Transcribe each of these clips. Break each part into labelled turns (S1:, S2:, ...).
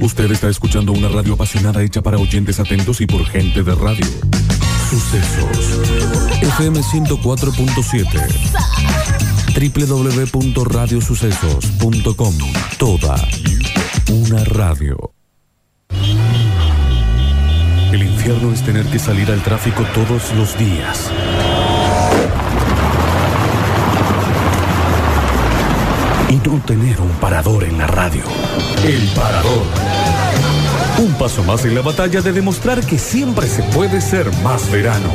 S1: Usted está escuchando una radio apasionada hecha para oyentes atentos y por gente de radio. Sucesos. FM 104.7. www.radiosucesos.com. Toda una radio. El infierno es tener que salir al tráfico todos los días. Y no tener un parador en la radio. El parador. Un paso más en la batalla de demostrar que siempre se puede ser más verano.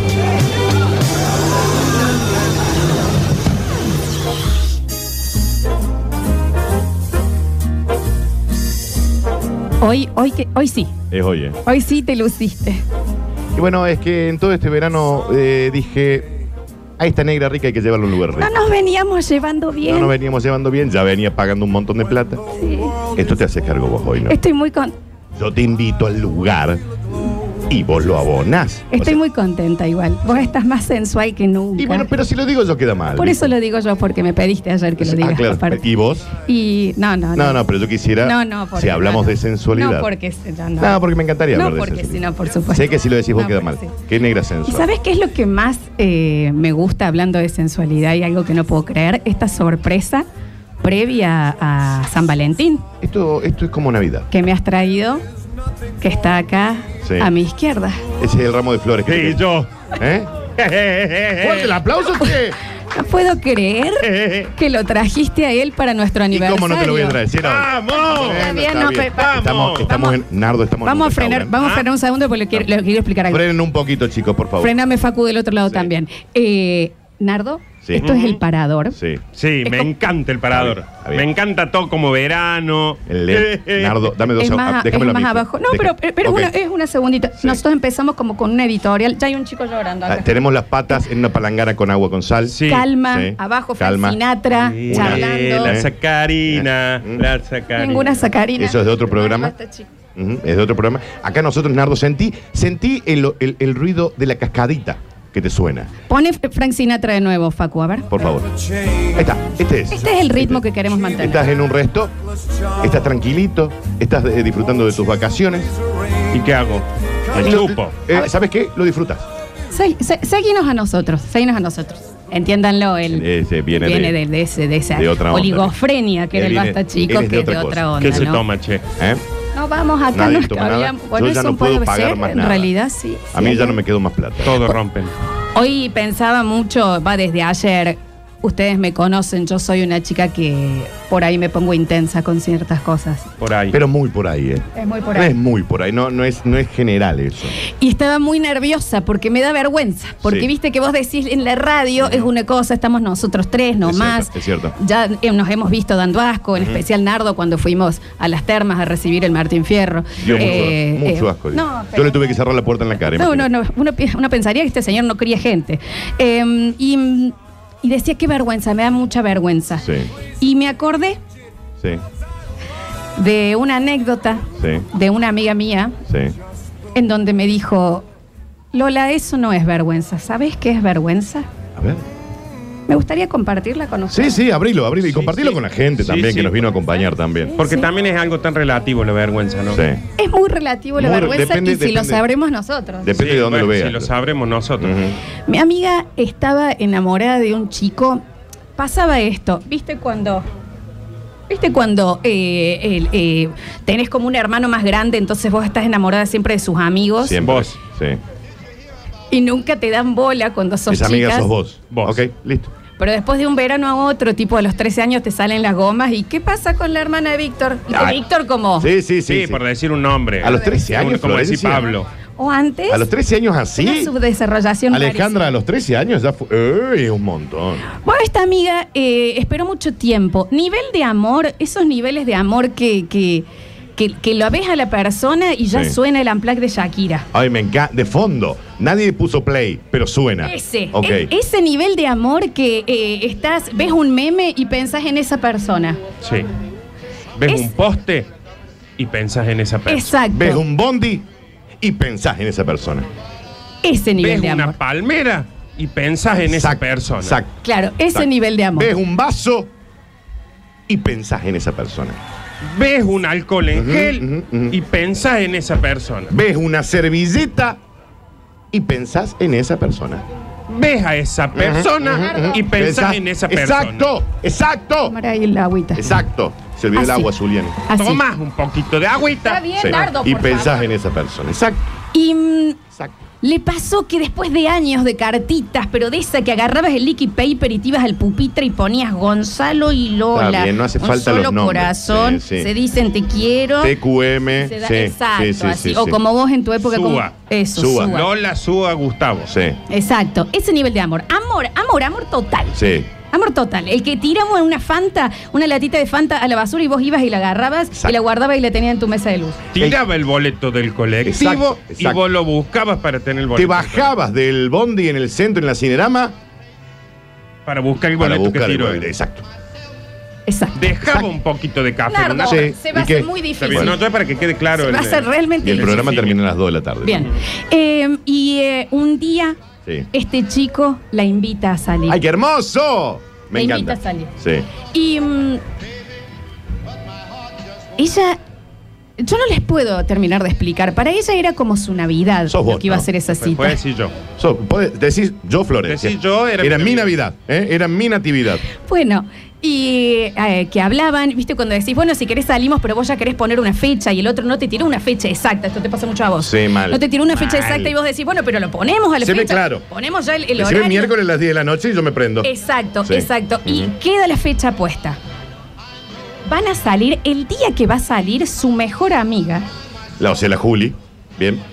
S2: Hoy, hoy, que, hoy sí,
S3: Es oye.
S2: hoy sí te luciste.
S3: Y bueno, es que en todo este verano eh, dije, a esta negra rica hay que llevarla a un lugar rico.
S2: No nos veníamos llevando bien.
S3: No nos veníamos llevando bien, ya venía pagando un montón de plata.
S2: Sí.
S3: Esto te haces cargo vos hoy, ¿no?
S2: Estoy muy con-
S3: Yo te invito al lugar y vos lo abonás. O
S2: estoy
S3: sea,
S2: muy contenta igual. Vos estás más sensual que nunca.
S3: Y bueno, pero si lo digo yo queda mal.
S2: Por eso lo digo yo, porque me pediste ayer que lo
S3: Ah,
S2: digas.
S3: claro.
S2: aparte.
S3: ¿Y vos?
S2: Y no, no,
S3: No,
S2: no.
S3: no, pero yo quisiera.
S2: No, no, porque-
S3: si hablamos
S2: no,
S3: de
S2: no.
S3: sensualidad.
S2: No, porque se- no, no.
S3: No, porque me encantaría
S2: No,
S3: hablar de
S2: porque
S3: sensualidad.
S2: si no, por supuesto.
S3: Sé que si lo decís vos
S2: No,
S3: queda mal.
S2: porque sí.
S3: Qué negra
S2: ¿Y
S3: sensual.
S2: sabes qué es lo que más eh, me gusta hablando de sensualidad y algo que no puedo creer? Esta sorpresa previa a San Valentín
S3: Esto, esto es como Navidad.
S2: que me has traído, que está acá
S3: Sí.
S2: a mi izquierda.
S3: Ese es el ramo de flores. que
S4: Sí,
S3: te-
S4: yo.
S3: ¿Eh? ¡Fuerte el aplauso, che!
S2: No puedo creer que lo trajiste a él para nuestro
S3: ¿Y
S2: aniversario.
S3: cómo no te lo voy a traer? Si era hoy.
S4: ¡Vamos!
S3: Bueno,
S2: bien,
S3: está
S2: no,
S3: bien.
S2: pe- pa-
S3: Estamos, estamos en. Nardo, estamos en
S2: Vamos
S3: un
S2: a frenar,
S3: restaurante.
S2: vamos a frenar un segundo porque lo quiero, lo quiero explicar algo.
S3: Frenen un poquito, chicos, ¿Ah? por favor.
S2: Frename Facu del otro lado también. Eh, Nardo,
S3: Sí.
S2: esto es el parador.
S3: Sí.
S4: Sí,
S2: Es
S4: me
S2: como-
S4: encanta el parador.
S3: Está bien, está bien.
S4: Me encanta todo como verano.
S3: El LED. Nardo, dame dos
S2: Es
S3: segundos. Ah,
S2: más,
S3: déjamelo
S2: es
S3: a mí.
S2: más abajo. No,
S3: Deja-
S2: pero, pero es
S3: Ok.
S2: una- eh, es una segundita.
S3: Sí.
S2: Nosotros empezamos como con una editorial. Ya hay un chico llorando
S3: Ah,
S2: acá.
S3: tenemos las patas en una palangana con agua con sal.
S4: Sí.
S2: Calma,
S3: Sí.
S2: abajo
S3: Calma.
S2: Frank Sinatra,
S4: Eh,
S2: charlando.
S4: La sacarina.
S3: Eh.
S4: La sacarina.
S2: Ninguna sacarina.
S3: Eso es de otro programa.
S2: Basta, chico.
S3: Ujú, es de otro programa. Acá nosotros, Nardo, sentí, sentí el, el- el ruido de la cascadita que te suena.
S2: Pone F- Frank Sinatra de nuevo, Facu, a ver.
S3: Por favor. Ahí está, este es.
S2: Este es el ritmo que queremos mantener.
S3: Estás en un resto, estás tranquilito, estás eh, disfrutando de tus vacaciones.
S4: ¿Y qué hago? Me
S3: Lo-
S4: chupo.
S3: eh, ¿Sabes qué? Lo disfrutas.
S2: Se- se- seguinos a nosotros, seguinos a nosotros. Entiéndanlo, él
S3: Eh, Ese viene de-
S2: de, de ese- de esa
S3: de otra onda.
S2: oligofrenia que era
S3: Él
S2: el
S3: viene-
S2: basta
S3: él
S2: chico,
S3: es de
S2: que es
S3: otra
S2: de
S3: cosa.
S2: otra onda.
S4: ¿Qué se
S2: ¿no?
S4: toma, che?
S3: ¿eh?
S2: No vamos acá,
S3: Nadie
S2: nos
S3: toma nada.
S2: habíamos- Bueno,
S3: Yo ya
S2: eso
S3: no puedo
S2: puede
S3: pagar
S2: ser,
S3: más
S2: en
S3: nada.
S2: realidad sí.
S3: A mí
S2: sí.
S3: ya no me quedó más plata.
S4: Todo rompen.
S2: Hoy pensaba mucho, va desde ayer. Ustedes me conocen, yo soy una chica que por ahí me pongo intensa con ciertas cosas.
S4: Por ahí.
S3: Pero muy por ahí, ¿eh?
S2: Es muy por
S3: No es
S2: ahí.
S3: muy por ahí, no, no, es, no es general eso.
S2: Y estaba muy nerviosa porque me da vergüenza. Porque
S3: Sí.
S2: viste que vos decís en la radio es una cosa, estamos nosotros tres nomás.
S3: cierto, es cierto.
S2: Ya eh, nos hemos visto dando asco, en especial Nardo cuando fuimos a las termas a recibir el Martín Fierro.
S3: Dio mucho,
S2: Eh,
S3: mucho
S2: eh,
S3: asco. dio.
S2: no,
S3: Yo
S2: pero-
S3: le tuve que cerrar la puerta en la cara.
S2: No, no,
S3: imagínate.
S2: no. Uno, pi- uno pensaría que este señor no cría gente. Eh, y, y decía, qué vergüenza, me da mucha vergüenza.
S3: Sí,
S2: Y me acordé
S3: sí,
S2: de una anécdota
S3: sí,
S2: de una amiga mía
S3: sí.
S2: en donde me dijo, Lola, eso no es vergüenza. ¿Sabes qué es vergüenza?
S3: A ver.
S2: Me gustaría compartirla con ustedes.
S3: Sí, sí, abrilo, abrilo. Y
S4: Sí,
S3: compartilo
S4: sí.
S3: con la gente
S4: Sí,
S3: también, que
S4: sí.
S3: nos vino a acompañar también.
S4: Porque
S2: Sí.
S4: también es algo tan relativo la vergüenza, ¿no?
S3: Sí.
S2: Es muy relativo la
S3: Muy-
S2: vergüenza
S3: depende-
S2: y si lo
S3: depende.
S2: sabremos nosotros.
S3: Depende de dónde lo
S4: bueno,
S3: veas.
S4: Si lo sabremos nosotros.
S3: Ujú.
S2: Mi amiga estaba enamorada de un chico. Pasaba esto, ¿viste cuando? ¿Viste cuando eh, el, eh, tenés como un hermano más grande, entonces vos estás enamorada siempre de sus amigos
S3: Siempre.
S4: Vos.
S3: Sí.
S2: y nunca te dan bola cuando sos
S3: Esa amiga
S2: chicas?
S3: sos vos.
S4: Vos.
S3: Ok, listo.
S2: Pero después de un verano a otro, tipo a los 13 años, te salen las gomas. ¿Y qué pasa con la hermana de Víctor? Y con
S3: Ay.
S2: Víctor como...
S3: Sí, sí, sí.
S4: Sí,
S3: sí.
S4: por decir un nombre.
S3: A los 13 años,
S4: Como decir
S3: Florencia.
S4: Pablo.
S2: O antes,
S3: A los 13 años
S2: una
S3: así.
S2: subdesarrollación
S3: Alejandra, a los 13 años ya fue. ¡Ey! Un montón.
S2: Bueno, esta amiga eh, esperó mucho tiempo. Nivel de amor, esos niveles de amor que, que, que, que lo ves a la persona y ya
S3: Sí.
S2: suena el amplac de Shakira.
S3: Ay, me encanta. De fondo. Nadie puso play, pero suena.
S2: Ese,
S3: Ok.
S2: e- ese nivel de amor que eh, estás, ves un meme y pensás en esa persona.
S4: Sí. Ves
S2: Es-
S4: un poste y pensás en esa persona.
S2: Exacto.
S3: Ves un bondi y pensás en esa persona.
S2: ese nivel
S4: Ves
S2: de
S4: una
S2: amor.
S4: palmera y pensás en esa
S3: Exacto,
S4: persona.
S3: Exacto.
S2: Claro, ese
S3: Exacto.
S2: nivel de amor.
S3: Ves un vaso y pensás en esa persona.
S4: ves un alcohol en
S3: Ujú,
S4: gel
S3: ujú, ujú.
S4: y pensás en esa persona.
S3: Ves una servilleta y pensás en esa persona.
S4: Ves a esa persona
S3: Ujú, ujú.
S4: y pensás en esa persona.
S3: Exacto, exacto,
S2: Tomar ahí la agüita.
S3: exacto. Se olvidó el
S2: Así.
S3: agua, Zulian.
S2: Así.
S4: Tomás un poquito de agüita.
S2: Está bien,
S3: Sí.
S2: Dardo,
S3: Y
S2: por
S3: pensás
S2: favor.
S3: en esa persona. Exacto,
S2: Y mm,
S3: exacto.
S2: le pasó que después de años de cartitas, pero de esa que agarrabas el liqui paper y te ibas al pupitre y ponías Gonzalo y Lola.
S3: Está bien, no hace
S2: un
S3: falta los
S2: solo
S3: nombres.
S2: corazón.
S3: Sí, sí.
S2: Se dicen te quiero.
S3: TQM.
S2: se da-
S3: sí,
S2: exacto,
S3: sí, sí,
S2: así.
S3: sí,
S2: o
S3: sí.
S2: como vos en tu época. como-
S4: Suba.
S2: eso,
S3: Suba.
S2: suba.
S4: Lola suba a Gustavo.
S3: Sí,
S2: Exacto, ese nivel de amor. Amor, amor, amor total.
S3: sí.
S2: Amor total. El que tiramos una Fanta, una latita de Fanta a la basura y vos ibas y la agarrabas
S3: Exacto.
S2: y la guardabas y la tenías en tu mesa de luz.
S4: Tiraba el boleto del colectivo
S3: Exacto, exacto.
S4: y vos lo buscabas para tener el boleto.
S3: Te
S4: del
S3: bajabas del bondi en el centro, en la cinerama,
S4: colectivo. Para buscar el
S3: para
S4: boleto
S3: buscar
S4: que
S3: el
S4: tiró.
S3: bondi. Exacto.
S2: Exacto.
S4: Dejaba
S3: Exacto.
S4: un poquito de café. en
S2: Lardo,
S4: Ah, una-
S3: Sí,
S2: se va a
S3: ¿y qué?
S2: hacer muy
S4: Está
S2: difícil.
S4: bien, No, entonces para que quede claro.
S2: se va a
S4: el-
S2: hacer realmente
S3: Y el programa
S4: sí, sí.
S3: termina a las 2 de la tarde.
S2: Bien. Eh, y eh, un día
S3: Sí.
S2: este chico la invita a salir.
S3: ¡Ay, qué hermoso! Me
S2: Me
S3: encanta.
S2: invita a salir.
S3: Sí.
S2: Y mm, ella, yo no les puedo terminar de explicar. Para ella era como su Navidad
S3: Sos vos,
S2: lo que iba
S3: ¿no?
S2: a ser esa
S4: Pues
S2: cita.
S4: puedo decir yo.
S3: So, podés decir yo, Florencia.
S4: Decís yo, era
S3: era,
S4: mi
S3: mi
S4: Navidad.
S3: Navidad. ¿eh? Era mi natividad.
S2: Bueno, y eh, que hablaban, viste, cuando decís, bueno, si querés salimos, pero vos ya querés poner una fecha y el otro no te tiró una fecha exacta. Esto te pasa mucho a vos.
S3: Sí, mal.
S2: No te tiró una fecha
S3: Mal.
S2: exacta y vos decís, bueno, pero lo ponemos a la
S3: Se ve
S2: fecha.
S3: claro.
S2: Ponemos ya el, el
S3: Decime
S2: horario.
S3: miércoles a las 10 de la noche y yo me prendo.
S2: Exacto,
S3: Sí.
S2: exacto. Y
S3: Ujú.
S2: queda la fecha puesta. Van a salir, el día que va a salir, su mejor amiga
S3: La, o sea, la Juli. Bien.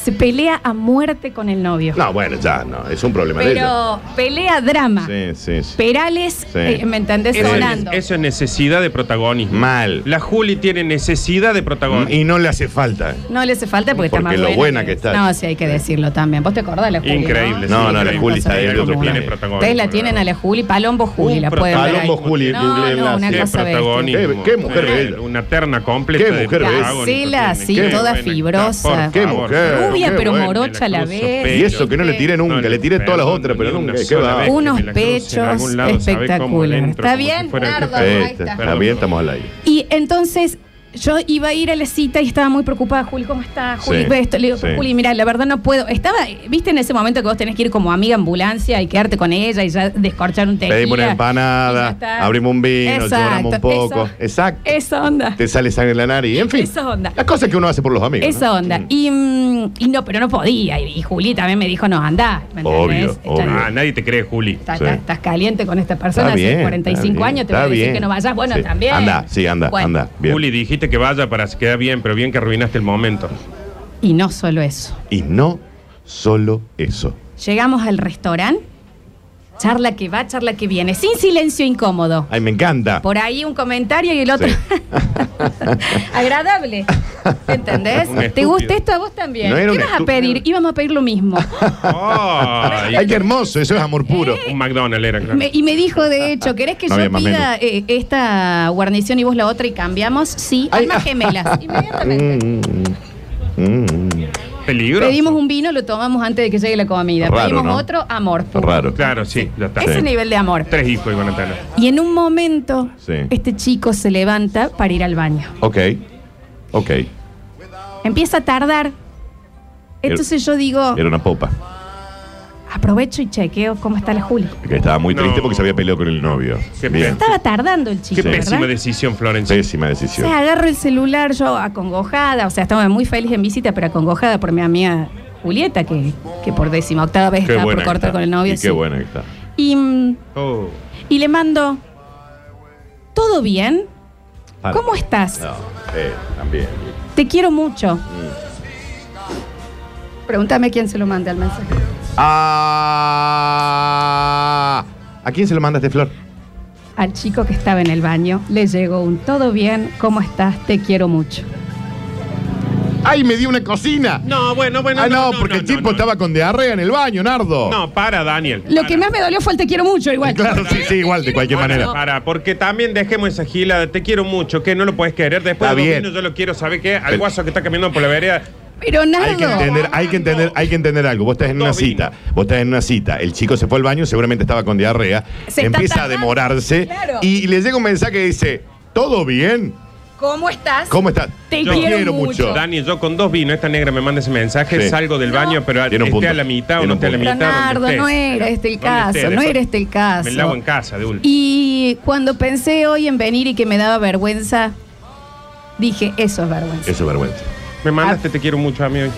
S2: se pelea a muerte con el novio.
S3: No, bueno, ya, no. Es un problema de ella.
S2: pero pelea drama.
S3: Sí, sí, sí.
S2: Perales,
S3: Sí.
S2: eh, ¿me entendés?
S4: Eso es,
S2: Sonando.
S4: eso es necesidad de protagonismo.
S3: Mal.
S4: La Juli tiene necesidad de protagonismo.
S3: Y no le hace falta.
S2: No le hace falta porque, está
S3: Porque
S2: más
S3: lo
S2: buena.
S3: buena que está.
S2: No, sí, hay que decirlo también. ¿Vos te acordás de la Juli?
S4: Increíble.
S3: No,
S4: sí,
S3: no, la
S4: increíble.
S3: Juli está ahí de otro
S4: Tiene
S3: planeta.
S4: protagonismo,
S2: Ustedes la tienen a la Juli, Palombo Juli,
S4: Un
S2: la pueden ver.
S3: Palombo
S2: ahí.
S3: Juli,
S2: no,
S3: googleenla,
S2: no, una
S3: sí,
S2: cosa bestia.
S4: protagonismo. Eh,
S3: Qué- qué mujer bella.
S4: Una terna completa.
S3: Qué
S4: de
S3: mujer bella.
S4: protagonismo
S2: Gacela,
S4: tiene.
S2: sí,
S4: Qué
S2: toda
S4: buena que
S2: fibrosa.
S4: está, por
S3: Qué
S4: favor.
S3: mujer,
S2: Rubia,
S3: qué
S2: pero
S3: buena.
S2: morocha a la
S4: Cruzo
S2: vez.
S4: pelo.
S3: Y eso que no le tiré nunca,
S4: No,
S3: le tiré todas las
S4: perdón,
S3: otras, pero
S4: ni una
S3: nunca. ¿Qué
S4: sola
S3: va?
S4: vez que
S2: Unos
S4: me la cruce en
S2: pechos
S4: algún lado, ¿sabe cómo
S2: espectaculares.
S4: adentro,
S2: ¿Está
S4: como
S2: bien,
S4: si fuera-
S2: Nardo?
S3: Eh,
S2: Ahí
S3: está,
S2: está.
S3: está bien, estamos al aire.
S2: Y entonces yo iba a ir a la cita y estaba muy preocupada, Juli, ¿cómo está? Juli,
S3: Sí,
S2: ve esto. Le digo,
S3: sí.
S2: Juli, mira, la verdad no puedo. Estaba, viste, en ese momento que vos tenés que ir como amiga ambulancia y quedarte con ella y ya descorchar un tequila.
S3: Pedimos una
S2: Y ya
S3: empanada,
S2: está.
S3: abrimos un vino,
S2: Exacto,
S3: lloramos un poco.
S2: eso.
S3: Exacto.
S2: Esa onda.
S3: Te sale sangre en la nariz, en fin.
S2: Esa onda.
S3: Las cosas que uno hace por los amigos.
S2: Esa
S3: ¿no?
S2: onda.
S3: Mm.
S2: Y, mm, y no, pero no podía. Y, y Juli también me dijo, no, anda. ¿me
S3: Obvio,
S2: entendés? Está-
S3: obvio.
S4: Ah, nadie te cree, Juli.
S2: está-
S3: Sí.
S2: está- Estás caliente con esta persona,
S3: Está bien,
S2: hace 45
S3: está bien,
S2: años, te voy
S3: está
S2: a decir
S3: bien.
S2: que no vayas. Bueno,
S3: Sí.
S2: también.
S3: Anda, sí, anda,
S2: Bueno,
S3: anda. Bien.
S4: Juli, dijiste que vaya para que queda bien, pero bien que arruinaste el momento.
S2: Y no solo eso.
S3: Y no solo eso.
S2: Llegamos al restaurante, charla que va, charla que viene, sin silencio incómodo.
S3: Ay, me encanta.
S2: Por ahí un comentario y el otro.
S3: Sí.
S2: Agradable. ¿Entendés?
S4: Un
S2: ¿Te
S4: estúpido.
S2: gusta esto a vos también?
S3: No era
S2: ¿Qué
S3: un
S2: vas a
S3: estúpido.
S2: pedir? Íbamos a pedir lo mismo.
S4: Ay,
S3: Ay, qué hermoso, eso es amor puro.
S4: un McDonald's era, claro.
S2: Me- y me dijo, de hecho, ¿querés que
S3: No había
S2: yo
S3: más
S2: pida eh, esta guarnición y vos la otra y cambiamos? Sí,
S3: Ay,
S2: almas
S3: ah.
S2: gemelas. Inmediatamente.
S3: Mm, mm.
S4: Peligro.
S2: Pedimos un vino, lo tomamos antes de que llegue la comida.
S3: Raro,
S2: Pedimos
S3: ¿no?
S2: otro, amor. puro.
S3: Raro.
S4: Claro, sí, ya está.
S2: Ese nivel de amor.
S4: Tres hijos iban a tener.
S2: Y en un momento,
S3: Sí.
S2: este chico se levanta para ir al baño.
S3: Ok. Ok.
S2: Empieza a tardar. Entonces yo digo,
S3: Era una popa.
S2: aprovecho y chequeo cómo está la Juli.
S3: Que estaba muy triste
S4: No.
S3: porque se había peleado con el novio.
S4: Qué
S3: Bien.
S2: Estaba tardando el chico,
S4: Qué pésima
S2: ¿verdad?
S4: decisión, Florencia.
S3: Pésima
S2: O sea,
S3: decisión.
S2: agarro el celular yo acongojada, o sea, estaba muy feliz en visita, pero acongojada por mi amiga Julieta, que, que por décima octava vez
S3: Qué
S2: estaba por
S3: buena. que
S2: cortar
S3: está.
S2: con el novio.
S3: Y
S2: sí.
S3: qué buena que está.
S2: Y, mm,
S4: Oh.
S2: y le mando, ¿todo bien?
S3: Para.
S2: ¿Cómo estás?
S3: No, eh, también.
S2: Te quiero mucho. Mm. Pregúntame quién se lo manda el mensaje.
S3: Ah, ¿A quién se lo mandaste, Flor?
S2: Al chico que estaba en el baño le llegó un todo bien, ¿cómo estás? Te quiero mucho.
S3: ¡Ay, me dio una cocina!
S4: No, bueno, bueno.
S3: ah, no, porque el tipo
S4: no, no.
S3: estaba con diarrea en el baño, Nardo.
S4: No, para, Daniel.
S2: Lo
S4: para.
S2: que más me dolió fue el te quiero mucho, igual.
S3: Claro, sí, sí, igual, de cualquier
S4: Para,
S3: manera.
S4: Para, porque también dejemos esa gila de te quiero mucho, que no lo puedes querer. Después
S3: Está
S4: de
S3: bien.
S4: domingo yo lo quiero, ¿sabe qué? Al
S3: Pero-
S4: guaso que está caminando por la vereda.
S2: Pero
S3: Hay que
S2: Nardo,
S3: entender, hay que entender, hay que entender algo. Vos estás en una
S4: Dos
S3: cita, vos estás en una cita, el chico se fue al baño, seguramente estaba con diarrea,
S2: Se está
S3: empieza a
S2: tardando,
S3: demorarse
S2: claro.
S3: y le llega un mensaje que dice, ¿Todo bien?
S2: ¿Cómo estás?
S3: ¿Cómo estás?
S2: Te quiero mucho.
S4: Dani, yo con dos vinos, esta negra me manda ese mensaje,
S3: Sí.
S4: salgo del
S2: No.
S4: baño, pero
S3: Tiene un
S4: esté
S3: punto.
S4: a la mitad o
S3: Tiene
S4: no
S3: un
S4: esté a la
S3: punto.
S4: mitad. donde
S2: Bernardo,
S4: estés.
S2: no era este el
S4: Donde
S2: caso,
S4: estés,
S2: no
S4: después
S2: era este el caso.
S4: Me lavo en casa, de última.
S2: Y cuando pensé hoy en venir y que me daba vergüenza, dije, eso es vergüenza.
S3: Eso es vergüenza.
S4: Me mandaste, te quiero mucho a mí hoy.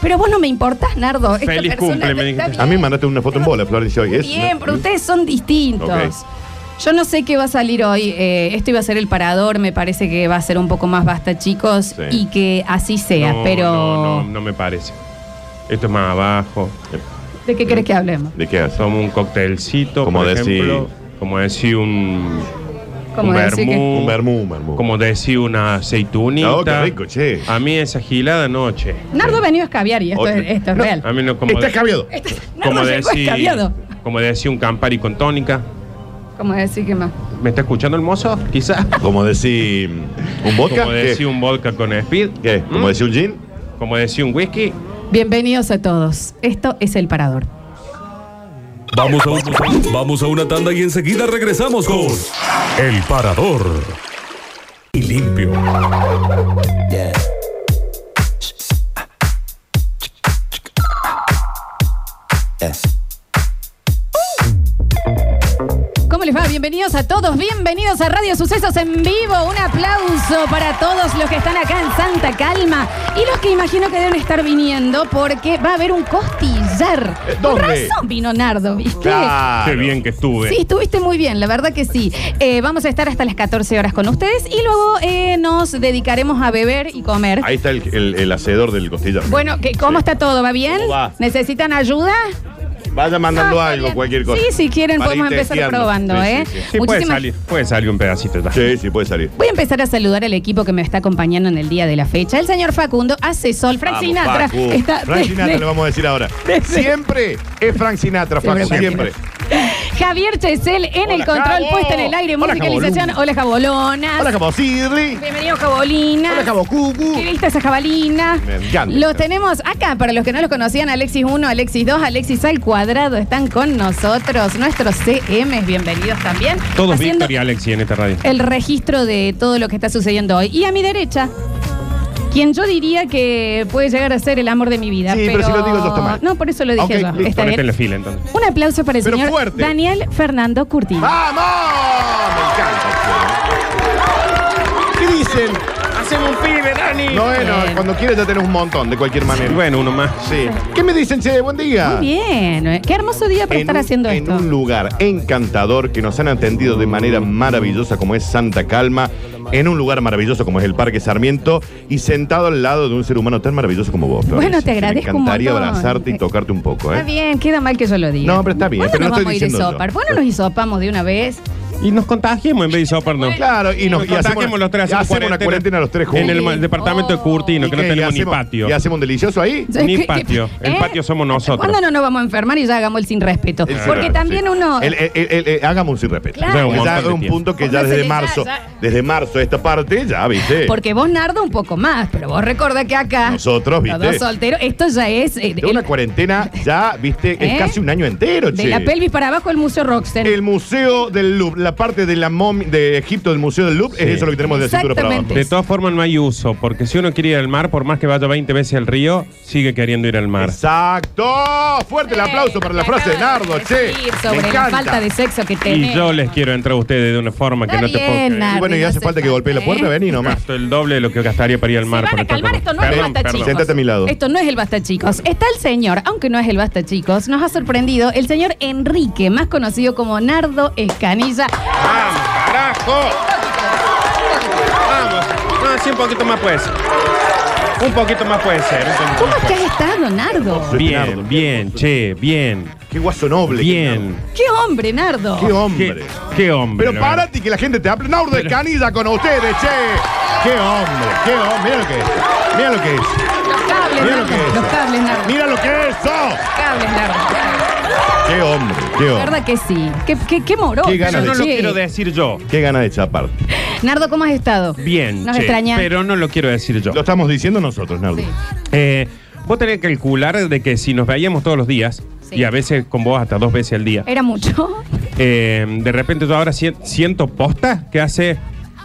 S2: Pero vos no me importás, Nardo. Esta
S4: Feliz
S2: persona
S4: cumple, me
S2: está
S4: dijiste.
S2: bien.
S3: A mí me mandaste una foto en bola, Flor, dice hoy.
S2: Muy
S3: ¿es?
S2: Bien,
S3: ¿No?
S2: pero ustedes son distintos.
S3: Ok.
S2: Yo no sé qué va a salir hoy. eh, esto iba a ser el parador, me parece que va a ser un poco más basta, chicos,
S3: Sí.
S2: y que así sea.
S4: No,
S2: pero
S4: No, no, no me parece. Esto es más abajo.
S2: ¿de qué crees que hablemos?
S3: ¿De qué haces?
S4: Somos un coctelcito,
S3: Como
S4: como por
S3: decir-
S4: ejemplo. Como decir un.
S2: Como
S4: un
S2: decir que-
S4: vermú.
S3: Un vermú, un vermú.
S4: Como decir una aceitunita.
S3: No, qué rico, che.
S4: A mí esa gilada noche.
S2: Nardo ha venido a escabiar y esto,
S3: Otra.
S2: es, esto es
S3: No.
S2: real.
S4: A mí no como.
S3: Está
S4: de-
S3: cambiado.
S2: Nardo
S4: como
S2: llegó
S4: decir.
S2: escabiado.
S4: Como decir un campari con tónica.
S2: ¿Cómo decir que más?
S4: ¿Me está escuchando el mozo? Quizás.
S3: Como decir un vodka.
S4: Como
S3: ¿Qué?
S4: decir un vodka con speed.
S3: ¿Qué?
S4: ¿Mm?
S3: ¿Como decir un gin?
S4: Como decir un whisky.
S2: Bienvenidos a todos. Esto es el parador.
S1: Vamos a, un- vamos a una tanda y enseguida regresamos con El Parador. Y limpio.
S2: ¿Cómo les va? Bienvenidos a todos, bienvenidos a Radio Sucesos en vivo. Un aplauso para todos los que están acá en Santa Calma y los que imagino que deben estar viniendo porque va a haber un costillar.
S3: Eh,
S2: Con
S3: ¿dónde? Ah,
S2: razón vino Nardo, ¿viste?
S3: Claro.
S4: Qué bien que estuve.
S2: Sí, estuviste muy bien, la verdad que sí. Eh, vamos a estar hasta las 14 horas con ustedes y luego eh, nos dedicaremos a beber y comer.
S3: Ahí está el, el, el hacedor del costillar.
S2: Bueno, ¿qué- ¿cómo está todo? ¿Va bien?
S3: ¿Cómo va?
S2: ¿Necesitan ayuda?
S3: Vaya mandando
S2: Ah, está
S3: algo,
S2: bien.
S3: cualquier cosa.
S2: Sí, si quieren
S3: Para
S2: podemos
S3: ir
S2: empezar
S3: testeando.
S2: probando,
S3: Sí,
S2: ¿eh?
S3: sí, sí.
S4: Sí, puede
S2: Muchísimas-
S4: salir, puede salir un pedacito. ya.
S3: Sí, sí, puede salir.
S2: Voy a empezar a saludar al equipo que me está acompañando en el día de la fecha. El señor Facundo hace sol. Frank
S3: Vamos,
S2: Sinatra
S3: Facu.
S2: está
S3: Frank
S2: de-
S3: Sinatra
S2: de-
S3: le vamos a decir ahora.
S2: Desde-
S3: Siempre es Frank Sinatra,
S2: Siempre
S3: Facu,
S2: Frank
S3: siempre.
S2: Javier Chesel en el
S3: Hola,
S2: control,
S3: Jabo.
S2: puesta en el aire,
S3: Hola,
S2: musicalización.
S3: Jabolú.
S2: Hola, jabolonas.
S3: Hola, Cabo Sidley.
S2: Bienvenido, jabolinas.
S3: Hola, Cabo Cucu.
S2: ¿Qué viste esa jabalina?
S3: Me encanta.
S2: Lo tenemos acá, para los que no los conocían, Alexis 1, Alexis 2, Alexis al cuadrado están con nosotros, nuestros CMs, bienvenidos también.
S4: Todos
S2: Haciendo Eh,
S4: Víctor y Alexi en esta radio.
S2: el registro de todo lo que está sucediendo hoy. Y a mi derecha, quien yo diría que puede llegar a ser el amor de mi vida.
S3: Sí, pero si lo digo yo está mal.
S2: No, por eso lo dije
S3: Ok,
S2: yo.
S3: listo,
S4: Ponete
S2: Está
S4: en
S2: bien.
S4: la fila entonces.
S2: Un aplauso para el
S3: Pero
S2: señor
S3: fuerte. Ah.
S2: Daniel Fernando Curtino.
S3: ¡Vamos! Me encanta. che. ¿Qué dicen?
S4: ¡Hacemos un pibe, Dani!
S3: No, eh, no, cuando quieres ya tenés un montón, de cualquier manera.
S4: Bueno, uno más.
S3: Sí. ¿Qué me dicen, che? Buen día.
S2: Muy bien. eh. Qué hermoso día para
S3: En
S2: estar
S3: un-
S2: haciendo
S3: en
S2: esto.
S3: un lugar encantador que nos han atendido de manera maravillosa como es Santa Calma, en un lugar maravilloso como es el Parque Sarmiento y sentado al lado de un ser humano tan maravilloso como vos. Florencia,
S2: Bueno, te
S3: que
S2: agradezco un
S3: Me encantaría
S2: montón.
S3: abrazarte y tocarte un poco,
S2: Está
S3: ¿eh?
S2: bien, queda mal que yo lo diga.
S3: No, pero está bien,
S2: ¿Cuándo
S3: pero
S2: nos
S3: no estoy
S2: vamos a ir de
S3: diciendo yo.
S2: sopar? ¿Bueno nos hisopamos de una vez?
S4: Y nos contagiemos en vez de soparnos.
S3: Claro, y nos, y
S4: contagiemos los tres.
S3: hacemos una cuarentena los tres juntos.
S4: En el ma- departamento
S2: Oh.
S4: de Curtino,
S3: ¿Y
S4: que no
S3: qué? ¿Y
S4: tenemos ni
S3: hacemos-
S4: patio.
S3: ¿Y hacemos un delicioso ahí?
S4: Ni
S2: ¿Qué- qué-
S4: patio. El
S2: ¿Eh?
S4: patio somos nosotros.
S2: ¿Cuándo no nos vamos a enfermar y ya hagamos el sin respeto?
S3: El sin
S2: Porque
S3: respeto,
S2: también
S3: sí.
S2: uno...
S3: El- el- el- el- hagamos eh, un sin respeto.
S2: Claro. Ya un
S3: Ya
S4: montón
S3: es
S4: de
S3: un
S4: tiempo.
S3: punto que ya
S2: Póngase
S3: desde
S2: ya,
S3: marzo,
S2: ya.
S3: desde marzo esta parte, ya, viste.
S2: Porque vos, Nardo, un poco más, pero vos recordá que acá.
S3: Nosotros,
S2: los
S3: ¿viste?
S2: dos solteros, esto ya es. eh,
S3: De una
S2: el-
S3: cuarentena ya, viste,
S2: ¿Eh?
S3: es casi un año entero,
S2: de
S3: che.
S2: la pelvis para abajo, el Museo Roxen.
S3: El Museo del Louvre, la parte de la momi- de Egipto del Museo del Louvre, es eso lo que tenemos de la cintura para abajo.
S2: Exactamente.
S4: De todas formas, no hay uso, porque si uno quiere ir al mar, por más que vaya 20 veces al río, sigue queriendo ir al mar.
S3: Exacto. Fuerte el aplauso para la frase de Nardo, che. Me
S2: Sobre la
S3: encanta.
S2: falta de sexo que tenés.
S4: Y yo les quiero entrar a ustedes de una forma que
S2: Está
S4: no te puedo
S2: bien,
S4: creer.
S2: Nardo.
S3: Y bueno, y
S2: No
S3: hace
S2: hace
S3: falta que golpee la
S2: falta,
S3: puerta,
S2: ¿eh?
S3: vení nomás.
S4: Gasto el doble de lo que gastaría para ir al mar.
S2: Se van
S4: por
S2: a
S4: esta
S2: calmar,
S4: cosa.
S2: esto no es
S4: Perdón,
S2: basta,
S4: perdón.
S2: chicos.
S3: Sentate a mi lado.
S2: Esto no es el basta, chicos. Está el señor, aunque no es el basta, chicos, nos ha sorprendido el señor Enrique, más conocido como Nardo Escanilla.
S4: ¡Vamos, carajo! ¡Vamos! No, sí, un poquito más puede ser. Un poquito más puede ser. un poquito
S2: ¿Cómo
S4: más
S2: es que
S4: puede
S2: has estado, Nardo?
S4: ser. Bien, bien, che, bien.
S3: Qué guaso noble.
S4: Bien.
S2: ¡Qué hombre, Nardo!
S3: Ah, Qué hombre.
S4: Qué, qué hombre.
S3: Pero
S4: la verdad.
S3: párate y que la gente te hable. Nardo de Canilla con ustedes, che. Qué hombre, qué hombre. Mira lo que es. Mira lo que es.
S2: Los cables,
S3: Mira lo
S2: Nardo.
S3: que es.
S2: Los cables, Nardo.
S3: Mira lo que es eso.
S2: Los cables, Nardo.
S3: Qué hombre, qué
S2: La
S3: hombre.
S2: verdad que sí. Qué, qué, qué morón.
S3: Qué
S4: Eso
S3: ganas
S4: no
S3: de-
S4: lo
S2: Che.
S4: quiero decir yo.
S3: Qué ganas de chaparte.
S2: Nardo, ¿cómo has estado?
S4: Bien,
S2: Nos
S4: che,
S2: extraña.
S4: pero no lo quiero decir yo.
S3: Lo estamos diciendo nosotros, Nardo.
S2: Sí.
S4: Eh, vos tenés que calcular de que si nos veíamos todos los días,
S2: Sí.
S4: y a veces con vos hasta dos veces al día,
S2: Era mucho.
S4: eh, de repente yo ahora si- siento posta que hace...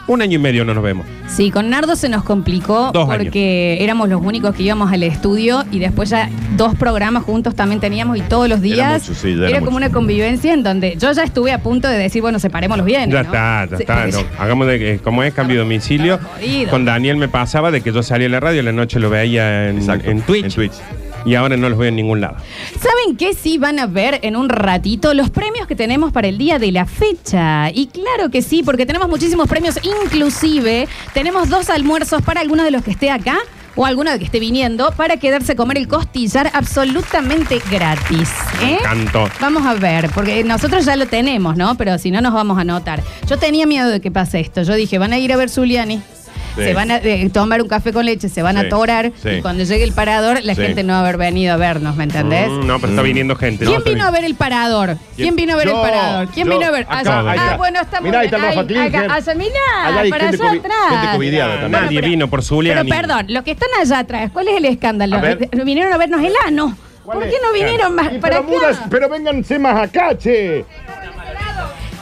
S4: Un año y medio no nos vemos.
S2: Sí, con Nardo se nos complicó
S4: Dos años.
S2: porque éramos los únicos que íbamos al estudio y después ya dos programas juntos también teníamos y todos los días
S3: mucho, sí, ya era
S2: era como
S3: mucho.
S2: una convivencia en donde yo ya estuve a punto de decir, bueno, separemos los bienes.
S4: Ya
S2: ¿no?
S4: está, ya
S2: Sí,
S4: está.
S2: porque
S4: no. Hagamos de que, como es cambio de domicilio.
S2: Estaba jodido.
S4: Con Daniel me pasaba de que yo salía a la radio y a la noche lo veía en,
S3: Exacto,
S4: en Twitch.
S3: en Twitch.
S4: Y ahora no los veo en ningún lado.
S2: ¿Saben qué sí van a ver en un ratito? Los premios que tenemos para el día de la fecha. Y claro que sí, porque tenemos muchísimos premios, inclusive tenemos dos almuerzos para alguno de los que esté acá o alguno de que esté viniendo para quedarse a comer el costillar absolutamente gratis. ¿eh?
S4: Canto.
S2: Vamos a ver, porque nosotros ya lo tenemos, ¿no? Pero si no, nos vamos a anotar. Yo tenía miedo de que pase esto. Yo dije, van a ir a ver Zuliani.
S3: Sí.
S2: Se van a eh, tomar un café con leche, se van
S3: Sí,
S2: a torar.
S3: sí.
S2: Y cuando llegue el parador, la
S3: Sí.
S2: gente no va a haber venido a vernos, ¿me entendés?
S4: Mm, no, pero está viniendo gente.
S2: ¿Quién
S4: No, está
S2: vino a ver el parador? ¿Quién vino a ver
S3: Yo,
S2: el parador? ¿Quién
S3: yo,
S2: vino a ver?
S3: acá,
S2: Allá-
S3: ahí
S2: ah,
S3: está.
S2: bueno, está muy
S3: Mirá, ahí
S2: bien.
S3: está Rafa Klinger.
S2: acá, allá, mirá,
S3: Allá hay
S2: para
S3: gente
S2: allá
S3: covi-
S2: atrás.
S3: gente covidiada también.
S4: Nadie vino por Zuliani.
S2: Pero perdón, los que están allá atrás, ¿cuál es el escándalo?
S3: A ver.
S2: Vinieron a vernos el ano.
S3: ¿Cuál
S2: ¿Por
S3: es?
S2: qué no vinieron más
S3: Y
S2: para
S3: pero,
S2: acá?
S3: mudas, pero vénganse más acá, che.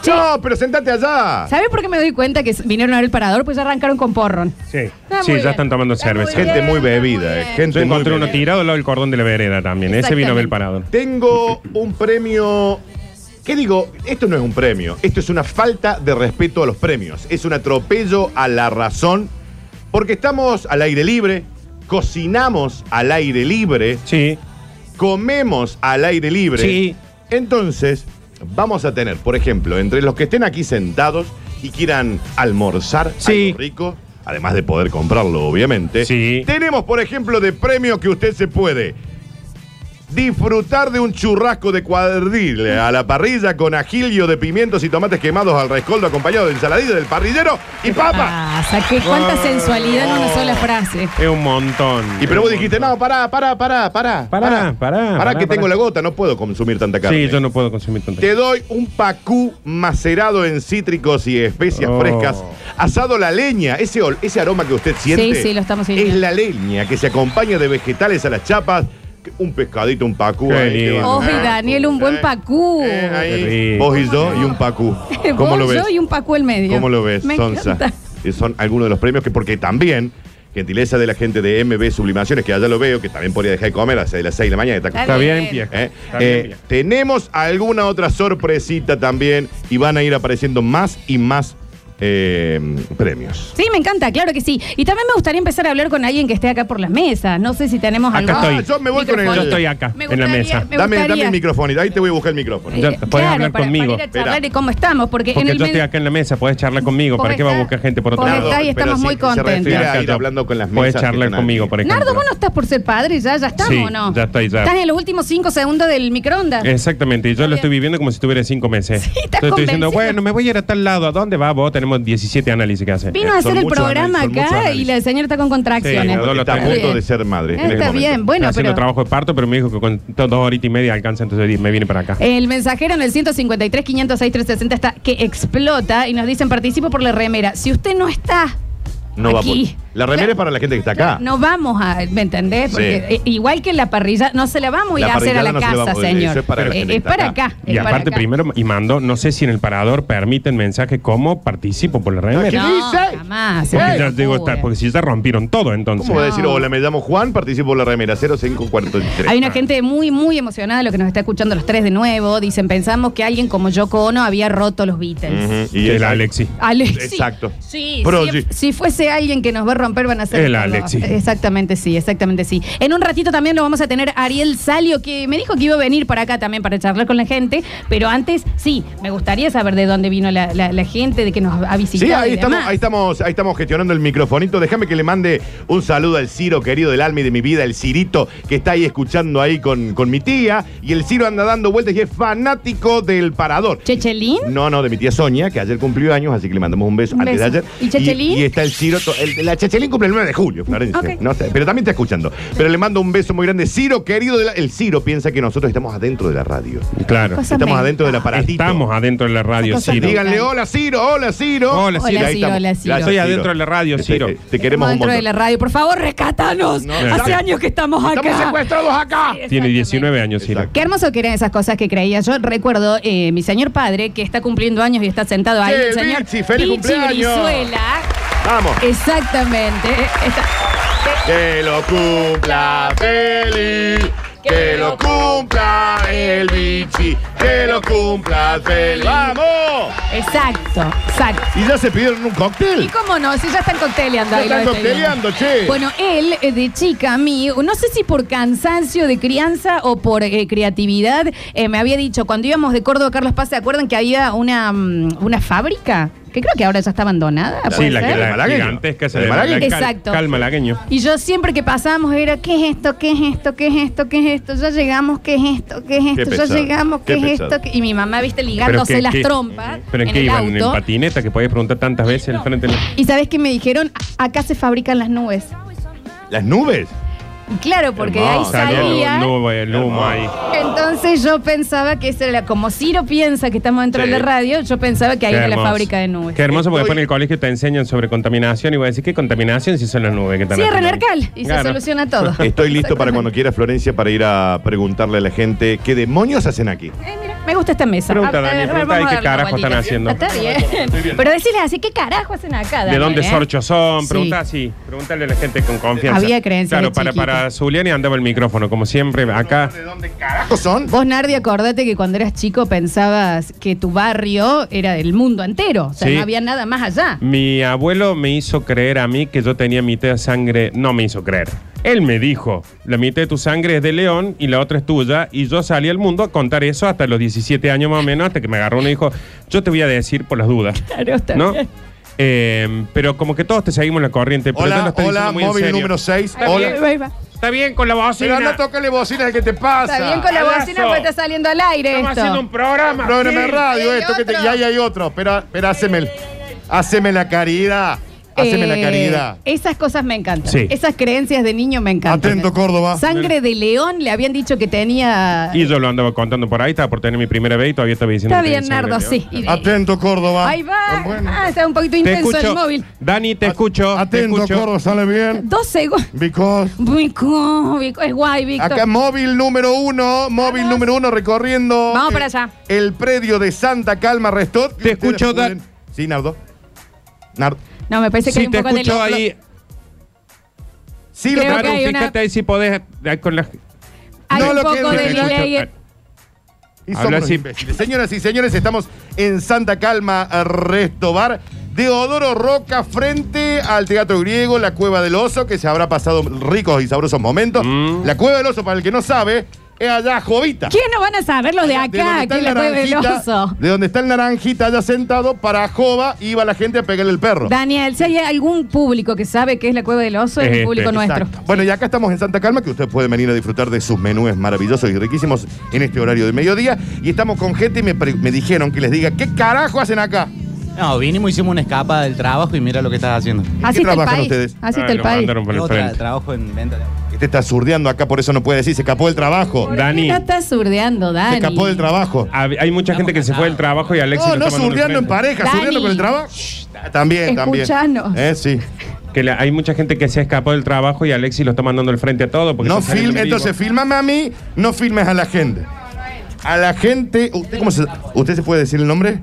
S3: No, pero sentate allá.
S2: ¿Sabes por qué me doy cuenta que vinieron a ver el parador? Pues ya arrancaron con porrón.
S4: Sí,
S2: Está muy
S4: sí
S2: bien.
S4: ya están tomando
S2: Está
S4: cerveza.
S2: bien,
S3: Gente muy
S2: está
S3: bebida,
S2: muy
S3: eh,
S2: bien.
S3: gente
S4: Yo encontré
S3: muy
S4: uno
S3: bebida.
S4: tirado al lado del cordón de la vereda también. Ese vino a ver el parador.
S3: Tengo un premio. ¿Qué digo? Esto no es un premio. Esto es una falta de respeto a los premios. Es un atropello a la razón. Porque estamos al aire libre, cocinamos al aire libre,
S4: Sí.
S3: comemos al aire libre.
S4: Sí.
S3: Entonces, vamos a tener, por ejemplo, entre los que estén aquí sentados y quieran almorzar
S4: Sí.
S3: algo rico, además de poder comprarlo, obviamente.
S4: Sí.
S3: Tenemos, por ejemplo, de premio que usted se puede disfrutar de un churrasco de cuadrille a la parrilla con ajilio de pimientos y tomates quemados al rescoldo acompañado de ensaladilla del parrillero y papa.
S2: Ah, saqué cuánta sensualidad en una sola frase.
S4: Es un montón.
S3: Y pero vos dijiste, no, pará, pará, pará, pará.
S4: Pará, pará,
S3: Pará
S4: pará,
S3: que
S4: pará.
S3: tengo la gota, no puedo consumir tanta carne.
S4: Sí, yo no puedo consumir tanto.
S3: Te doy un pacú macerado en cítricos y especias
S4: Oh.
S3: frescas. Asado a la leña, ese, ol- ese aroma que usted siente.
S2: sí, lo estamos
S3: Es
S2: sintiendo.
S3: la leña que se acompaña de vegetales a las chapas. Un pescadito, un pacú.
S4: Qué
S3: ahí,
S4: lindo.
S3: que va-
S2: Ojo, y Daniel, un buen pacú.
S3: Eh, ahí,
S4: Qué rico.
S3: vos y yo y un pacú. ¿Cómo
S2: Vos,
S3: lo ves?
S2: yo y un Paco al medio.
S3: ¿Cómo lo ves,
S2: Me
S3: Sonsa?
S2: encanta.
S3: Eh, Son algunos de los premios que, porque también, gentileza de la gente de MB Sublimaciones, que allá lo veo, que también podría dejar de comer a las 6 de la mañana. Está
S4: Está bien,
S2: Bien.
S4: viejo.
S3: ¿Eh?
S4: Está
S3: Eh,
S4: bien, viejo.
S3: tenemos alguna otra sorpresita también y van a ir apareciendo más y más eh, premios.
S2: Sí, me encanta, claro que sí. Y también me gustaría empezar a hablar con alguien que esté acá por las mesas. No sé si tenemos
S4: Acá
S2: algún-
S4: estoy.
S3: Ah, yo me voy con el.
S2: Micrófono.
S4: Yo estoy acá,
S2: Me
S4: en la
S2: gustaría-
S4: mesa.
S2: me
S3: dame, dame
S2: gustaría-
S3: el micrófono, ahí te voy a buscar el micrófono.
S4: Ya
S2: Eh,
S4: podés
S2: claro,
S4: hablar
S2: para-
S4: conmigo.
S2: para ir a charlar
S3: Espera.
S2: de cómo estamos, porque, en
S4: Porque
S2: el
S4: yo estoy
S2: medio-
S4: acá en la mesa, podés charlar conmigo.
S2: Vos
S4: ¿Para qué va a
S2: estás-
S4: buscar gente por otro
S2: vos
S4: lado?
S2: estás y estamos
S3: pero
S2: muy
S3: si se refiere
S2: contentos.
S3: a ir
S4: Acá
S3: hablando con las
S4: Podés
S3: mesas que
S4: charlar
S3: están
S4: conmigo,
S3: aquí.
S4: por ejemplo.
S2: Nardo, vos no estás por ser padre, ya, ya estamos,
S4: Sí,
S2: ¿o ¿no?
S4: ya estoy, ya.
S2: Estás en los últimos cinco segundos del microondas.
S4: Exactamente, y yo lo estoy viviendo como si tuviera cinco meses.
S2: Sí,
S4: Entonces
S2: estás
S4: estoy diciendo,
S2: convencido.
S4: bueno, me voy a ir a tal lado. ¿A dónde va vos? Tenemos 17 análisis que hacer.
S2: Vino a
S3: son
S2: hacer el
S3: muchos
S2: programa
S3: análisis, son muchos
S2: acá y la
S3: análisis.
S2: señora está con
S4: Sí,
S2: contracciones.
S4: la dos-
S3: Está a
S4: Bien.
S3: punto de ser madre. en
S2: Está
S3: este
S2: bien,
S3: momento.
S2: bueno,
S4: Está haciendo
S2: pero-
S4: trabajo de parto, pero me dijo que con dos horas y media alcanza, entonces me viene para acá.
S2: El mensajero en el 153 506 360 está que explota y nos dicen participo por la remera. Si usted no está
S3: No va por-
S2: aquí,
S3: La remera es para la gente que está acá.
S2: no vamos a, ¿me entendés? Porque
S3: Ah. Sí.
S2: eh, igual que la parrilla, no se la vamos a ir
S3: La
S2: a hacer a
S3: parrillada
S2: la
S3: no se la
S2: casa,
S3: vamos a-
S2: señor.
S3: eso es para la
S2: Eh,
S3: gente que
S2: es
S3: está
S2: para
S3: acá.
S2: acá. es
S4: Y
S2: para
S4: aparte,
S2: acá.
S4: primero, y mando, no sé si en el parador permiten mensaje como participo por la
S3: ¿Qué
S4: remera.
S2: No,
S3: dice?
S2: jamás.
S4: Porque
S2: es
S4: ya
S2: una
S4: digo,
S2: locura.
S4: está- porque si ya rompieron todo, entonces.
S3: ¿Cómo va a decir,
S2: No.
S3: hola, me llamo Juan, participo por la remera 0543?
S2: Hay una gente muy, muy emocionada de lo que nos está escuchando los tres de nuevo. Dicen, pensamos que alguien como Yoko Ono había roto los Beatles.
S3: Ujú,
S4: Y
S3: es-
S4: el Alexi.
S2: Alexi.
S3: Exacto.
S2: Sí,
S3: Pero
S2: si,
S3: sí.
S2: si fuese alguien que nos va a romper, van a ser.
S4: El
S2: todos.
S4: Alexi.
S2: Exactamente, sí, exactamente, sí. En un ratito también lo vamos a tener a Ariel Salio, que me dijo que iba a venir para acá también para charlar con la gente. Pero antes, sí, me gustaría saber de dónde vino la, la- la gente, de que nos ha visitado.
S3: Sí, ahí
S2: y
S3: estamos,
S2: demás.
S3: ahí estamos, ahí estamos gestionando el microfonito. Déjame que le mande un saludo al Ciro, querido del alma y de mi vida, el Cirito, que está ahí escuchando ahí con, con mi tía. Y el Ciro anda dando vueltas y es fanático del parador.
S2: Chechelín.
S3: No, no, de mi tía Sonia, que ayer cumplió años, así que le mandamos un beso,
S2: Un
S3: antes de
S2: beso.
S3: ayer.
S2: ¿Y Chechelín?
S3: y está el Ciro Ciro. to- el- la Chachelín cumple el 9 de julio, Florencia.
S2: Ok.
S3: No sé, pero también está escuchando. Pero le mando un beso muy grande. Ciro, querido, de la- el Ciro piensa que nosotros estamos adentro de la radio.
S4: Claro.
S2: Cosa-
S3: Estamos
S2: Amén.
S3: adentro del aparatito.
S4: Estamos adentro de la radio,
S2: Cosa
S4: Ciro.
S2: diga-
S3: Díganle, hola Ciro, hola Ciro.
S4: Hola,
S2: Hola, Ciro.
S3: Ahí
S2: Ciro,
S3: estamos.
S2: hola, Ciro.
S3: Gracias,
S4: Estoy adentro de la radio,
S3: Te-
S4: Ciro.
S3: Te, te este, queremos un
S2: dentro
S3: montón.
S2: de la radio. Por favor, rescátanos.
S3: No,
S2: Hace
S3: exacto.
S2: años que estamos acá.
S3: Estamos secuestrados acá.
S4: Tiene 19 años, Ciro.
S3: Exacto.
S2: Qué hermoso que eran esas cosas que creía. Yo recuerdo eh, mi señor padre que está cumpliendo años y está sentado ahí.
S3: Sí,
S2: el
S3: el
S2: señor
S3: Bichi, feliz
S2: Bichi
S3: cumpleaños.
S2: Brizuela.
S3: Vamos.
S2: Exactamente. Está-
S3: Que lo cumpla feliz, que lo cumpla el bichi, que lo cumpla feliz. ¡Vamos!
S2: Exacto, exacto.
S3: Y ya se pidieron un cóctel.
S2: ¿Y cómo no? Si ya están cocteleando
S3: Ya
S2: ahí. lo
S3: están
S2: estoy viendo.
S3: cocteleando, che.
S2: Bueno, él, eh, de chica, a mí, no sé si por cansancio de crianza o por eh, creatividad, eh, me había dicho, cuando íbamos de Córdoba a Carlos Paz, ¿se acuerdan que había una, mm, una fábrica? Que creo que ahora ya está abandonada.
S4: Sí,
S2: ¿puede
S4: la, que
S2: ser?
S3: ¿De
S4: la
S3: malagueño?
S4: gigantesca esa
S3: ¿De
S4: de
S3: malagueño?
S4: la- cal-
S2: Exacto.
S4: Calma, lagueño.
S2: Y yo siempre que pasábamos era, ¿qué es esto? ¿Qué es esto? ¿Qué es esto? ¿Qué es esto? Ya llegamos, ¿qué es esto? ¿Qué es
S3: Qué
S2: esto? ya
S3: pesado,
S2: llegamos,
S3: qué
S2: ¿qué, es
S3: pesado.
S2: esto? ¿Qué- Y mi mamá, viste, ligándose
S4: qué-
S2: las
S4: qué-
S2: trompas.
S4: ¿Pero en, qué
S2: el
S4: iban? ¿En
S2: auto.
S4: patineta? Que podías preguntar tantas veces en el frente. de la-
S2: Y sabes que me dijeron, "A- acá se fabrican las nubes.
S3: ¿Las nubes?
S2: Y Claro, porque de ahí
S3: Hermoso.
S2: salía.
S4: no, no, el humo ahí.
S2: Entonces yo pensaba que eso era como Ciro piensa que estamos dentro
S3: Sí.
S2: de la radio, yo pensaba que ahí
S4: Qué
S2: era la
S4: hermoso.
S2: fábrica de nubes.
S4: Qué hermoso porque después
S3: Estoy-
S4: en el colegio te enseñan sobre contaminación y voy a decir, ¿qué contaminación si son las nubes? que están
S2: Cierren
S4: haciendo ahí?"
S2: Arcal y
S4: Claro.
S2: se soluciona todo.
S3: Estoy listo para cuando quiera Florencia para ir a preguntarle a la gente qué demonios hacen aquí.
S2: Eh, mira, me gusta esta mesa.
S4: Pregunta,
S2: A ver,
S4: Dani,
S2: a ver,
S4: pregunta
S2: vamos
S4: ahí
S2: a
S4: qué
S2: darle una
S4: carajo están
S2: vueltita.
S4: haciendo.
S2: Está bien. Pero decirles así, ¿qué carajo hacen acá?
S4: ¿De
S2: Daniel,
S4: dónde
S2: eh?
S4: sorchos son?
S2: Sí.
S4: Pregunta así. Pregúntale a la gente con confianza.
S2: Había creencias
S4: Claro,
S2: de
S4: para,
S2: chiquito.
S4: para Zuliani andaba el micrófono, como siempre, acá.
S3: ¿De dónde carajo son?
S2: Vos, Nardi, acordate que cuando eras chico pensabas que tu barrio era del mundo entero. O sea,
S4: Sí.
S2: no había nada más allá.
S4: Mi abuelo me hizo creer a mí que yo tenía mitad de sangre. No me hizo creer. Él me dijo, la mitad de tu sangre es de león y la otra es tuya. Y yo salí al mundo a contar eso hasta los 17 años más o menos, hasta que me agarró uno y dijo, yo te voy a decir por las dudas.
S2: Claro, está
S4: ¿No?
S2: bien.
S4: Eh, pero como que todos te seguimos la corriente. pero yo lo
S3: Hola,
S4: estoy
S3: hola,
S4: diciendo muy en
S3: móvil
S4: serio.
S3: número 6.
S4: Está
S3: Hola.
S4: bien.
S2: Ahí va.
S4: Está bien con la bocina.
S3: Pero no tócale bocina, ¿qué te pasa?
S2: Está bien con la
S4: Abrazo.
S2: bocina porque pues está saliendo al aire
S4: Estamos
S2: esto.
S4: haciendo un programa.
S3: programa de
S4: sí.
S3: radio
S2: Y
S3: esto que te,
S2: otro.
S3: y ahí hay otro. Pero, pero haceme, el- haceme la caridad. Haceme la
S2: Eh,
S3: caridad.
S2: Esas cosas me encantan.
S4: Sí.
S2: Esas creencias de niño me encantan.
S3: Atento, Córdoba.
S2: Sangre de león le habían dicho que tenía.
S4: Y yo lo andaba contando por ahí, estaba por tener mi primera vez y todavía estaba diciendo.
S2: Está
S4: que
S2: bien,
S4: tenía sangre
S2: Nardo,
S4: de león.
S2: sí. Y-
S3: Atento, Córdoba.
S2: Ahí va.
S3: Bueno.
S2: Ah, está un poquito
S4: Te
S2: intenso
S4: escucho.
S2: el móvil.
S4: Dani, te escucho. te
S3: Atento,
S4: escucho.
S3: Córdoba, sale bien.
S2: Dos segundos.
S3: Because.
S2: Vico, Vico, es guay, Víctor.
S3: Acá móvil número uno, móvil número uno recorriendo
S2: Vamos
S3: eh,
S2: para allá.
S3: el predio de Santa Calma Restot.
S4: Te escucho,
S3: Ustedes pueden-
S4: Dan-
S3: Sí, Nardo. Nardo.
S2: No, me parece que hay
S4: Sí,
S2: un
S4: te
S2: poco de
S4: escucho
S2: león.
S4: ahí.
S3: Sí,
S2: Creo
S3: lo
S4: Nardo,
S2: que hay una-
S4: fíjate ahí si podés. eh, Con la...
S2: Hay
S3: No
S2: un
S3: lo
S2: poco
S3: quiero
S2: de
S3: decir.
S2: delay.
S4: Escucho.
S3: Y
S4: Habla
S3: somos los
S4: así.
S3: imbéciles. Señoras y señores, estamos en Santa Calma Restobar. Deodoro Roca frente al Teatro Griego, la Cueva del Oso, que se habrá pasado ricos y sabrosos momentos.
S4: Mm.
S3: La Cueva del Oso, para el que no sabe, es allá Jovita.
S2: ¿Quién no van a saber los de
S3: Ah, De donde
S2: acá?
S3: está el
S2: ¿Quién la fue del
S3: naranjita-
S2: oso?
S3: De donde está el naranjita allá sentado, para Jova iba la gente a pegarle el perro.
S2: Daniel, si hay algún público que sabe qué es la cueva del oso, es
S4: Es
S2: el público
S4: este,
S2: nuestro.
S3: Exacto. Bueno, y acá estamos en Santa Calma, que ustedes pueden venir a disfrutar de sus menús maravillosos y riquísimos en este horario de mediodía. Y estamos con gente y me, pre- me dijeron que les diga, ¿qué carajo hacen acá?
S5: No, vinimos, hicimos una escapa del trabajo y mira lo que estás haciendo.
S2: Así está el
S3: trabajan
S2: país.
S3: ustedes?
S2: Así
S4: Ah,
S2: está el
S4: lo
S2: país.
S4: mandaron por el
S5: Otra,
S4: frente.
S5: trabajo en venta. de-
S3: Este está surdeando acá, por eso no puede decir, se escapó del trabajo.
S4: Da- Dani.
S2: No estás surdeando,
S3: Se
S2: Dani.
S3: escapó del trabajo.
S4: Hab- Hay mucha gente que se fue del trabajo y Alexis
S3: No,
S4: lo
S3: no
S4: está mandando
S3: surdeando en
S4: enfrente.
S3: pareja,
S2: Dani.
S3: surdeando con el trabajo. Shh, También, también.
S2: Escuchanos.
S3: Eh, sí.
S4: Que la- hay mucha gente que se escapó del trabajo y Alexis lo está mandando al frente a todo. Porque
S3: No
S4: se sale
S3: film,
S4: en vivo.
S3: entonces filmame a mí, no filmes a la gente. A la gente, ¿usted cómo se, usted se puede decir el nombre?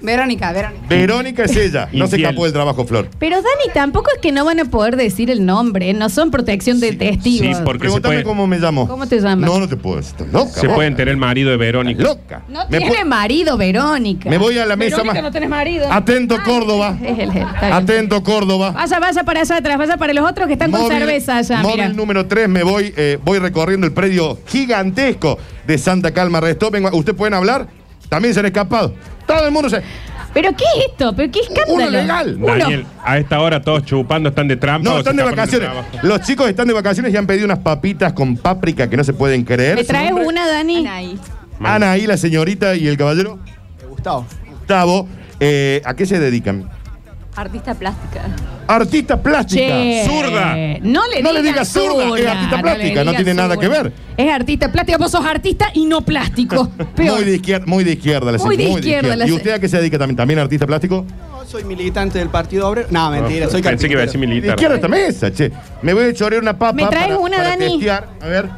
S2: Verónica, Verónica.
S3: Verónica es ella, no se
S4: Infiel.
S3: escapó del trabajo, Flor.
S2: Pero Dani, tampoco es que no van a poder decir el nombre, no son protección de testigos.
S4: sí, porque- se
S3: Pregúntame
S4: puede-
S3: cómo me llamo.
S2: ¿Cómo te llamas?
S3: No, no te puedo, estás loca.
S4: Se
S3: vos.
S4: pueden tener el marido de Verónica.
S3: Loca.
S2: No
S3: me,
S2: tiene
S3: pu-
S2: marido, Verónica.
S3: me voy a la mesa
S2: Verónica,
S3: más.
S2: no tenés marido.
S3: Atento, Córdoba.
S2: Es el- está bien.
S3: Atento, Córdoba.
S2: Vaya, vaya para allá atrás, vaya para los otros que están con cerveza allá,
S3: móvil
S2: Ah, mira.
S3: número 3, me voy, eh, voy recorriendo el predio gigantesco de Santa Calma Resto. Vengo, a- ¿Ustedes pueden hablar? También se han escapado. Todo el mundo se.
S2: ¿Pero qué es esto? ¿Pero qué escándalo?
S3: Uno legal.
S2: Uno.
S4: Daniel, a esta hora todos chupando, están de trampa.
S3: No,
S4: o se
S3: están de
S4: escaparon del
S3: vacaciones.
S4: trabajo.
S3: Los chicos están de vacaciones y han pedido unas papitas con páprica que no se pueden creer.
S2: ¿Me traes
S3: ¿Su nombre?
S2: una, Dani?
S3: Ana ahí, la señorita y el caballero
S5: Gustavo.
S3: eh, Gustavo. Eh, ¿A qué se dedican?
S6: Artista plástica.
S3: Artista plástica.
S2: Che,
S3: Zurda.
S2: No le,
S3: No le
S2: digas
S3: digas zurda, es artista
S2: le
S3: plástica, no
S2: digas
S3: tiene nada
S2: zurda.
S3: que ver.
S2: Es artista plástica, vos sos artista y no plástico. Peor.
S3: Muy de izquierda, muy de izquierda la
S2: Muy de
S3: señora,
S2: izquierda la
S3: ¿Y
S2: se-
S3: usted a qué se dedica también? ¿También artista plástico?
S7: No, soy militante del Partido Obrero. No, mentira, soy
S4: Ah, Pensé que iba a
S7: carpintero.
S4: decir
S3: De
S4: militar.
S3: izquierda esta mesa, che. Me voy a chorear una papa.
S2: ¿Me traes
S3: para-
S2: una,
S3: para
S2: Dani?
S3: testear. A ver.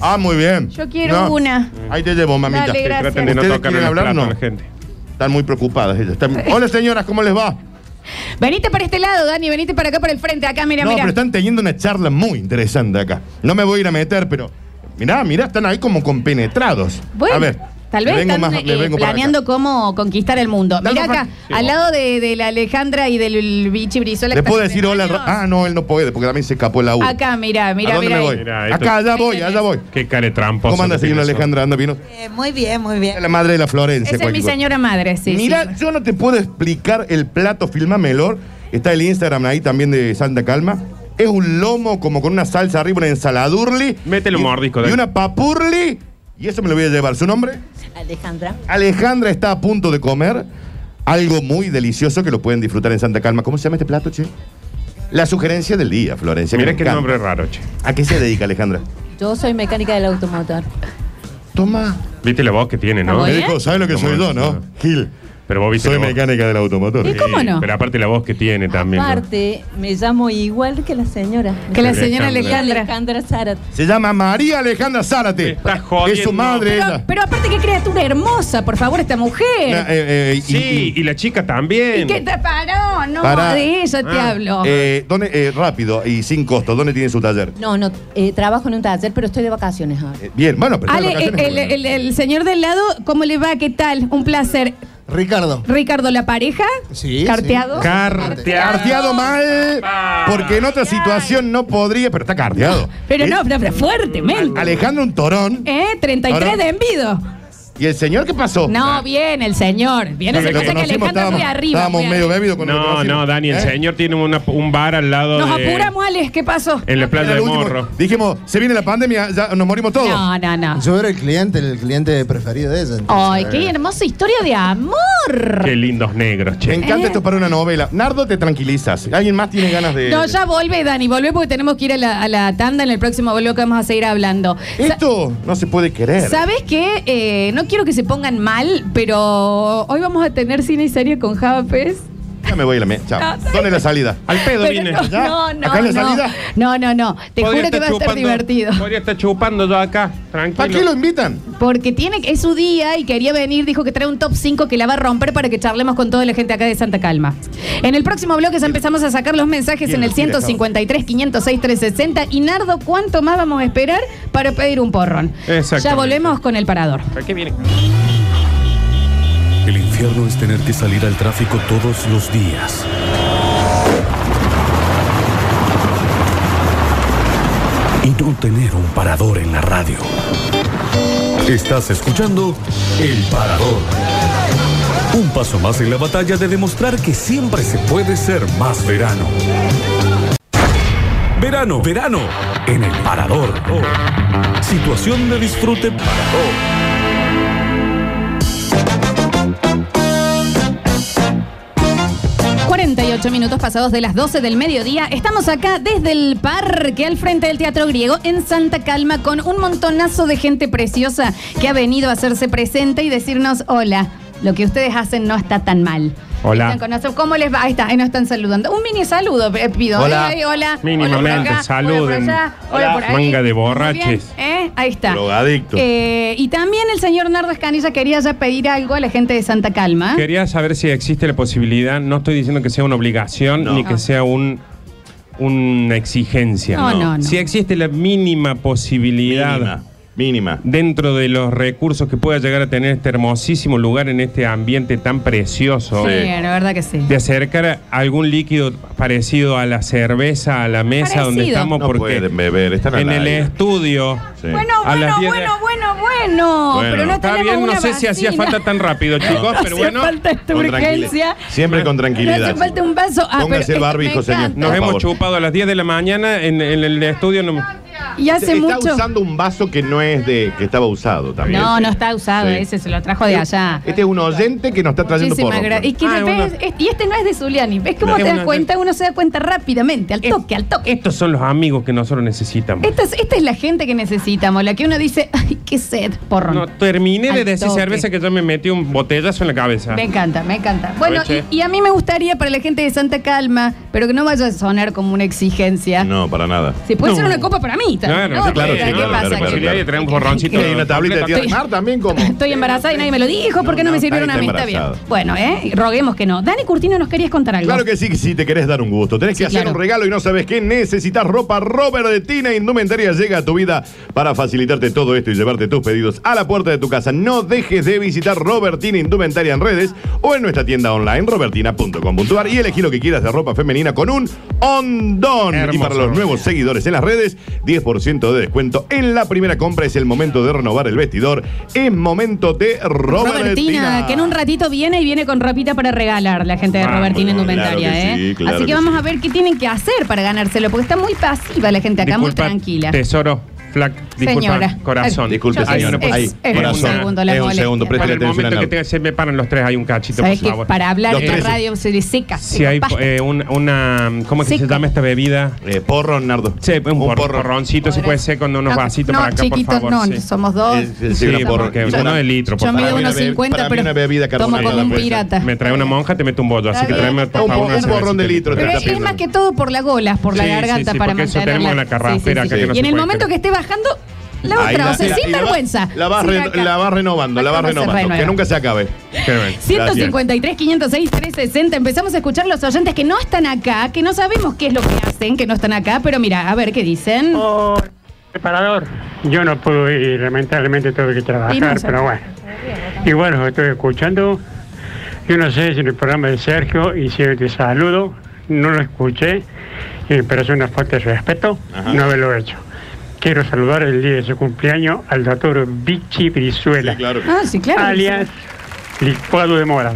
S3: Ah, muy bien.
S2: Yo quiero una.
S3: Ahí te llevo, mamita.
S2: Dale,
S4: Que
S2: gracias.
S4: traten de no
S3: ¿Ustedes
S4: tocarle
S3: quieren
S4: el
S3: hablar o
S4: plato
S3: no?
S4: a la gente.
S3: Están muy preocupadas ellas. Están- Hola, señoras, ¿cómo les va?
S2: Venite para este lado, Dani, venite para acá, para el frente. Acá, mira,
S3: no,
S2: mira.
S3: pero están teniendo una charla muy interesante acá. No me voy a ir a meter, pero. Mirá, mirá, están ahí como compenetrados.
S2: Bueno,
S3: a ver.
S2: tal
S3: le
S2: vez
S3: vengo
S2: están
S3: más- le
S2: eh,
S3: vengo para acá.
S2: planeando cómo conquistar el mundo.
S3: Dale,
S2: Mira
S3: Rafa.
S2: acá,
S3: Sí,
S2: al
S3: vos.
S2: lado de, de la Alejandra y del Bichi Brizola.
S3: Le
S2: que
S3: puedo
S2: está
S3: decir hola.
S2: haciendo
S3: Ra-
S2: años.
S3: Ah, no, él no puede, porque también se escapó la U.
S2: Acá, mira,
S3: ¿A
S2: mira,
S3: dónde
S2: mira.
S3: me voy?
S2: ahí.
S4: Mira, esto-
S3: acá, allá voy, allá voy.
S4: Qué cara de tramposo.
S3: ¿Cómo anda,
S4: que tiene
S3: señora
S4: eso.
S3: Alejandra? Anda, vino.
S8: Eh, muy bien, muy bien.
S3: La madre de la Florencia.
S2: Esa es mi
S3: cualquier cosa.
S2: señora madre, sí.
S3: Mirá,
S2: sí.
S3: yo no te puedo explicar el plato, filmamelor. Está el Instagram ahí también de Santa Calma. Es un lomo como con una salsa arriba, una ensaladurli.
S4: Métele un
S3: Y-
S4: mordisco,
S3: Y
S4: dale.
S3: una papurli. Y eso me lo voy a llevar. ¿Su nombre?
S8: Alejandra.
S3: Alejandra está a punto de comer algo muy delicioso que lo pueden disfrutar en Santa Calma. ¿Cómo se llama este plato, che? La sugerencia del día, Florencia. que
S4: Mira
S3: me
S4: qué
S3: encanta.
S4: nombre raro, che.
S3: ¿A qué se dedica, Alejandra?
S6: Yo soy mecánica del automotor.
S3: Toma.
S4: Viste la voz que tiene,
S2: Ah,
S4: ¿no?
S2: bueno.
S3: Me dijo, ¿sabes lo que
S4: No,
S3: soy yo, no?
S4: no.
S3: Gil.
S4: Pero vos viste
S3: Soy
S4: la voz.
S3: mecánica del automotor.
S2: ¿Y cómo no?
S4: Pero aparte la voz que tiene también. ¿no?
S6: Aparte, me llamo igual que la señora.
S2: Que la
S4: Alejandra.
S2: señora Alejandra.
S6: Alejandra Zarat.
S3: Se llama María Alejandra Zárate.
S4: Me está jodiendo.
S3: Es su madre.
S2: Pero,
S3: ella.
S2: pero aparte, qué criatura hermosa, por favor, esta mujer.
S3: Na- eh, eh, y-
S4: Sí, y la chica
S2: ¿Y
S4: también.
S2: qué te paró? No,
S3: Pará.
S2: de ella te
S4: Ah,
S2: hablo.
S3: eh, ¿dónde- eh, rápido y sin costo, ¿dónde tiene su taller?
S8: No, no, eh, trabajo en un taller, pero estoy de vacaciones ahora.
S3: Eh, bien, bueno, pero.
S2: Ale, eh,
S3: está de
S2: el,
S3: vacaciones,
S2: el-
S3: bueno.
S2: el- el señor del lado, ¿cómo le va? ¿Qué tal? Un placer.
S7: Ricardo.
S2: Ricardo, la pareja.
S7: Sí, sí.
S2: Carteado.
S4: Carteado. Ah.
S3: Carteado mal, porque en otra situación no podría, pero está carteado.
S2: Pero
S3: Eh,
S2: no, pero, pero fuertemente.
S3: Alejandro un torón.
S2: ¿Eh? 33
S3: Ahora- Oh,
S2: de envido.
S3: ¿Y el señor qué pasó?
S2: No, bien, el señor. Bien,
S3: Cuando
S2: esa
S3: lo
S2: cosa que Alejandro
S3: conocimos, estábamos,
S2: muy arriba.
S3: estábamos
S2: muy
S3: medio
S2: arriba.
S3: bebidos cuando lo
S4: No,
S3: conocimos.
S4: no, Dani, el
S3: ¿Eh?
S4: señor tiene una- un bar al lado
S2: Nos
S4: de.
S2: apuramos, Alex, ¿qué pasó?
S4: En la playa
S3: Era
S4: de
S3: lo último.
S4: Morro.
S3: Dijimos, se viene la pandemia, ya nos morimos todos.
S2: No, no, no.
S7: Yo era el cliente, el cliente preferido de ella. entonces,
S2: Ay, qué hermosa historia de amor.
S4: Qué lindos negros,
S3: Me
S4: che.
S2: Eh.
S3: encanta esto para una novela. Nardo, te tranquilizas. ¿Alguien más tiene ganas de.?
S2: No, ya vuelve, Dani, vuelve porque tenemos que ir a la, a la tanda en el próximo bloque que vamos a seguir hablando. Sa-
S3: Esto no se puede querer.
S2: ¿Sabes qué? Eh, no quiero que se pongan mal, pero hoy vamos a tener cine y serie con Java Pez.
S3: Ya me voy a la mesa. Chao.
S2: No, ¿sabes
S3: ¿Dónde es la salida?
S4: Al pedo
S2: Pero
S4: vine.
S2: no,
S3: ¿Ya?
S2: no, no,
S3: ¿Acá en la
S2: no.
S3: salida?
S2: No, no, no. Te
S4: Podría
S2: juro que va
S4: estar
S2: a estar
S4: chupando-
S2: divertido.
S4: Podría estar chupando yo acá,
S3: ¿Para qué lo
S4: tranquilo.
S3: invitan?
S2: Porque tiene, es su día y quería venir, dijo que trae un top 5 que la va a romper para que charlemos con toda la gente acá de Santa Calma. En el próximo bloque ya empezamos a sacar los mensajes
S3: Bien,
S2: en el
S3: bien,
S2: 153, 506, 360. Y Nardo, ¿cuánto más vamos a esperar para pedir un porrón?
S4: Exactamente.
S2: Ya volvemos con el parador.
S4: ¿Para qué viene?
S1: El infierno es tener que salir al tráfico todos los días. Y no tener un parador en la radio. Estás escuchando El Parador. Un paso más en la batalla de demostrar que siempre se puede ser más verano. Verano, verano, en el parador. Situación de disfrute parador.
S2: Exacto. 48 minutos pasados de las 12 del mediodía. Estamos acá desde el parque al frente del Teatro Griego en Santa Calma con un montonazo de gente preciosa que ha venido a hacerse presente y decirnos hola. Lo que ustedes hacen no está tan mal.
S4: Hola.
S2: Están con nosotros. ¿Cómo les va? Ahí está, ahí nos están saludando. Un mini saludo, eh, pido.
S3: Hola.
S2: Ay, ay, hola.
S4: Mínimamente,
S2: Hola por acá,
S4: saluden.
S2: Hola por allá, hola por ahí.
S4: Manga de
S2: Muy
S4: borraches.
S2: bien, ¿eh? Ahí está.
S3: Drogadicto.
S2: Eh, y también el señor Nardo Escanilla quería ya pedir algo a la gente de Santa Calma.
S4: Quería saber si existe la posibilidad, no estoy diciendo que sea una obligación ni que sea un una exigencia.
S2: No, no, no.
S4: Si existe la mínima posibilidad
S3: Mínima. Mínima.
S4: dentro de los recursos que pueda llegar a tener este hermosísimo lugar en este ambiente tan precioso.
S2: Sí, la verdad que sí.
S4: De acercar algún líquido parecido a la cerveza a la mesa
S2: Parecido.
S4: donde estamos,
S3: No
S4: porque
S3: pueden beber, están al
S4: en el
S3: aire.
S4: estudio.
S3: Sí.
S2: Bueno,
S4: A las
S2: bueno,
S4: 10 de-
S2: bueno, bueno, bueno,
S3: Bueno.
S2: Pero no
S4: Está
S2: tenemos
S4: bien, no
S2: una
S4: sé si hacía
S2: vacina.
S4: falta tan rápido, chicos,
S2: No
S4: pero
S2: hacía
S4: bueno.
S2: falta esta
S3: Con
S2: urgencia.
S3: tranquilidad. Siempre con
S2: No
S3: tranquilidad.
S2: hace falta un vaso. Ah,
S3: Póngase
S2: pero
S3: el barbijo,
S2: me
S3: señor.
S2: encanta.
S4: Nos
S3: Por
S4: hemos
S3: favor.
S4: chupado a las 10 de la mañana en, en el estudio. no-
S2: Y hace
S3: está
S2: mucho.
S3: usando un vaso que no es de. que estaba usado también.
S2: No, no está usado
S3: Sí.
S2: ese, se lo trajo de allá.
S3: Este es un oyente que nos está trayendo por.
S2: Muchísimas gracias. Y, que
S4: Ah,
S2: ves,
S4: bueno.
S2: este- y este no es de Zuliani. ¿Ves cómo
S4: No.
S2: te
S4: Es
S2: das
S4: una-
S2: cuenta? Uno se da cuenta rápidamente, al toque, al toque.
S4: Estos son los amigos que nosotros necesitamos.
S2: Esta es, esta es la gente que necesitamos, la que uno dice, ay, qué sed, porrón.
S4: No, terminé de
S2: Al
S4: decir
S2: toque.
S4: cerveza que ya me metí un botellazo en la cabeza.
S2: Me encanta, me encanta. Bueno,
S4: Aproveche.
S2: y, y a mí me gustaría para la gente de Santa Calma, pero que no vaya a sonar como una exigencia.
S3: No, para nada.
S2: Se puede
S4: No.
S2: ser una copa para mí también.
S4: Claro, sí,
S2: ¿no?
S4: claro,
S2: Porque,
S4: sí,
S2: ¿Qué
S4: claro,
S2: pasa?
S3: claro,
S2: Que-
S3: claro.
S4: Y ahí traen un
S3: Y
S4: borroncito.
S3: hay una tablita de tierra de mar también como.
S2: Estoy embarazada y nadie me lo dijo, ¿por qué no,
S3: No,
S2: me
S3: no,
S2: sirvieron a
S3: está
S2: mí? Está bien.
S3: embarazada.
S2: Bueno, ¿eh? Roguemos que no. Dani Curtino, nos querías contar algo.
S3: Claro que sí, si te querés dar un gusto. Tenés
S2: Sí,
S3: que hacer
S2: claro.
S3: un regalo y no sabes qué necesitas. Ropa Robertina Indumentaria llega a tu vida para facilitarte todo esto y llevarte tus pedidos a la puerta de tu casa. No dejes de visitar Robertina Indumentaria en redes o en nuestra tienda online robertina.com.ar y elegí lo que quieras de ropa femenina con un ondón. Y para
S4: Hermoso.
S3: los nuevos seguidores en las redes, 10% de descuento en la primera compra. Es el momento de renovar el vestidor. Es momento de Robertina.
S2: Robertina, que en un ratito viene y viene con ropita para regalar la gente de
S4: Vamos,
S2: Robertina
S3: claro
S2: Indumentaria,
S3: que sí,
S2: ¿eh?
S3: claro
S2: Así que,
S3: que
S2: vamos
S3: sí.
S2: a ver qué tienen que hacer para ganárselo, porque está muy pasiva la gente acá,
S4: Disculpa,
S2: muy tranquila.
S4: Tesoro, flac, disculpa,
S2: Señora.
S4: corazón.
S2: Ay,
S3: Disculpe,
S2: Yo-
S4: Hay
S3: señora,
S4: una-
S3: por
S2: es-
S3: ahí.
S2: es un
S3: Corazón.
S2: segundo la
S3: Es un
S2: molestia.
S3: segundo,
S4: Para
S3: préstale
S4: el
S3: atención
S4: momento
S3: al
S4: que
S3: auto.
S4: tenga- se me paran los tres, hay un cachito, por
S2: Sabes que
S4: favor. Eh,
S2: para hablar
S3: Los
S2: en la
S3: tres.
S2: radio se le seca.
S4: Si
S2: seca,
S4: hay
S2: basta.
S4: eh, un- una. ¿Cómo es que se
S2: Seco.
S4: llama esta bebida?
S3: Eh, porro, Nardo.
S4: Sí, un, porro- porroncito, si puede ser, con unos
S2: No,
S4: vasitos
S2: Ah, no,
S4: para acá,
S2: chiquitos,
S4: por favor.
S2: no,
S4: sí.
S2: somos dos.
S3: Eh, sí,
S4: Sí,
S3: sí, una porro.
S4: porque
S3: Yo
S4: uno
S3: no-
S4: de litro, por
S2: Yo mido
S4: favor.
S3: una
S2: unos
S3: bebida-
S2: 50,
S3: para mí una
S2: pero
S3: bebida
S2: tomo
S3: carbonatada
S2: como un
S3: puede ser.
S2: pirata.
S4: pues, Me trae una monja, te mete un bollo. Así
S2: Está
S4: que
S2: bien.
S4: tráeme, por
S3: Un
S4: favor,
S3: bo-
S4: una
S3: un borrón
S4: cervecita.
S3: de litro te
S2: Pero
S3: está
S2: es, es
S3: pidiendo.
S2: más que todo por la gola, por la
S4: Sí, sí,
S2: garganta
S4: sí,
S2: para
S4: porque eso
S2: mantenerla.
S4: tenemos la carraspera acá que no
S2: Y en
S4: se
S2: el
S4: puede
S2: momento
S4: creer.
S2: que esté bajando, la
S3: Ahí
S2: otra, o sea,
S3: la-
S2: sin
S3: la-
S2: vergüenza.
S3: La vas,
S2: Sin
S3: re-
S2: acá.
S3: la vas renovando, la vas
S2: Acá no se
S3: renovando. Que
S2: renueva.
S3: nunca se acabe.
S4: Qué bien.
S2: 153, 506, 360. Empezamos a escuchar los oyentes que no están acá, que no sabemos qué es lo que hacen, que no están acá, pero mira, a ver qué dicen.
S9: Oh. preparador. Yo no pude ir, lamentablemente tuve que
S2: Y
S9: trabajar,
S2: no sé.
S9: pero bueno. Y bueno, lo estoy escuchando. Yo no sé si en el programa de Sergio hicieron te saludo, no lo escuché, eh, pero es una falta de respeto
S3: Ajá.
S9: no haberlo hecho. Quiero saludar el día de su cumpleaños al doctor Vichy Brizuela,
S3: Sí, claro.
S2: Ah, sí, claro.
S9: alias Licuado de Moras,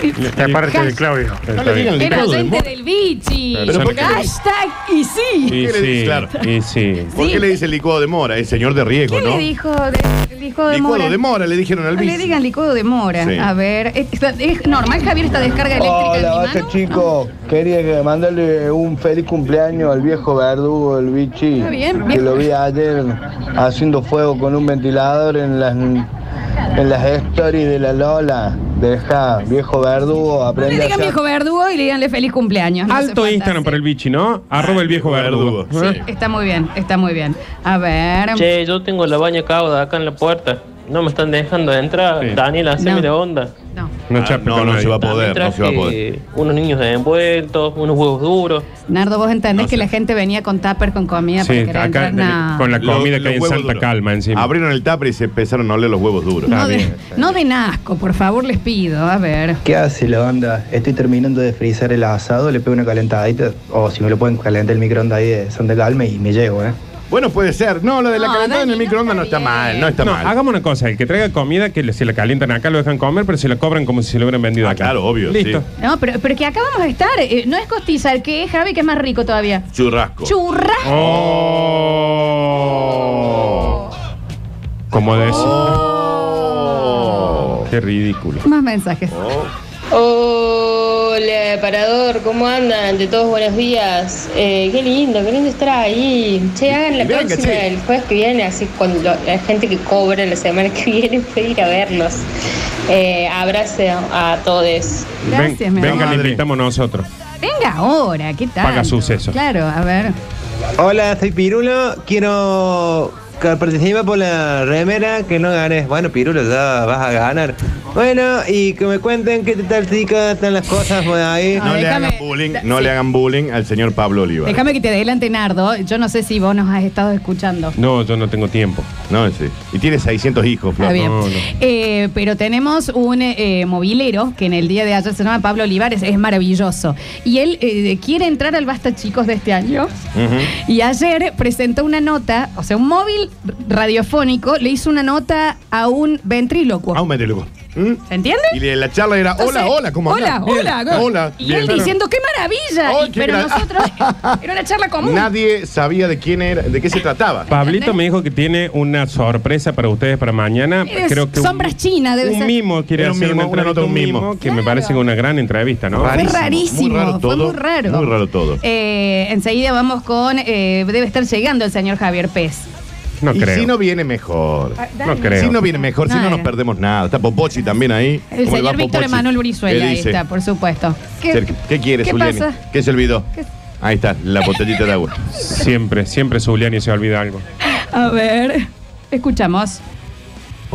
S2: Sí.
S9: de parte de Claudio.
S3: No le digan
S2: Era
S3: licuado de
S2: oyente
S3: mo-
S2: del bichi.
S4: Pero ¿por qué?
S2: Hashtag y sí.
S4: Y
S3: ¿Qué le
S4: sí,
S3: dices? Claro.
S4: y sí.
S3: ¿Por
S2: Sí.
S3: qué le dice licuado de mora? Es señor de riesgo,
S2: ¿Quién
S3: ¿no?
S2: le dijo de, dijo de
S3: licuado
S2: mora?
S3: de mora, le dijeron al
S2: No
S3: bici.
S2: le digan licuado de mora.
S3: Sí.
S2: A ver, ¿es, es normal, Javier, esta descarga eléctrica
S10: Hola,
S2: en mi mano?
S10: basta chico. Quería que- mandarle un feliz cumpleaños al viejo verdugo, el bichi.
S2: Está bien,
S10: Que
S2: bien.
S10: lo vi ayer haciendo fuego con un ventilador en las, en las stories de la Lola. Deja, viejo verdugo,
S2: No le
S10: aprende a
S2: digan
S10: hacer
S2: viejo verdugo y le diganle feliz cumpleaños. No hace
S4: Alto
S2: falta
S4: Instagram
S2: así.
S4: para el bichi, ¿no? Arroba el viejo verdugo.
S3: Verdugo,
S4: ¿Eh?
S2: Está muy bien, está muy bien. A ver.
S11: Che, yo tengo la baña cauda acá en la puerta. No me están dejando entrar.
S4: Sí.
S11: Daniel, haceme
S2: No.
S11: la onda.
S2: No,
S4: No,
S3: Ah,
S4: chapa
S3: no,
S4: con
S3: no
S4: nadie.
S3: se va a
S11: También
S3: poder, no se va a poder.
S11: traje unos niños envueltos, unos huevos duros.
S2: Nardo, vos entendés
S3: No
S2: que
S3: sé.
S2: la gente venía con tupper, con comida para
S4: Sí,
S2: querer
S4: acá
S2: entrar. No.
S4: de- con la
S3: Lo-
S4: comida
S3: los
S4: que hay en
S3: huevos
S4: Santa
S3: duros.
S4: Calma encima.
S3: Abrieron el tupper y se empezaron a oler los huevos duros.
S2: no, de,
S4: bien.
S2: no den asco, por favor, les pido. A ver.
S10: ¿Qué hace la onda? Estoy terminando de frizar el asado, le pego una calentadita, o si me lo pueden calentar el microondas ahí de Santa Calma y me llego, ¿eh?
S3: Bueno, puede ser. No, lo de la
S2: No,
S3: calentada en
S2: Dani,
S3: el
S2: no
S3: microondas no
S2: está
S3: está
S2: bien.
S3: mal, no está
S4: No,
S3: mal.
S4: hagamos una cosa, el que traiga comida, que le- si la calientan acá lo dejan comer, pero si la cobran como si se lo hubieran vendido
S3: Ah,
S4: acá.
S3: claro, obvio,
S4: Listo.
S3: sí.
S2: No, pero, pero que acá vamos a estar. eh, no es costizar, que es Javi, que es más rico todavía.
S3: Churrasco.
S2: Churrasco.
S4: Oh. Como de eso.
S3: Oh.
S4: Qué ridículo.
S2: Más mensajes.
S12: Hola, parador, ¿cómo andan? De todos buenos días. Eh, qué lindo, qué lindo estar ahí. Che, hagan la
S3: Y venga,
S12: próxima
S3: che.
S12: el jueves que viene, así cuando lo- la gente que cobra la semana que viene puede ir a vernos. Eh, abrazo a todos.
S2: Gracias, mi
S4: Venga,
S3: amor.
S4: le invitamos nosotros.
S2: Venga ahora, ¿qué tal?
S4: Paga suceso.
S2: Claro, a ver.
S10: Hola, soy Pirulo. Quiero que participe por la remera que no ganes. Bueno, Pirulo, ya vas a ganar. Bueno, y que me cuenten qué tal chicas están las cosas por ahí.
S3: No,
S2: Ah,
S3: le
S2: déjame-
S3: hagan bullying,
S2: da-
S3: no
S2: sí.
S3: le hagan bullying al señor Pablo Oliva.
S2: Déjame que te adelante, Nardo. Yo no sé si vos nos has estado escuchando.
S4: No, yo no tengo tiempo.
S3: No, sí. Y tiene 600 hijos,
S2: Está
S3: Flor.
S2: bien.
S4: no.
S2: Eh, pero tenemos un eh, eh, movilero que en el día de ayer se llama Pablo Olivares, es maravilloso. Y él eh, quiere entrar al Basta Chicos de este año.
S3: Ujú.
S2: Y ayer presentó una nota, o sea, un móvil radiofónico le hizo una nota a un ventrílocuo.
S3: Ah, un ventríloco.
S2: ¿Se entiende?
S3: Y le- la charla era,
S2: ¿Mm? Entonces,
S3: hola, hola, ¿cómo
S2: Hola,
S3: andás? Bien,
S2: hola, go-
S3: hola.
S2: Y
S3: bien.
S2: él diciendo, ¡qué maravilla!
S3: Ay,
S2: Y-
S3: qué
S2: pero
S3: gra-
S2: nosotros, era una charla común.
S3: Nadie sabía de quién era, de qué se trataba.
S4: Pablito me dijo que tiene una sorpresa para ustedes para mañana.
S2: Es
S4: Creo que un-
S2: sombras chinas, debe
S4: un
S2: ser.
S4: mimo quiere
S3: Era un
S4: hacer
S3: mimo,
S4: una,
S3: una nota,
S4: entrevista,
S3: un
S4: un mimo,
S3: mimo.
S4: que me parece que una gran entrevista, ¿no?
S2: Fue rarísimo, fue muy raro.
S3: Muy raro todo.
S2: Eh, enseguida vamos con. eh, debe estar llegando el señor Javier Pez.
S4: No
S3: y
S4: creo.
S3: si no viene mejor.
S2: Ah, dale. No creo.
S3: Si no viene mejor, si
S2: No,
S3: no nos
S2: eh.
S3: perdemos nada. Está Popochi también ahí.
S2: El
S3: ¿Cómo le va
S2: señor Víctor
S3: Popochi?
S2: Emanuel Brizuela,
S3: ¿Qué
S2: ahí
S3: dice?
S2: está, por supuesto. ¿Qué,
S3: Ser- ¿Qué quiere,
S2: ¿Qué
S3: Zuliani?
S2: pasa?
S3: ¿Qué se olvidó? Ahí está, la botellita de agua.
S4: Siempre, siempre Zuliani se olvida algo.
S2: A ver, escuchamos.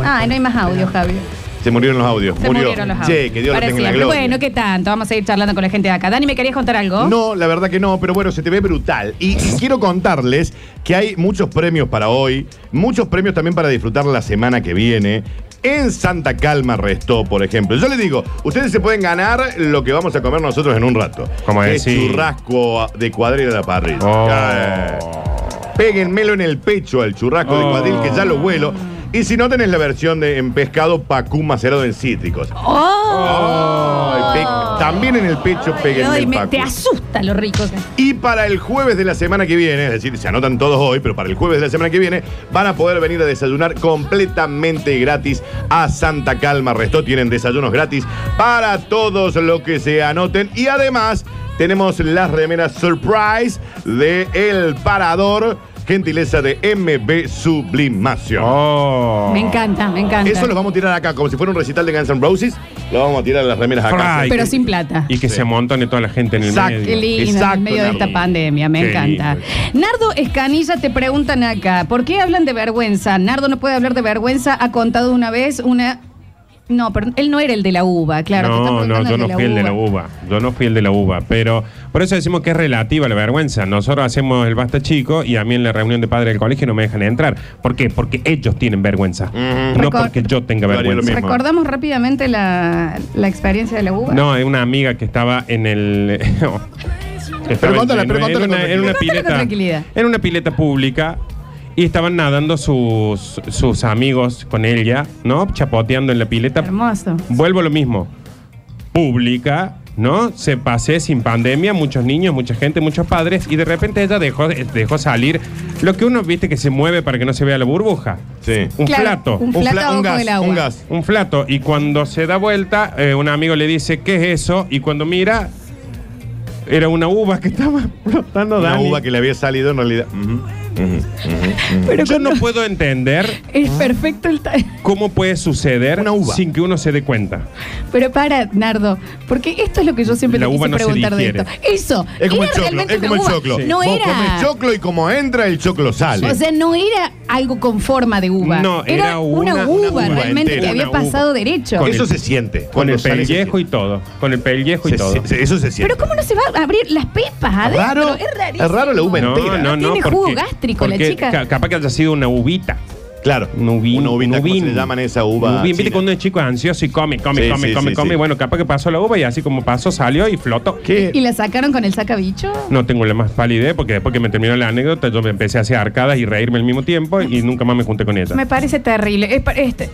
S2: Ah, no hay más audio, Javier.
S3: Se murieron los audios.
S2: Se
S3: murió.
S2: murieron los audios.
S3: Che, que Dios lo
S2: Para
S3: tenga en la
S2: siempre.
S3: gloria.
S2: Bueno, ¿qué tanto? Vamos a ir charlando con la gente de acá. Dani, ¿me querías contar algo?
S3: No, la verdad que no, pero bueno, se te ve brutal. Y quiero contarles que hay muchos premios para hoy, muchos premios también para disfrutar la semana que viene. En Santa Calma restó, por ejemplo. Yo les digo, ustedes se pueden ganar lo que vamos a comer nosotros en un rato.
S4: Como
S3: Que es
S4: decir.
S3: churrasco de cuadrilla de la parrilla.
S4: Oh.
S3: Eh. Péguenmelo en el pecho al churrasco de
S4: Oh.
S3: cuadril, que ya lo vuelo. Y si no tenés la versión de en pescado pacú macerado en cítricos. Ay, pe- también en el pecho peguen
S2: Oh, Ay,
S3: el
S2: me-
S3: pacu.
S2: te asusta lo rico que
S3: Y para el jueves de la semana que viene, es decir, se anotan todos hoy, pero para el jueves de la semana que viene van a poder venir a desayunar completamente gratis a Santa Calma Restó. Tienen desayunos gratis para todos los que se anoten. Y además tenemos las remeras Surprise de El Parador, gentileza de MB Sublimación.
S4: Oh.
S2: Me encanta, me encanta.
S3: Eso lo vamos a tirar acá, como si fuera un recital de Guns N' Roses, lo vamos a tirar las remeras acá.
S4: Ay,
S2: Pero
S4: que-
S2: sin plata.
S4: Y que se amontone toda la gente en el
S3: Exacto.
S2: Qué
S4: medio.
S2: lindo,
S3: Exacto,
S2: en medio de
S3: Nardo.
S2: esta pandemia, me
S4: Qué
S2: encanta. Nardo Escanilla te preguntan acá, ¿por qué hablan de vergüenza? Nardo no puede hablar de vergüenza, ha contado una vez una... No, pero él no era el de la uva, claro. te están
S4: no, no,
S2: preguntando
S4: yo no fui el de la uva. Yo no fui el de la uva. Pero por eso decimos que es relativa la vergüenza. Nosotros hacemos el basta chico y a mí en la reunión de padres del colegio no me dejan entrar. ¿Por qué? Porque ellos tienen vergüenza. No
S2: Recor-
S4: porque yo tenga
S3: Yo haría lo
S4: vergüenza.
S3: mismo.
S2: Recordamos rápidamente la, la experiencia de la uva.
S4: No, es una amiga que estaba en el. estaba en-
S3: Pregúntale,
S4: en
S3: pregúntale con
S4: una- en una
S2: Pregúntale
S3: tranquilidad.
S2: con
S4: pileta.
S2: tranquilidad.
S4: En una pileta pública. Y estaban nadando sus, sus amigos con ella, ¿no? Chapoteando en la pileta.
S2: Hermoso.
S4: Vuelvo a lo mismo. Pública, ¿no? Se pasé sin pandemia, muchos niños, mucha gente, muchos padres, y de repente ella dejó, eh, dejó salir lo que uno viste que se mueve para que no se vea la burbuja.
S3: Sí.
S4: Un
S2: Claro,
S4: plato.
S2: Un plato
S3: fla-
S2: abajo del agua.
S3: un gas.
S4: Un plato. Y cuando se da vuelta, eh, un amigo le dice, ¿qué es eso? Y cuando mira, era una uva que estaba explotando
S3: Una
S4: Dani.
S3: uva que le había salido en realidad. Ujú, ujú, ujú, ujú.
S2: Pero
S4: Yo no
S2: cuando-
S4: puedo entender
S2: Es perfecto el... ta-
S4: cómo puede suceder
S3: Una uva.
S4: sin que uno se dé cuenta.
S2: Pero para, Nardo, porque esto es lo que yo siempre
S4: La
S2: te
S4: uva
S2: quise
S4: no se
S2: preguntar de esto.
S4: digiere.
S2: Eso.
S3: Es como el
S2: era
S3: choclo,
S2: realmente
S3: es como el
S2: una uva.
S3: choclo.
S2: No
S3: Vos
S2: era.
S3: comés choclo y como entra, el choclo sale.
S2: O sea, no era algo con forma de uva.
S4: No, era
S2: una,
S4: una-
S2: uva
S3: una uva
S2: realmente que
S3: entera,
S4: una
S2: había
S4: uva.
S2: pasado derecho.
S4: Con
S3: eso
S4: el-
S3: se siente.
S4: Con
S3: Cuando
S4: el
S3: sale, se
S4: pellejo y todo. Con el pellejo y
S3: siente.
S4: todo.
S3: Se- se- eso se siente.
S2: Pero ¿cómo no se va a abrir las pepas adentro?
S3: Raro,
S2: es rarísimo.
S3: es raro la uva
S4: No,
S3: entera.
S4: no, no.
S2: Tiene
S4: porque-
S2: jugo gástrico la
S4: porque
S2: chica.
S4: ca- capaz que haya sido una uvita.
S3: Claro.
S4: Una uvin-
S3: Una uvita,
S4: un
S3: ¿cómo
S4: uvin.
S3: se le llaman esa uva?
S4: Un uvin.
S3: china?
S4: Viste cuando uno es chico es ansioso y come, come,
S3: Sí,
S4: come,
S3: sí,
S4: come,
S3: sí,
S4: come.
S3: sí.
S4: Bueno, capaz que pasó la uva y así como pasó, salió y flotó.
S3: ¿Qué?
S2: ¿Y la sacaron con el sacabicho?
S4: No tengo la más pálida idea porque después que me terminó la anécdota yo me empecé a hacer arcadas y reírme al mismo tiempo y nunca más me junté con ella.
S2: Me parece terrible. Es, pa- es te-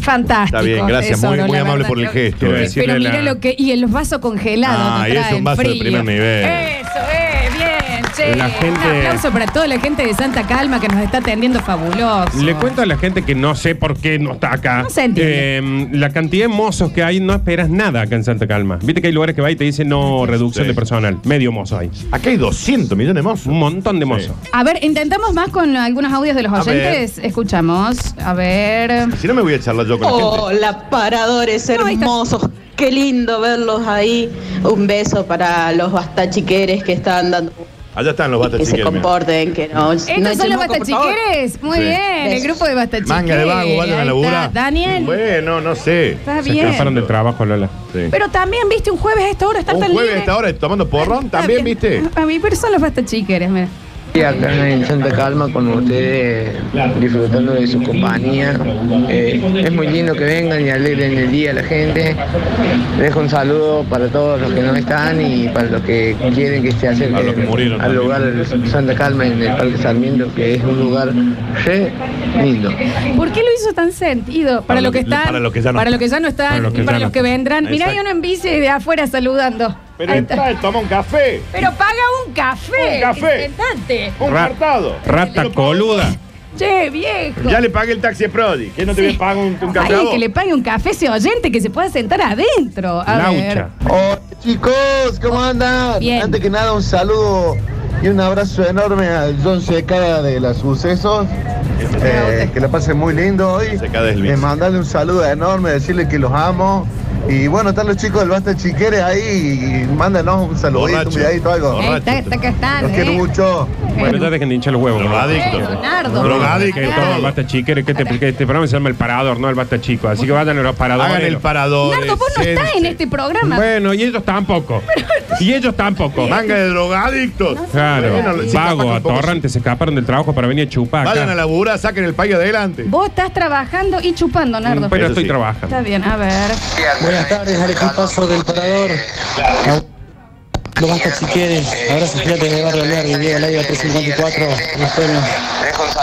S2: fantástico.
S3: Está bien, gracias.
S2: tesoro,
S3: Muy- muy
S2: la
S3: amable por el
S2: Lo-
S3: gesto,
S2: Pero,
S4: eh. Decirle
S2: mira
S4: la-
S2: lo que. Y el vaso congelado.
S3: Ah,
S2: que
S3: y es un
S2: traen
S3: vaso de
S2: frío.
S3: primer nivel.
S2: Eso, eh, bien, che.
S4: La
S2: Un
S4: gente-
S2: aplauso para toda la gente de Santa Calma que nos está atendiendo fabuloso.
S4: Le cuento a la gente que no sé por qué no está acá.
S2: No se entiende.
S4: Eh, la cantidad de mozos que hay, no esperas nada acá en Santa Calma. Viste que hay lugares que va y te dicen no reducción
S3: Sí.
S4: de personal. Medio mozo hay.
S3: Acá hay 200 millones de mozos.
S4: Un montón de mozos.
S2: A ver, intentamos más con algunos audios de los
S3: A ver.
S2: oyentes. Escuchamos. A ver.
S3: Si no me voy a charlar yo con
S2: Oh.
S3: la gente.
S13: Hola, paradores
S2: No, ahí está.
S13: hermosos. Qué lindo verlos ahí. Un beso para los bastachiqueres que están dando.
S3: Allá están los
S13: Que
S3: batas
S13: se comporten, que no. no
S2: Estos
S13: echen
S2: son los
S13: moco, por favor.
S2: bastachiqueres. Muy
S3: Sí.
S2: bien, el
S13: Besos.
S2: grupo de bastachiqueres.
S3: Manga de vago, vayan
S2: Ahí
S3: a
S2: está,
S3: laburar.
S2: Daniel,
S3: Bueno, no sé.
S2: está
S4: Se
S2: bien.
S4: escaparon del trabajo, Lola.
S3: Sí.
S2: Pero también, viste, un jueves a esta hora está
S3: Un
S2: tan
S3: jueves a
S2: libre.
S3: esta hora tomando porrón
S2: Está
S3: también,
S2: bien.
S3: ¿viste?
S2: A mí, pero son los bastachiqueres, mira.
S14: Y acá en Santa Calma con ustedes disfrutando de su compañía. Eh, es muy lindo que vengan y alegren el día a la gente. Dejo un saludo para todos los que no están y para los que quieren que se acerquen
S3: Para los que murieron
S14: al
S3: también.
S14: lugar Santa Calma en el Parque Sarmiento, que es un lugar re lindo.
S2: ¿Por qué lo hizo hizo tan sentido. Para, lo que, está.
S3: para lo que ya no
S2: Para lo que ya no
S3: está.
S2: están
S3: Para lo que
S2: y para
S3: ya no
S2: los que
S3: está.
S2: vendrán. Mirá,
S3: Exacto.
S2: hay uno en bici de afuera saludando.
S3: Pero
S2: Ahí
S3: entra y toma un café.
S2: Pero paga un café.
S3: Un café.
S2: Sentate.
S3: Un
S4: Ra-
S3: cartado.
S4: Rata coluda.
S2: Che, viejo.
S3: Ya le pagué el taxi a Prodi. ¿Qué no te voy a pagar un, un café? a
S2: Ay,
S3: vos?
S2: que le pague un café a ese oyente que se pueda sentar adentro. A ver.
S14: Hola, chicos, ¿cómo andan? Antes que nada, un saludo y un abrazo enorme al John Secada de los sucesos. Eh, que la pasen muy lindo hoy.
S3: es el
S14: Eh, mandarle un saludo enorme, decirle que los amo. Y bueno, están los chicos del Basta Chiqueres ahí y mándanos un saludito,
S4: Borracho.
S14: un videito, algo.
S2: Ahí está, está que están,
S14: Los quiero
S2: eh.
S14: mucho.
S4: Bueno, ya dejen de hinchar los huevos.
S3: Drogadicto.
S2: Eh, Leonardo.
S4: Drogadicto.
S2: Drogadicto.
S4: Todo el basta chico. que Este, que este programa se llama El Parador, no El Basta Chico. Así que vayan a los paradores.
S3: Hagan el parador,
S2: Nardo, vos no estás en este programa.
S4: Bueno, y ellos tampoco. y ellos tampoco.
S3: Manga de drogadictos.
S4: Claro.
S3: Bueno, sí, capaz
S4: Vago,
S3: que un poco
S4: atorrantes, se escaparon del trabajo para venir a chupar. acá.
S3: Vayan a laburar, saquen el país adelante.
S2: Vos estás trabajando y chupando, Nardo.
S4: Pero estoy trabajando.
S2: Está bien, a ver.
S10: Buenas tardes al equipazo del Parador. Lo basta si quieren. Ahora se fíjate en el barrio Lerby, llega el aire 354. Nos vemos.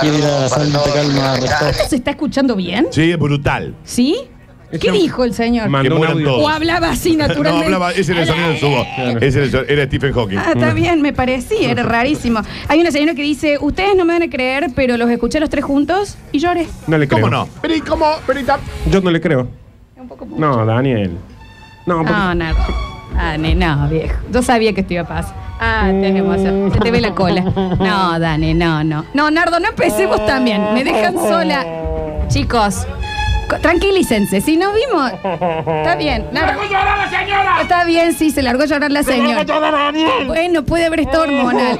S10: Quiero ir a Santa Calma a restar.
S2: ¿Esto se está escuchando bien?
S3: Sí, es brutal.
S2: ¿Sí? ¿Qué
S3: Este-
S2: dijo el señor?
S3: Mandó Que un mueran audio. todos.
S2: O hablaba así
S3: No
S2: naturalmente.
S3: hablaba, ese era el sonido de su voz. Ese era, el sonido- era Stephen Hawking.
S2: Ah, está bien, me parecía, era rarísimo. Hay una señora que dice, ustedes no me van a creer, pero los escuché a los tres juntos y lloré.
S4: No le creo.
S3: ¿Cómo no? Pero ¿y cómo? Pero ¿y tam-
S4: Yo no le creo. No, Daniel. No, porque-
S2: No, Nardo. Ah, ne- no, viejo. Yo sabía que esto iba a pasar. Ah, te emoción. Se te ve la cola. No, Dani, no, no. No, Nardo, no empecemos también. Me dejan sola. Chicos, co- tranquilícense. Si no vimos. Está bien, Nardo. Está bien, sí, se largó a llorar Oh. la señora. Bueno, puede haber estado hormonal.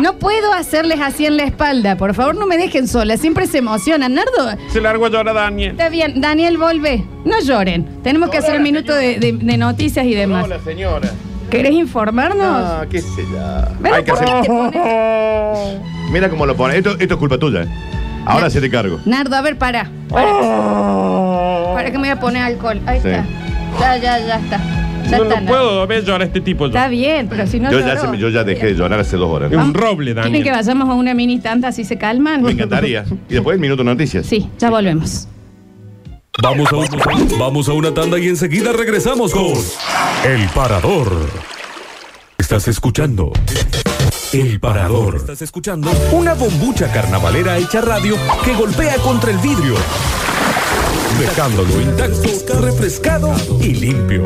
S2: No puedo hacerles así en la espalda. Por favor, no me dejen sola. Siempre se emocionan. Nardo,
S4: Se largó a llorar Daniel.
S2: Está bien, Daniel, volvé. No lloren. Tenemos que hacer un minuto de, de- de noticias y demás.
S3: Hola, señora.
S2: ¿Querés informarnos?
S3: Ah, qué sé ya.
S2: Pero
S3: Hay que
S2: ¿por qué
S3: hacer-
S2: te pones-
S3: Mira cómo lo pone. Esto, esto es culpa tuya. eh. Ahora se te cargo.
S2: Nardo, a ver, para. Para. Para que me voy a poner alcohol. Ahí
S3: Sí.
S2: está. Ya, ya, ya está. Ya
S4: No
S2: está,
S4: lo
S2: Nardo.
S4: puedo ver llorar a este tipo. yo.
S2: Está bien, pero si no Ah.
S3: yo, ya
S2: lloró.
S3: se me- yo ya dejé de llorar hace dos horas.
S4: Es un roble,
S2: ¿Quieren que
S4: Daniel.
S2: vayamos a una mini tanda así se calman?
S3: Me encantaría. Y después el minuto noticias.
S2: Sí, ya volvemos.
S1: Vamos a, un- vamos a una tanda y enseguida regresamos con El Parador. Estás escuchando El Parador. Estás escuchando una bombucha carnavalera hecha radio que golpea contra el vidrio, dejándolo intacto, refrescado y limpio.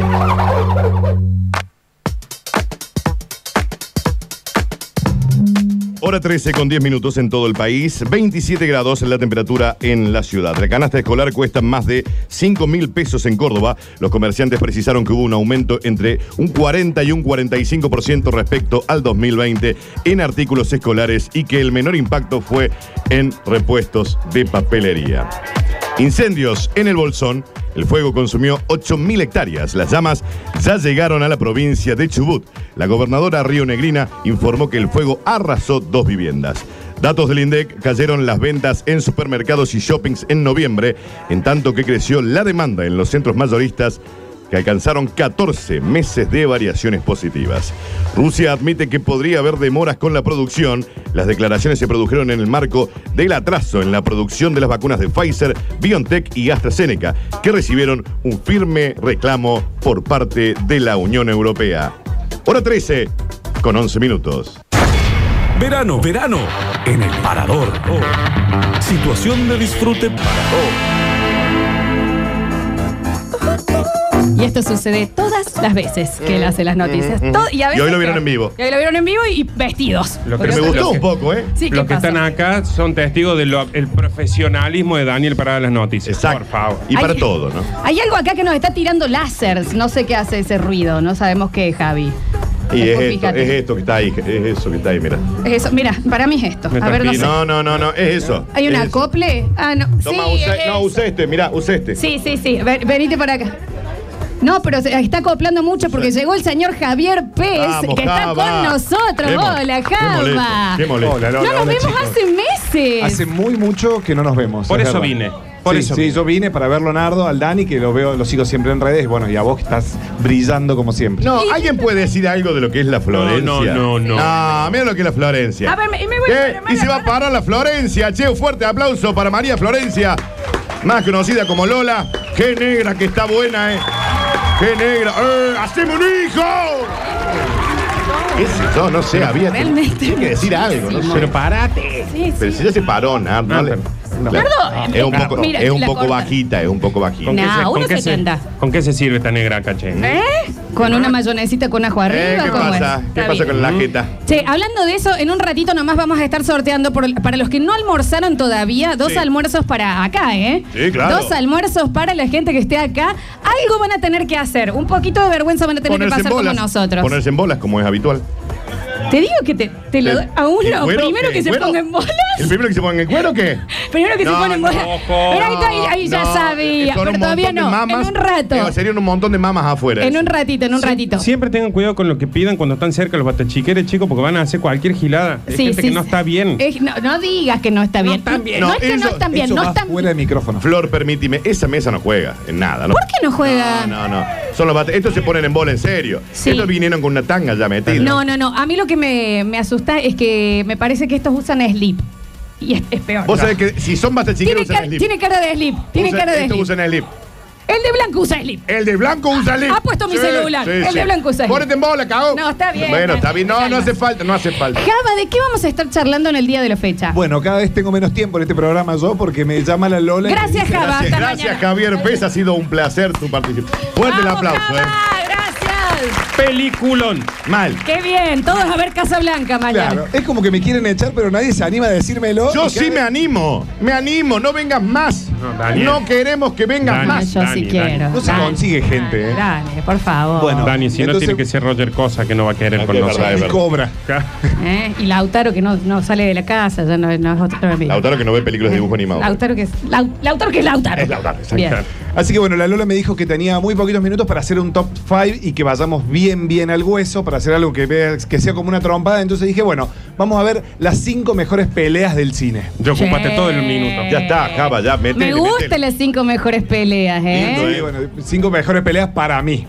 S3: Hora 13 con 10 minutos en todo el país, 27 grados en la temperatura en la ciudad. La canasta escolar cuesta más de 5 mil pesos en Córdoba. Los comerciantes precisaron que hubo un aumento entre un 40 y un 45% respecto al 2020 en artículos escolares y que el menor impacto fue en repuestos de papelería. Incendios en el Bolsón. El fuego consumió 8.000 hectáreas. Las llamas ya llegaron a la provincia de Chubut. La gobernadora rionegrina informó que el fuego arrasó dos viviendas. Datos del INDEC cayeron las ventas en supermercados y shoppings en noviembre, en tanto que creció la demanda en los centros mayoristas que alcanzaron 14 meses de variaciones positivas. Rusia admite que podría haber demoras con la producción. Las declaraciones se produjeron en el marco del atraso en la producción de las vacunas de Pfizer, BioNTech y AstraZeneca, que recibieron un firme reclamo por parte de la Unión Europea. Hora 13, con 11 minutos.
S1: Verano, verano, en el parador. Situación de disfrute para todos.
S2: Y esto sucede todas las veces que él hace las noticias.
S3: Mm, mm, mm.
S2: Todo- a
S3: Y hoy
S2: veces
S3: lo vieron
S2: peor.
S3: en vivo.
S2: Y hoy lo vieron en vivo y vestidos.
S4: Lo
S2: Porque
S4: que me
S2: son-
S4: gustó
S3: un poco, ¿eh?
S2: Sí, ¿qué
S4: Los que
S2: pasa?
S4: están acá son testigos del profesionalismo de Daniel para las noticias. Por favor.
S3: Y para
S2: Ay.
S3: todo, ¿no?
S2: Hay algo acá que nos está tirando láseres. No sé qué hace ese ruido. No sabemos qué es, Javi.
S3: Y
S2: Después
S3: es esto,
S2: fíjate.
S3: es esto que está ahí, es eso que está ahí, mira.
S2: Es eso. Mira, para mí es esto.
S3: Me
S2: A ver, no sé.
S3: transpira. no, no, no, no, es eso.
S2: ¿Hay un
S3: es eso.
S2: acople? Ah, no.
S3: Toma,
S2: sí,
S3: usa,
S2: es
S3: no,
S2: eso.
S3: usa este, mira, usa este.
S2: sí, sí, sí. Ven- venite para acá. No, pero se está acoplando mucho porque llegó el señor Javier Pérez,
S3: Vamos,
S2: que está
S3: Java.
S2: con nosotros.
S3: Qué mo-
S2: Hola,
S3: qué molesto,
S2: Java.
S3: qué molesto. Hola,
S2: no
S3: hola,
S2: nos
S3: hola,
S2: vemos
S3: chicos.
S2: hace meses.
S15: Hace muy mucho que no nos vemos.
S4: Por
S15: es
S4: eso
S15: verdad.
S4: vine. Por
S15: sí,
S4: eso.
S15: sí, yo vine para verlo, Nardo, al Dani, que lo veo, lo sigo siempre en redes. Bueno, y a vos que estás brillando como siempre.
S3: No, ¿alguien puede decir algo de lo que es la Florencia?
S15: no, no.
S3: Ah, mira lo que es la Florencia.
S2: A ver, me- me voy a
S3: ¿Qué? Y se va a parar la Florencia. Che, un fuerte aplauso para María Florencia, más conocida como Lola. Qué negra que está buena, eh. Qué negra. ¡Eh! ¡Haceme un hijo! ¿Qué sé yo? No sé, había que,
S2: Realmente.
S3: tiene que decir algo, no sé.
S4: Pero parate.
S2: Sí,
S3: Pero si ya se paró, Nardo. no le- no.
S2: Nardo, eh,
S3: es un poco,
S2: mira,
S3: es un
S2: la
S3: poco
S2: corta.
S3: bajita, es un poco bajita.
S2: ¿Con qué Nah, Ah, se- con
S4: ¿Con qué,
S2: 1,70.
S4: se, ¿Con qué se sirve esta negra caché?
S2: ¿Eh? Con una mayonesita con ajo
S3: Eh,
S2: arriba.
S3: ¿Qué
S2: ¿cómo es?
S3: pasa? ¿Qué
S2: Está
S3: pasa
S2: bien.
S3: con la jeta?
S2: Che, hablando de eso, en un ratito nomás vamos a estar sorteando por- para los que no almorzaron todavía, dos
S3: Sí.
S2: almuerzos para acá, ¿eh?
S3: Sí, claro.
S2: Dos almuerzos para la gente que esté acá. Algo van a tener que hacer, un poquito de vergüenza van a tener que pasar como nosotros.
S3: Ponerse en bolas, como es habitual.
S2: Te digo que te, te lo doy a
S3: ¿El
S2: uno,
S3: cuero?
S2: primero
S3: ¿El
S2: que se
S3: cuero?
S2: ponga en bolas.
S3: ¿El primero que se ponga en cuero o qué?
S2: Primero que se
S3: No,
S2: ponga en
S3: no,
S2: bolas.
S3: ojo.
S2: Pero ahí, está, ahí- ahí ya
S3: No,
S2: sabía,
S3: son un
S2: pero todavía
S3: montón de
S2: no.
S3: mamas. pues.
S2: en un rato.
S3: Eh, serían un montón de mamas afuera.
S2: En un ratito, en un ratito.
S4: Siempre tengan cuidado con lo que pidan cuando están cerca los batachiqueres, chicos, porque van a hacer cualquier gilada. Hay gente que no está bien.
S2: Es- no, no digas que no está bien. No, es que no están bien, no están bien.
S3: fuera de micrófono. Flor, permíteme, esa mesa no juega en nada, ¿no?
S2: ¿Por qué no juega?
S3: No, no. Son los bate- Estos se ponen en bola, en serio.
S2: Sí.
S3: Estos vinieron con una tanga ya metida.
S2: No, no, no. A mí lo que me, me asusta es que me parece que estos usan slip. Y es, es peor.
S3: Vos sabés que si son bastante
S2: tiene,
S3: chiquillos, usan
S2: cara,
S3: slip.
S2: tiene cara de slip. Tiene
S3: Usa-
S2: cara de
S3: estos
S2: slip.
S3: usan slip.
S2: El de blanco usa slip.
S3: El de blanco usa slip.
S2: Ha puesto mi
S3: Sí,
S2: celular.
S3: sí,
S2: el
S3: sí.
S2: de blanco usa slip.
S3: Ponete en bola, cago.
S2: No, está bien.
S3: Bueno,
S2: Nardo.
S3: está bien. No, no hace falta, no hace falta.
S2: Java, ¿de qué vamos a estar charlando en el día de la fecha?
S15: Bueno, cada vez tengo menos tiempo en este programa yo porque me llama la Lola. y me
S2: Gracias,
S15: dice,
S2: Java.
S15: "Gracias".
S2: Hasta
S3: Gracias,
S2: mañana.
S3: Javier Pérez. Ha sido un placer tu participación. Fuerte el aplauso, eh.
S2: Ah, gracias.
S4: Peliculón.
S3: Mal.
S2: Qué bien. Todos a ver Casa Blanca mañana.
S15: Claro, es como que me quieren echar, pero nadie se anima a decírmelo.
S3: Yo sí me animo, me animo, no vengas más.
S15: Daniel.
S3: No queremos que vengas
S4: Dani,
S3: más.
S2: Ah, Yo sí Dani, quiero. Dani.
S15: No se
S2: Dani,
S15: consigue gente, ¿eh?
S2: Dale, por favor.
S4: Dani, si
S15: entonces-
S4: no tiene que ser Roger Cosa, que no va a querer con
S3: es
S4: nosotros.
S3: verdad, es verdad.
S15: Cobra.
S2: ¿Eh? Y Lautaro que no, no sale de la casa, ya no, no es otro amigo.
S3: Lautaro que no ve películas de dibujo animado.
S2: Lautaro que es Lau- Lautaro. Que es Lautaro.
S15: Es Lautaro,
S2: Bien.
S15: Así que bueno, la Lola me dijo que tenía muy poquitos minutos para hacer un top 5 y que vayamos bien, bien al hueso, para hacer algo que, vea- que sea como una trompada. Entonces dije, bueno, vamos a ver las 5 mejores peleas del cine.
S4: Yo ocupaste todo el minuto.
S3: Ya está, Java, ya, metele,
S2: Me gustan las cinco mejores peleas,
S15: Sí,
S2: ¿eh?
S15: bueno, cinco mejores peleas para mí.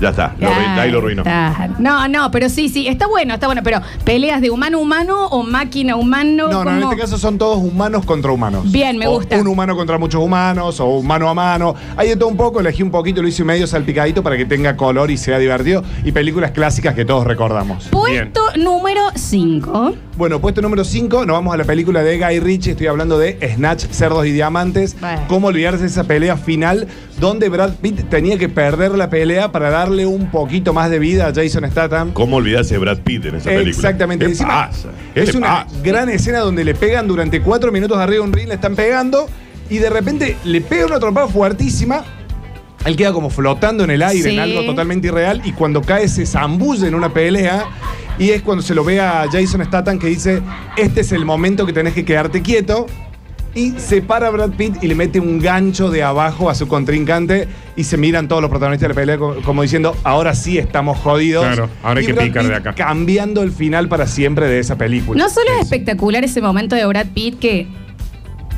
S3: Ya está, lo
S2: Ya
S3: ahí lo ruinó.
S2: está. No, no, pero sí, sí, está bueno, está bueno. Pero, ¿peleas de humano a humano o máquina a humano?
S15: No, no, en
S2: ¿Cómo?
S15: este caso son todos humanos contra humanos.
S2: Bien, me
S15: O
S2: gusta.
S15: Un humano contra muchos humanos, o un mano a mano. Hay de todo un poco, elegí un poquito, lo hice medio salpicadito para que tenga color y sea divertido. Y películas clásicas que todos recordamos.
S2: Puesto número 5.
S15: Bueno, puesto número 5, nos vamos a la película de Guy Ritchie. Estoy hablando de Snatch, Cerdos y Diamantes.
S2: Bueno.
S15: Cómo olvidarse de esa pelea final donde Brad Pitt tenía que perder la pelea para darle un poquito más de vida a Jason Statham.
S3: ¿Cómo olvidarse de Brad Pitt en esa película?
S15: Exactamente.
S3: ¿Qué
S15: Encima,
S3: pasa? ¿Qué
S15: Es
S3: te
S15: una
S3: pasa?
S15: gran escena donde le pegan durante cuatro minutos arriba de un ring, le están pegando y de repente le pega una trompada fuertísima. Él queda como flotando en el aire,
S2: Sí.
S15: en algo totalmente irreal, y cuando cae se zambulle en una pelea. Y es cuando se lo ve a Jason Statham que dice: Este es el momento que tenés que quedarte quieto. Y se para Brad Pitt y le mete un gancho de abajo a su contrincante. Y se miran todos los protagonistas de la pelea co- como diciendo: Ahora sí estamos jodidos.
S4: Claro, ahora hay
S15: Y
S4: que
S15: Brad
S4: picar
S15: Pitt
S4: de acá.
S15: Cambiando el final para siempre de esa película.
S2: No solo es espectacular ese momento de Brad Pitt que.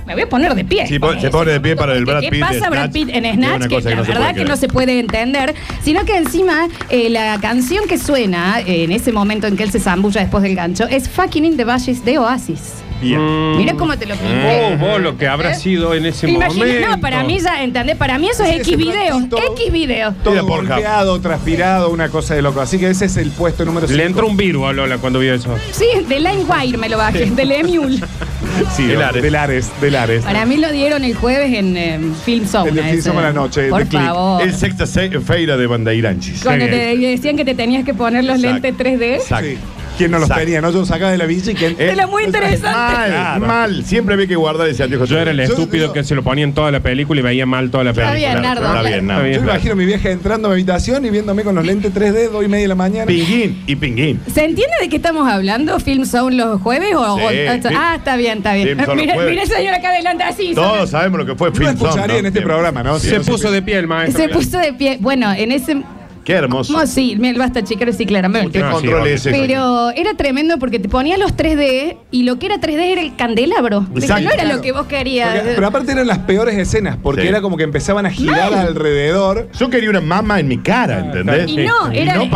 S2: Me voy a poner de pie.
S3: Sí, po- se pone de pie para el Brad
S2: ¿Qué
S3: Pitt. de
S2: pasa Brad
S3: Snatch,
S2: Pitt en
S3: que es
S2: Snatch?
S3: una
S2: Que
S3: cosa
S2: la
S3: no se puede
S2: verdad que
S3: creer.
S2: no se puede entender, sino que encima eh, la canción que suena eh, en ese momento en que él se zambulla después del gancho es Fucking in the Valleys de Oasis.
S4: Bien.
S2: Mira cómo te lo pinté.
S4: Mm. Oh, vos lo que habrá sido en ese
S2: Imagina-
S4: momento.
S2: no, para mí ya, ¿entendés? Para mí eso es
S15: Sí, ese
S2: X videos.
S15: ratito.
S2: X videos.
S15: Todo
S4: Mira, Pornhub.
S15: golpeado, transpirado, una cosa de loco. Así que ese es el puesto número 5.
S4: Le entró un virus a Lola cuando vio eso.
S2: Sí, de Line Wire me lo bajé, de Lemule.
S15: Sí,
S4: Del Ares.
S15: del Ares. Del Ares,
S2: Para mí lo dieron el jueves en eh, Film Zone.
S15: El de
S2: a
S15: Film
S2: ese.
S15: Zone a la noche,
S2: Por
S15: de Click.
S2: favor.
S3: El sexta se- feira de Bandeiranchis.
S2: Cuando te decían que te tenías que poner los
S3: Exacto.
S2: lentes 3D.
S3: Exacto.
S15: ¿Quién no los
S3: Exacto.
S15: tenía? ¿No? Yo sacaba de la bici y quién.
S2: Era muy interesante.
S3: Mal,
S15: Claro.
S3: mal. Siempre había que guardar ese anteojo.
S4: Yo era el estúpido que se lo ponía en toda la película y veía mal toda la
S2: Está
S4: película.
S2: bien, Nardo.
S3: Está bien,
S4: Está
S3: nada.
S15: Yo
S4: bien.
S15: imagino a mi vieja entrando a mi habitación y viéndome con los lentes 3D, 2 y media de la mañana.
S3: Pinguín y pinguín.
S2: ¿Se entiende de qué estamos hablando? ¿Film Zone los jueves? O,
S3: Sí,
S2: o-
S3: Film-
S2: ah, está bien, está bien.
S3: Film Zone los
S2: Mira,
S3: jueves.
S2: mira el señor acá adelante así.
S3: Todos sabemos lo que fue
S15: No
S3: Film Zone,
S15: escucharía en este programa, ¿no?
S4: Se puso de pie el maestro.
S2: Se puso de pie. Bueno, en ese.
S3: Qué hermoso.
S2: No, sí, mira, el basta chica, sí, claramente.
S3: ¿Qué control es ese?
S2: Pero era tremendo porque te ponía los 3D y lo que era 3D era el candelabro. De que
S15: Exacto.
S2: No era
S15: Claro.
S2: lo que vos querías.
S15: Porque- pero aparte eran las peores escenas, porque
S3: Sí.
S15: era como que empezaban a girar
S2: Mal.
S15: alrededor.
S3: Yo quería una mama en mi cara, ¿entendés?
S2: Y no, era- era el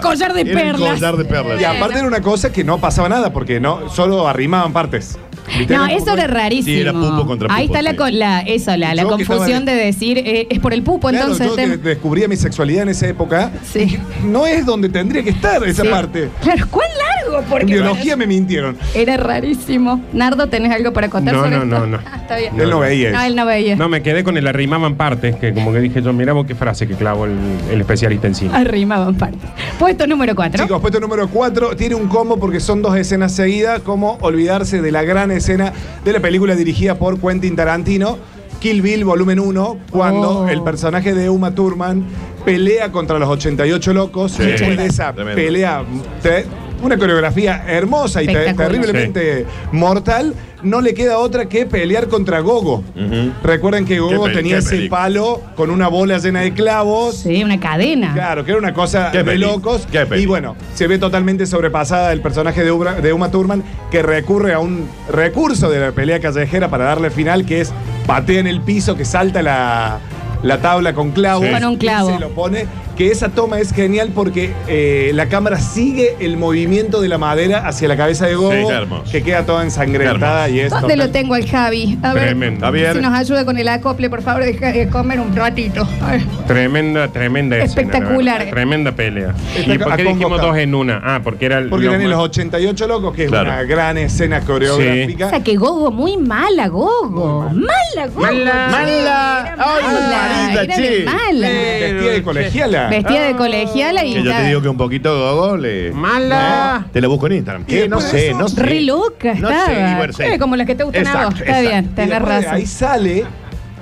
S2: collar de
S3: Era el
S2: perlas.
S3: collar de perlas.
S15: Y aparte era una cosa que no pasaba nada, porque no, solo arrimaban partes. ¿Viste?
S2: No,
S15: Era
S2: eso
S15: como-
S2: era rarísimo. Ahí está la, co- la, eso, la, la
S15: Yo que
S2: confusión de decir, eh, es por el pupo,
S15: Claro,
S2: entonces.
S15: yo
S2: te-
S15: que descubría mi sexualidad en esa época. No es donde tendría que estar esa
S2: Sí.
S15: parte.
S2: Claro, ¿cuán largo?
S15: En
S2: Porque
S15: biología me mintieron.
S2: era rarísimo. Nardo, ¿tenés algo para contar
S4: No,
S2: sobre
S4: no, no,
S2: esto?
S4: no.
S2: Ah, está bien.
S4: Él no veía
S2: No,
S4: eso.
S2: él no veía.
S4: No, me quedé con el arrimaban partes, que como que dije yo, mira vos qué frase que clavo el, el especialista encima.
S2: Arrimaban partes. Puesto número 4.
S15: Chicos, puesto número 4 tiene un combo porque son dos escenas seguidas, como olvidarse de la gran escena de la película dirigida por Quentin Tarantino, Kill Bill volumen 1, cuando
S2: Oh,
S15: el personaje de Uma Thurman pelea contra los 88 locos,
S3: Sí.
S15: y después de esa
S3: Tremendo.
S15: pelea, te- una coreografía hermosa y te-
S3: Espectacular.
S15: terriblemente mortal, no le queda otra que pelear contra Gogo. Recuerden que Gogo
S3: peli-
S15: tenía
S3: qué
S15: ese
S3: película.
S15: palo con una bola llena de clavos.
S2: Sí, una cadena.
S15: Claro, que era una cosa
S3: Qué
S15: de
S3: peli,
S15: locos.
S3: qué peli.
S15: Y bueno, se ve totalmente sobrepasada el personaje de, Ubra- de Uma Thurman que recurre a un recurso de la pelea callejera para darle final, que es patea en el piso, que salta la, la tabla con clavos.
S2: Sí. Con un
S15: y
S2: clavo.
S15: se lo pone. Que esa toma es genial porque eh, la cámara sigue el movimiento de la madera hacia la cabeza de
S3: Sí, qué
S15: Gogo,
S3: hermoso.
S15: que queda toda ensangrentada y es
S2: ¿Dónde
S15: total-
S2: lo tengo al Javi? A ver,
S4: Tremendo.
S2: si nos ayuda con el acople, por favor, deja de comer un ratito. A ver.
S4: Tremenda, tremenda escena, la
S2: Espectacular.
S4: verdad. Tremenda pelea.
S15: Está
S4: ¿Y por qué dijimos
S15: aconvocado.
S4: dos en una? Ah, porque era el.
S15: Porque
S4: lo-
S15: tienen los 88 locos, que
S4: Claro.
S15: es una gran escena coreográfica.
S2: O sea, que Gogo, muy mala, Gogo. Mala, Gogo.
S15: Mala.
S2: Mala. Ay, mala. Era de mala.
S15: Vestida de colegiala.
S2: Vestida de colegiala y
S3: Que yo te
S2: ta-
S3: digo que un poquito Gogo le. ¿Eh?
S2: Mala.
S3: Te lo busco en Instagram. Que no sé, no sé.
S2: Re loca
S3: No sé,
S2: estaba.
S3: igual sé.
S2: Eh, como las que te gustan a vos.
S3: Exacto,
S2: Está
S3: exacto.
S2: bien,
S15: Y
S2: tenés
S15: después de
S2: razón.
S15: Ahí sale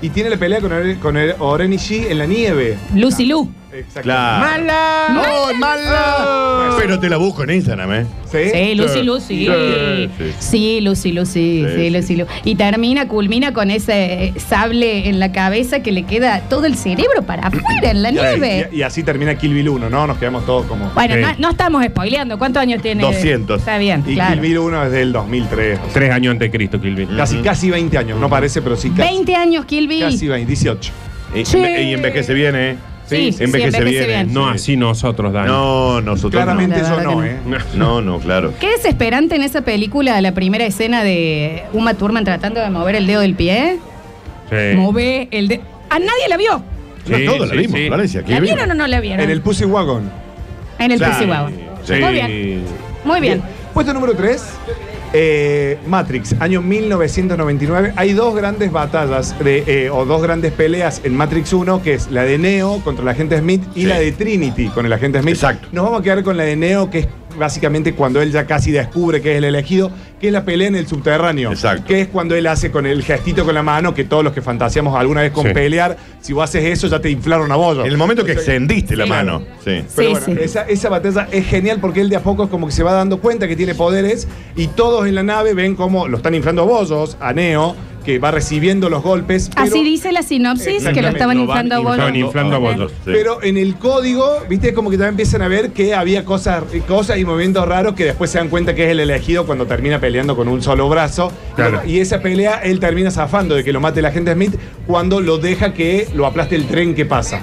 S15: y tiene la pelea con, el, con el Oren Ishii en la nieve.
S2: Lucy Lu.
S15: Exacto.
S3: Claro.
S2: Mala.
S3: ¡Oh, mala! Pero te la busco en Instagram, ¿eh?
S15: Pues- Sí,
S2: Sí, Lucy Lu, sí.
S3: Sí, sí.
S2: Sí, Lucy Lu, sí.
S3: Sí,
S2: Sí, Lucy Lu. Y termina, culmina con ese eh, sable en la cabeza que le queda todo el cerebro para afuera en la
S15: Y-
S2: nieve.
S15: Y, y así termina Kill Bill 1, ¿no? Nos quedamos todos como.
S2: Bueno, no, no estamos spoileando. ¿Cuántos años tiene?
S15: 200.
S2: Está bien,
S15: Y
S2: claro.
S15: Kill Bill 1 es del 2003.
S4: Tres años antes de Cristo, Kilby.
S15: Casi, casi 20 años, no parece, pero sí casi.
S2: 20 años, Kill Bill.
S15: Casi 20, 18.
S3: Y,
S2: Sí.
S3: y envejece bien, ¿eh?
S2: Sí, sí,
S3: envejece
S2: envejece
S3: bien.
S2: bien.
S4: No así nosotros, Dani.
S3: No, nosotros
S15: Claramente
S3: no.
S15: yo no, ¿eh?
S3: No, no, claro.
S2: Qué desesperante en esa película la primera escena de Uma Thurman tratando de mover el dedo del pie.
S4: Sí.
S2: Move el dedo. A nadie la vio.
S3: No,
S4: Sí,
S3: todos la
S4: sí,
S3: vimos,
S4: sí.
S3: Florencia.
S2: ¿La vieron o no la vieron?
S15: En el Pussy Wagon.
S2: En el
S15: Claro.
S2: Pussy Wagon. Muy bien. Muy bien.
S15: Puesto número 3, eh, Matrix, año 1999. Hay dos grandes batallas de, eh, o dos grandes peleas en Matrix 1, que es la de Neo contra el agente Smith y la de Trinity con el agente Smith. Exacto. Nos vamos a quedar con la de Neo, que es básicamente cuando él ya casi descubre que es el elegido, que es la pelea en el subterráneo. Exacto. Que es cuando él hace con el gestito con la mano, que todos los que fantaseamos alguna vez con
S3: Sí.
S15: pelear, si vos haces eso ya te inflaron a bollo.
S3: En el momento que extendiste la
S15: Sí.
S3: mano. Sí.
S15: Pero bueno, Esa, esa batalla es genial porque él de a poco es como que se va dando cuenta que tiene poderes y todos en la nave ven cómo lo están inflando a bollos, a Neo, que va recibiendo los golpes. pero-
S2: Así dice la sinopsis, que lo
S15: Exactamente,
S2: estaban
S15: lo van
S2: inflando a bolos.
S4: inflando a bollos, sí.
S15: Pero en el código, viste, es como que también empiezan a ver que había cosas, cosas y movimientos raros que después se dan cuenta que es el elegido cuando termina peleando con un solo brazo.
S4: Claro.
S15: Y esa pelea él termina zafando de que lo mate la gente Smith cuando lo deja que lo aplaste el tren que pasa.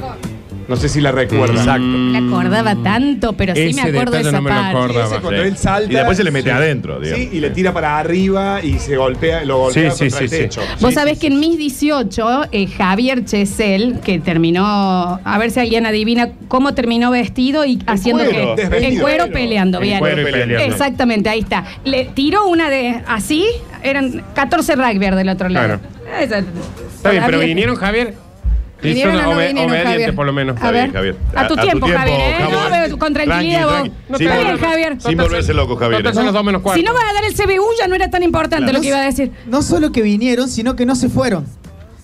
S15: No sé si la recuerdan.
S4: Mm.
S2: No Me acordaba tanto, pero sí me acuerdo de esa parte.
S15: Ese cuando él salta.
S3: Y después se le mete
S15: Sí.
S3: adentro, digamos.
S15: Sí, y le tira para arriba y se golpea, lo golpea
S3: Sí, sí,
S15: contra el
S3: sí, sí.
S15: techo.
S2: Vos sabés que en mis 18, eh, Javier Chesel, que terminó, a ver si alguien adivina cómo terminó vestido y haciendo
S15: cuero,
S2: que.
S15: desvestido.
S2: En cuero peleando,
S15: En
S2: bien.
S15: cuero y peleando.
S2: Exactamente, ahí está. Le tiró una de así, eran 14 rugbyers del otro lado.
S4: Claro.
S2: Esa-
S4: Está bien, pero
S2: Javier-
S4: vinieron Javier. Y
S2: Vinieron
S4: son
S2: o no
S4: obe-
S2: vinieron,
S4: obedientes,
S2: Javier.
S4: por lo menos.
S2: A ver. A tu tiempo, Javier, ¿eh? No, pero con tranquilidad vos. No
S3: Sin
S2: está bien,
S3: volver-
S2: Javier.
S3: Sin volverse loco, Javier. ¿eh?
S4: Total son los dos menos
S2: Si no vas a dar el CBU, ya no era tan importante
S3: Claro.
S2: lo que iba a decir.
S16: No solo que vinieron, sino que no se fueron.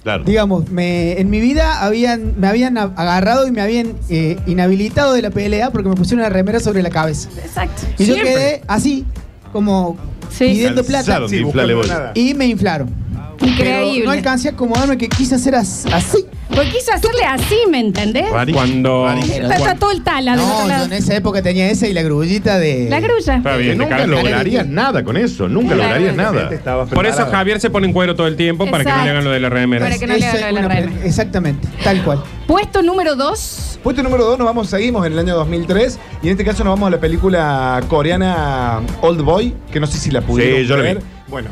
S3: Claro.
S16: Digamos, me- en mi vida habían, me habían a- agarrado y me habían eh, inhabilitado de la pelea porque me pusieron una remera sobre la cabeza.
S2: Exacto.
S16: Y yo
S2: Siempre.
S16: quedé así, como pidiendo plata.
S3: Alzaron de inflarle
S16: buscando nada.
S3: bolsa.
S16: y me inflaron.
S2: Increíble.
S16: Pero no alcancé a acomodarme que quise hacer as- así.
S2: Porque quise hacerle así, ¿me entendés?
S4: Cuando.
S2: Está, está todo el tala del otro
S16: No, yo
S2: lado.
S16: en esa época tenía esa y la grullita de.
S2: La grulla.
S4: Está
S3: Que
S4: bien, te
S3: nunca
S4: calma.
S3: lograrías nada con eso, nunca
S2: Claro.
S3: lograrías
S15: Te
S3: nada.
S15: estabas
S4: Por eso Javier se pone en cuero todo el tiempo para que no le
S2: Exacto.
S4: hagan lo de la remera.
S2: Para que no le
S16: Esa
S2: hagan lo de la
S16: es una-
S2: remera.
S16: Exactamente, tal cual.
S2: Puesto número 2.
S15: Puesto número 2, nos vamos, seguimos en el año 2003 y en este caso nos vamos a la película coreana Old Boy, que no sé si la pudieron
S3: Sí, yo la
S15: ver.
S3: vi.
S15: Bueno,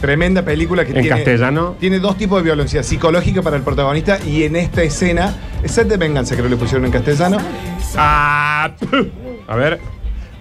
S15: tremenda película que
S4: En
S15: tiene
S4: castellano.
S15: tiene dos tipos de violencia, psicológica para el protagonista y en esta escena, set de venganza creo que le pusieron en castellano,
S4: Ah, a ver.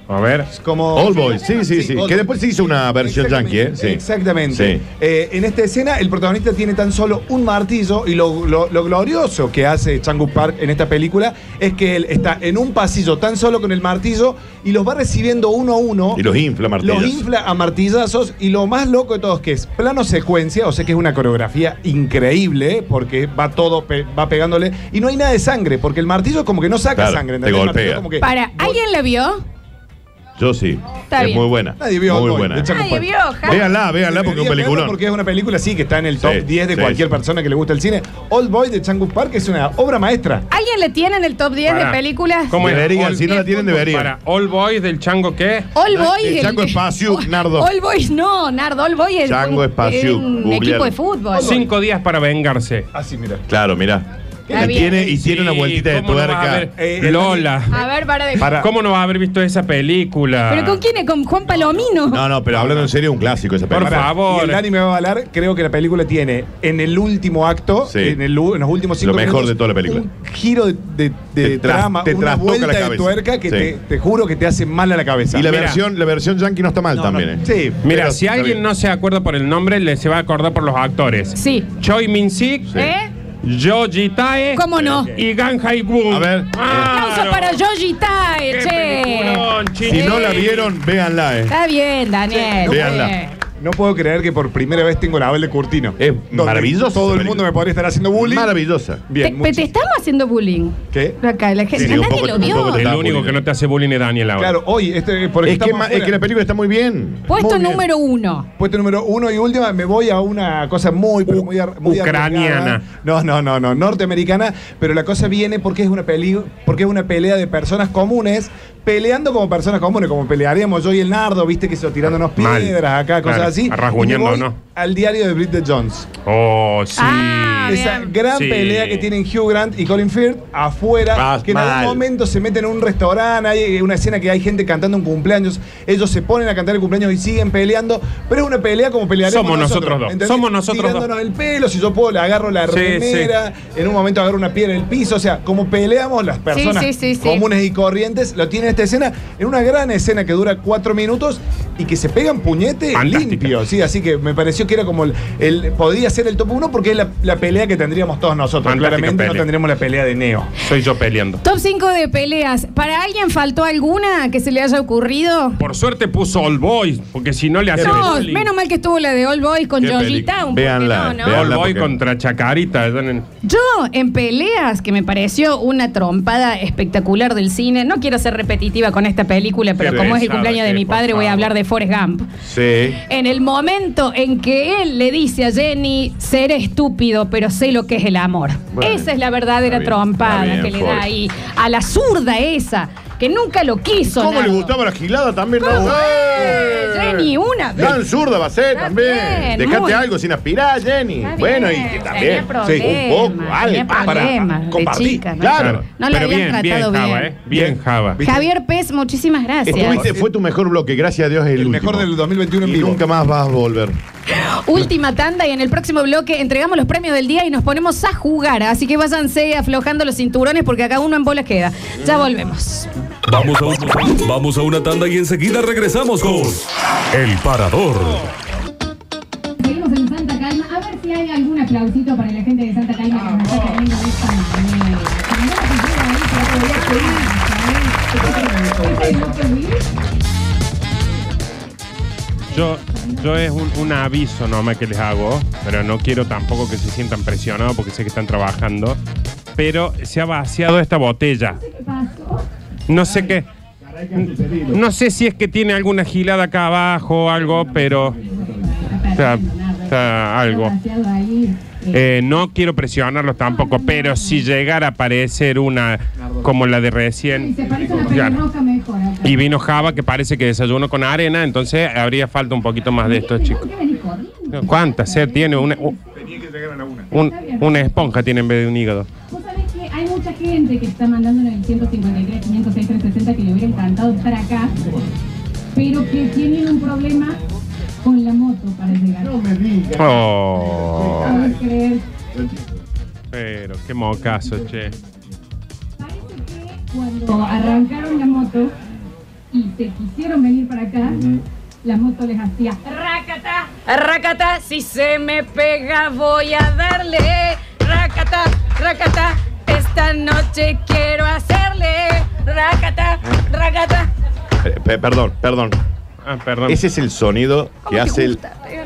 S4: A ver.
S15: es como
S3: All Boys, sí, sí, sí.
S15: Old
S3: Que
S15: Boy.
S3: después se hizo una versión yankee, ¿eh? Sí.
S15: Exactamente.
S3: Sí.
S15: Eh, en esta escena, el protagonista tiene tan solo un martillo y lo, lo- lo glorioso que hace Changu Park en esta película es que él está en un pasillo tan solo con el martillo y los va recibiendo uno a uno.
S3: Y los infla martillos.
S15: Los infla a martillazos y lo más loco de todo es que es plano secuencia, o sea que es una coreografía increíble porque va todo, pe- va pegándole y no hay nada de sangre porque el martillo como que no saca
S3: Claro,
S15: sangre.
S3: te
S15: ¿entendés? El martillo
S3: golpea.
S15: como que-
S2: Para, ¿alguien la vio?
S3: Yo sí.
S2: Está
S3: es
S2: bien.
S3: muy buena.
S15: Nadie vio
S3: muy
S15: Old Boy,
S3: buena.
S15: de Changu
S2: Nadie
S15: Park.
S2: vio, Javi.
S3: Véanla, Ah, véanla porque es un
S15: Deberían verlo
S3: peliculón.
S15: Porque es una película, sí, que está en el top
S3: Sí,
S15: 10 de
S3: sí,
S15: cualquier
S3: sí.
S15: persona que le gusta el cine. Old Boy de Changu Park es una obra maestra.
S2: ¿Alguien le tiene en el top 10 de
S4: Pará.
S2: películas?
S4: ¿Cómo era?
S3: Deberían,
S4: All-
S3: si no la tienen, deberían.
S4: Para All Boys del Chango, ¿qué?
S2: All Boy.
S3: El eh, Chango es Pasiuk, Nardo.
S2: All Boys no, Nardo. All Boy es
S3: Chango
S2: un,
S3: es Pasiuk,
S2: un
S3: googlealo.
S2: equipo de fútbol.
S4: Cinco días para vengarse.
S15: Así, Ah, mira.
S3: Claro, mirá.
S2: Está
S3: Y
S2: bien.
S3: tiene, y tiene una
S4: Sí,
S3: vueltita de
S4: ¿cómo no vas a
S3: tuerca.
S4: ver? Eh, Lola.
S2: A ver, para de...
S15: Para-
S4: ¿Cómo no vas a haber visto esa película?
S2: ¿Pero con quién? es? ¿Con Juan Palomino?
S3: No, no, pero hablando en serio, un clásico esa
S4: Por
S3: película.
S15: Pará,
S4: favor.
S15: Y el Dani me va a hablar, creo que la película tiene en el último acto,
S3: Sí.
S15: en, el u- en los últimos cinco
S3: Lo mejor
S15: minutos,
S3: de toda la película.
S15: Un giro de, de- de
S3: Te tras-
S15: trama,
S3: te
S15: una
S3: trastoca
S15: vuelta
S3: la
S15: de
S3: cabeza.
S15: tuerca que
S3: Sí.
S15: te, te juro que te hace mal a la cabeza.
S3: Y la
S15: Mira,
S3: versión, la versión yankee no está mal
S15: no,
S3: también,
S15: no,
S3: ¿eh?
S15: Sí.
S4: Mira,
S3: Pero
S4: si
S3: está
S4: alguien
S3: bien.
S4: no se acuerda por el nombre, le se va a acordar por los actores.
S2: Sí.
S4: Choi Min Sik,
S3: Sí.
S2: ¿Eh?
S4: Joji Tae
S2: ¿Cómo no?
S4: y Gan Hai Woon.
S3: A ver.
S2: Aplausos para Yoji Tae, che.
S3: Si no la vieron, véanla, ¿eh?
S2: Está bien, Daniel.
S3: Véanla.
S2: bien.
S15: No puedo creer que por primera vez tengo la Abel de Curtino.
S3: Es
S15: Donde
S3: maravillosa
S15: Todo
S3: esa
S15: el
S3: película.
S15: mundo me podría estar haciendo bullying.
S3: Maravillosa.
S2: Te,
S15: Bien,
S2: pe- te
S15: muchísimo.
S2: estamos haciendo bullying.
S15: ¿Qué?
S2: Acá, la gente,
S3: Sí, un
S2: nadie
S3: poco-
S2: lo
S3: un poco
S2: vio.
S3: te-
S4: El único que no te hace bullying es Daniel ahora.
S15: Claro, hoy, este, porque
S3: Es que,
S15: estamos
S3: ma- es
S15: afuera.
S3: que la película está muy bien.
S2: Puesto
S15: Muy bien.
S2: número uno.
S15: Puesto número uno y última, me voy a una cosa muy, pero muy, ar- muy
S4: ucraniana.
S15: arriesgada. No, no, no, no, norteamericana, pero la cosa viene porque es una peli, porque es una pelea de personas comunes, peleando como personas comunes, como pelearíamos yo y el Nardo, viste que eso tirándonos
S4: Mal.
S15: piedras acá, cosas
S4: Claro,
S15: así.
S4: arrasguñando,
S15: Y me voy
S4: ¿no?
S15: Al diario de Bridget Jones.
S4: Oh, sí.
S2: Ah,
S15: Esa
S2: bien.
S15: gran
S4: Sí.
S15: pelea que tienen Hugh Grant y Colin Firth afuera,
S3: Ah,
S15: que en
S3: mal.
S15: algún momento se meten en un restaurante, hay una escena que hay gente cantando un cumpleaños, ellos se ponen a cantar el cumpleaños y siguen peleando, pero es una pelea como pelearemos
S4: Somos nosotros dos,
S15: ¿entendés?
S4: somos nosotros dos.
S15: Tirándonos el pelo, si yo puedo le agarro la
S4: Sí,
S15: remera, en un momento agarro una piedra del piso, o sea, como peleamos las personas
S2: sí, sí, sí.
S15: comunes y corrientes, lo tiene esta escena, en una gran escena que dura cuatro minutos y que se pegan puñete
S4: Fantástica.
S15: limpio, sí, así que me pareció que era como el, el- podía ser el top 1 porque es la, la pelea que tendríamos todos nosotros.
S4: Fantástica
S15: Claramente no
S4: pelea.
S15: tendríamos la pelea de Neo.
S4: Soy yo peleando.
S2: Top 5 de peleas. ¿Para alguien faltó alguna que se le haya ocurrido?
S4: Por suerte puso All Boys, porque si no le hace
S2: No,
S4: bullying.
S2: menos mal que estuvo la de All Boys con
S3: Qué
S2: Yoji
S3: película.
S2: Town.
S3: Véanla,
S2: porque no, ¿no?
S3: vean-
S4: All
S3: Veanla
S4: Boy
S3: porque-
S4: contra Chacarita. están en-
S2: Yo, en peleas, que me pareció una trompada espectacular del cine, no quiero ser repetitiva con esta película, pero
S4: Qué
S2: como es el
S4: pesada
S2: cumpleaños
S4: que,
S2: de
S3: eh,
S2: mi
S4: por
S2: padre, voy a
S4: favor.
S2: hablar de Forrest Gump.
S3: Sí.
S2: En el momento en que él le dice a Jenny, seré estúpido, pero sé lo que es el amor.
S3: Bueno,
S2: esa es la verdadera
S3: está bien,
S2: trompada
S3: está bien,
S2: que le
S3: Ford.
S2: da ahí a la zurda esa, que nunca lo quiso.
S3: ¿Cómo le
S2: Nardo.
S3: gustaba la gilada también?
S2: ¿Cómo?
S3: Nardo?
S2: Eh, Jenny, una vez.
S3: Tan zurda va a ser
S2: Está bien,
S3: también.
S2: muy-
S3: Dejate algo sin aspirar, Jenny.
S2: Está
S3: Bueno, y
S2: bien,
S3: que
S2: tenía
S3: también.
S2: problemas,
S3: un poco, algo.
S2: tenía problemas de
S3: compartir.
S2: chica, ¿no?
S3: Claro.
S2: No la
S4: Pero
S2: habían
S4: bien, bien,
S2: tratado bien.
S4: Java, ¿eh? Bien, Java.
S2: Javier Pez, muchísimas gracias.
S3: Estuviste- fue tu mejor bloque, gracias a Dios es el,
S15: El mejor
S3: último.
S15: del 2021 en
S3: Y
S15: vivo.
S3: nunca más vas a volver.
S2: Última tanda y en el próximo bloque entregamos los premios del día y nos ponemos a jugar. Así que váyanse aflojando los cinturones porque acá uno en bolas queda. Ya volvemos.
S1: Vamos a, un- vamos a una tanda y enseguida regresamos con El Parador.
S2: Seguimos en Santa Calma. A ver si hay algún aplausito para la gente de Santa Calma que nos está cayendo de esta manera.
S4: Yo, yo es un, un aviso nomás que les hago, pero no quiero tampoco que se sientan presionados porque sé que están trabajando. Pero se ha vaciado esta botella. No sé qué. No sé si es que tiene alguna gilada acá abajo o algo, pero. o sea, cuesta algo. Eh, no quiero presionarlos tampoco, pero si llegara a aparecer una como la de recién, claro. y vino Java que parece que desayuno con arena, entonces habría falta un poquito más de estos chicos. ¿Cuánta sed tiene? Una, u- un- una esponja tiene en vez de un hígado.
S17: Vos sabés que hay mucha gente que está mandando en el 153, 506, 360 que le hubiera encantado estar acá, pero que tienen un problema con la moto para llegar. No me digas.
S4: Oh,
S17: creer.
S4: pero qué mocazo, che.
S17: Cuando arrancaron la moto y se quisieron venir para acá, la moto les hacía racata,
S2: Racata, si se me pega voy a darle. Racata, racata, esta noche quiero hacerle. Racata, racata.
S3: Eh, pe- perdón, perdón.
S4: Ah,
S3: Ese es el sonido que hace, el,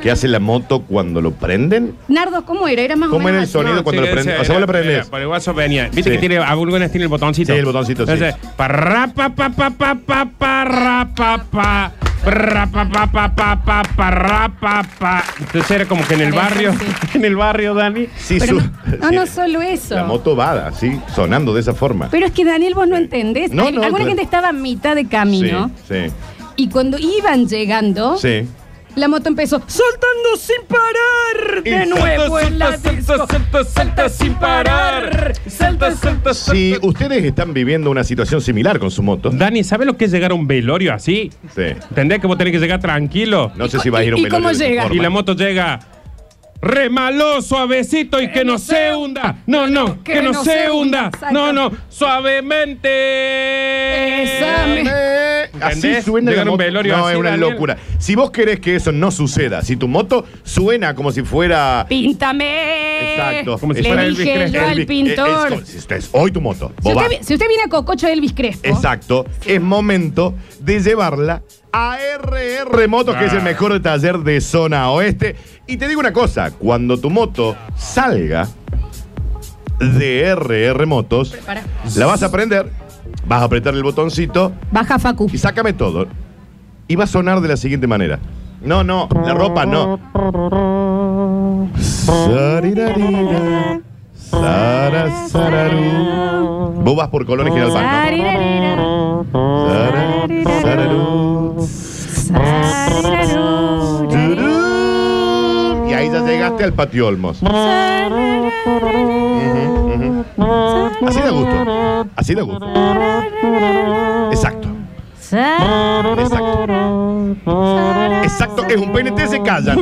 S3: que hace la moto cuando lo prenden.
S2: Nardo, ¿cómo era? Era más o
S3: ¿Cómo
S2: menos
S3: era el
S2: así.
S4: Ah,
S3: sonido cuando lo prendés? O sea, vos lo prendés.
S4: Por el guaso venía. Viste
S3: Sí.
S4: que tiene, algunas tiene el botoncito.
S3: Sí, el botoncito, sí.
S4: Entonces, parra, pa, pa, pa, pa, pa, parra, pa, pa, parra, pa, pa, pa, pa, pa, parra, pa, pa. Entonces era como que en el barrio, en el barrio, Dani.
S3: Sí,
S2: Pero
S3: su-
S2: No, no solo eso.
S3: La moto va así, sonando de esa forma.
S2: Pero es que Daniel, vos no entendés.
S3: No, no,
S2: Alguna
S3: claro.
S2: gente estaba a mitad de camino
S3: Sí,
S2: y cuando iban llegando,
S3: sí. sí.
S2: la moto empezó saltando sin parar. De nuevo en la disco.
S4: salta sin parar. Salta, salta,
S3: Si ustedes están viviendo una situación similar con su moto,
S4: Dani, ¿sabes lo que es llegar a un velorio así?
S3: Sí.
S4: ¿Entendés que vos tenés que llegar tranquilo?
S3: No sé si vas a ir a un ¿Y- y velorio cómo de esa llega? forma.
S4: Y la moto llega. Remaló, suavecito y que no se hunda. No, no, que, no, se hunda.
S2: Exacto.
S4: No, no, suavemente.
S3: Así
S4: ¿Entendés?
S3: Eh, suena la
S4: Llegar a un
S3: moto.
S4: velorio
S3: no,
S4: así,
S3: es una
S4: Daniel.
S3: locura. Si vos querés que eso no suceda, si tu moto suena como si fuera.
S2: Píntame.
S3: Exacto.
S2: Como si
S3: Es-
S2: fuera Elvis
S3: Elvis-
S2: yo al
S3: Elvis-
S2: pintor.
S3: es- es- es- es hoy tu moto.
S2: Si
S3: Vos
S2: usted,
S3: vas.
S2: vi- si usted viene a Cococho Elvis Crespo,
S3: Exacto. Es momento de llevarla a RR Motos, que es el mejor taller de zona oeste. Y te digo una cosa: cuando tu moto salga de RR Motos,
S2: Prepara.
S3: la vas a prender, vas a apretar el botoncito
S2: baja Facu.
S3: y sácame todo. Y va a sonar de la siguiente manera. No, no, la ropa no. Sariririra, sara, sararú. Vos vas por colores y al banco. Sara, sararú. Turú. Y ahí ya llegaste al patio Olmos. Ujú, ujú. Así da gusto. Así da gusto. Exacto. Exacto, es un PNT, se callan.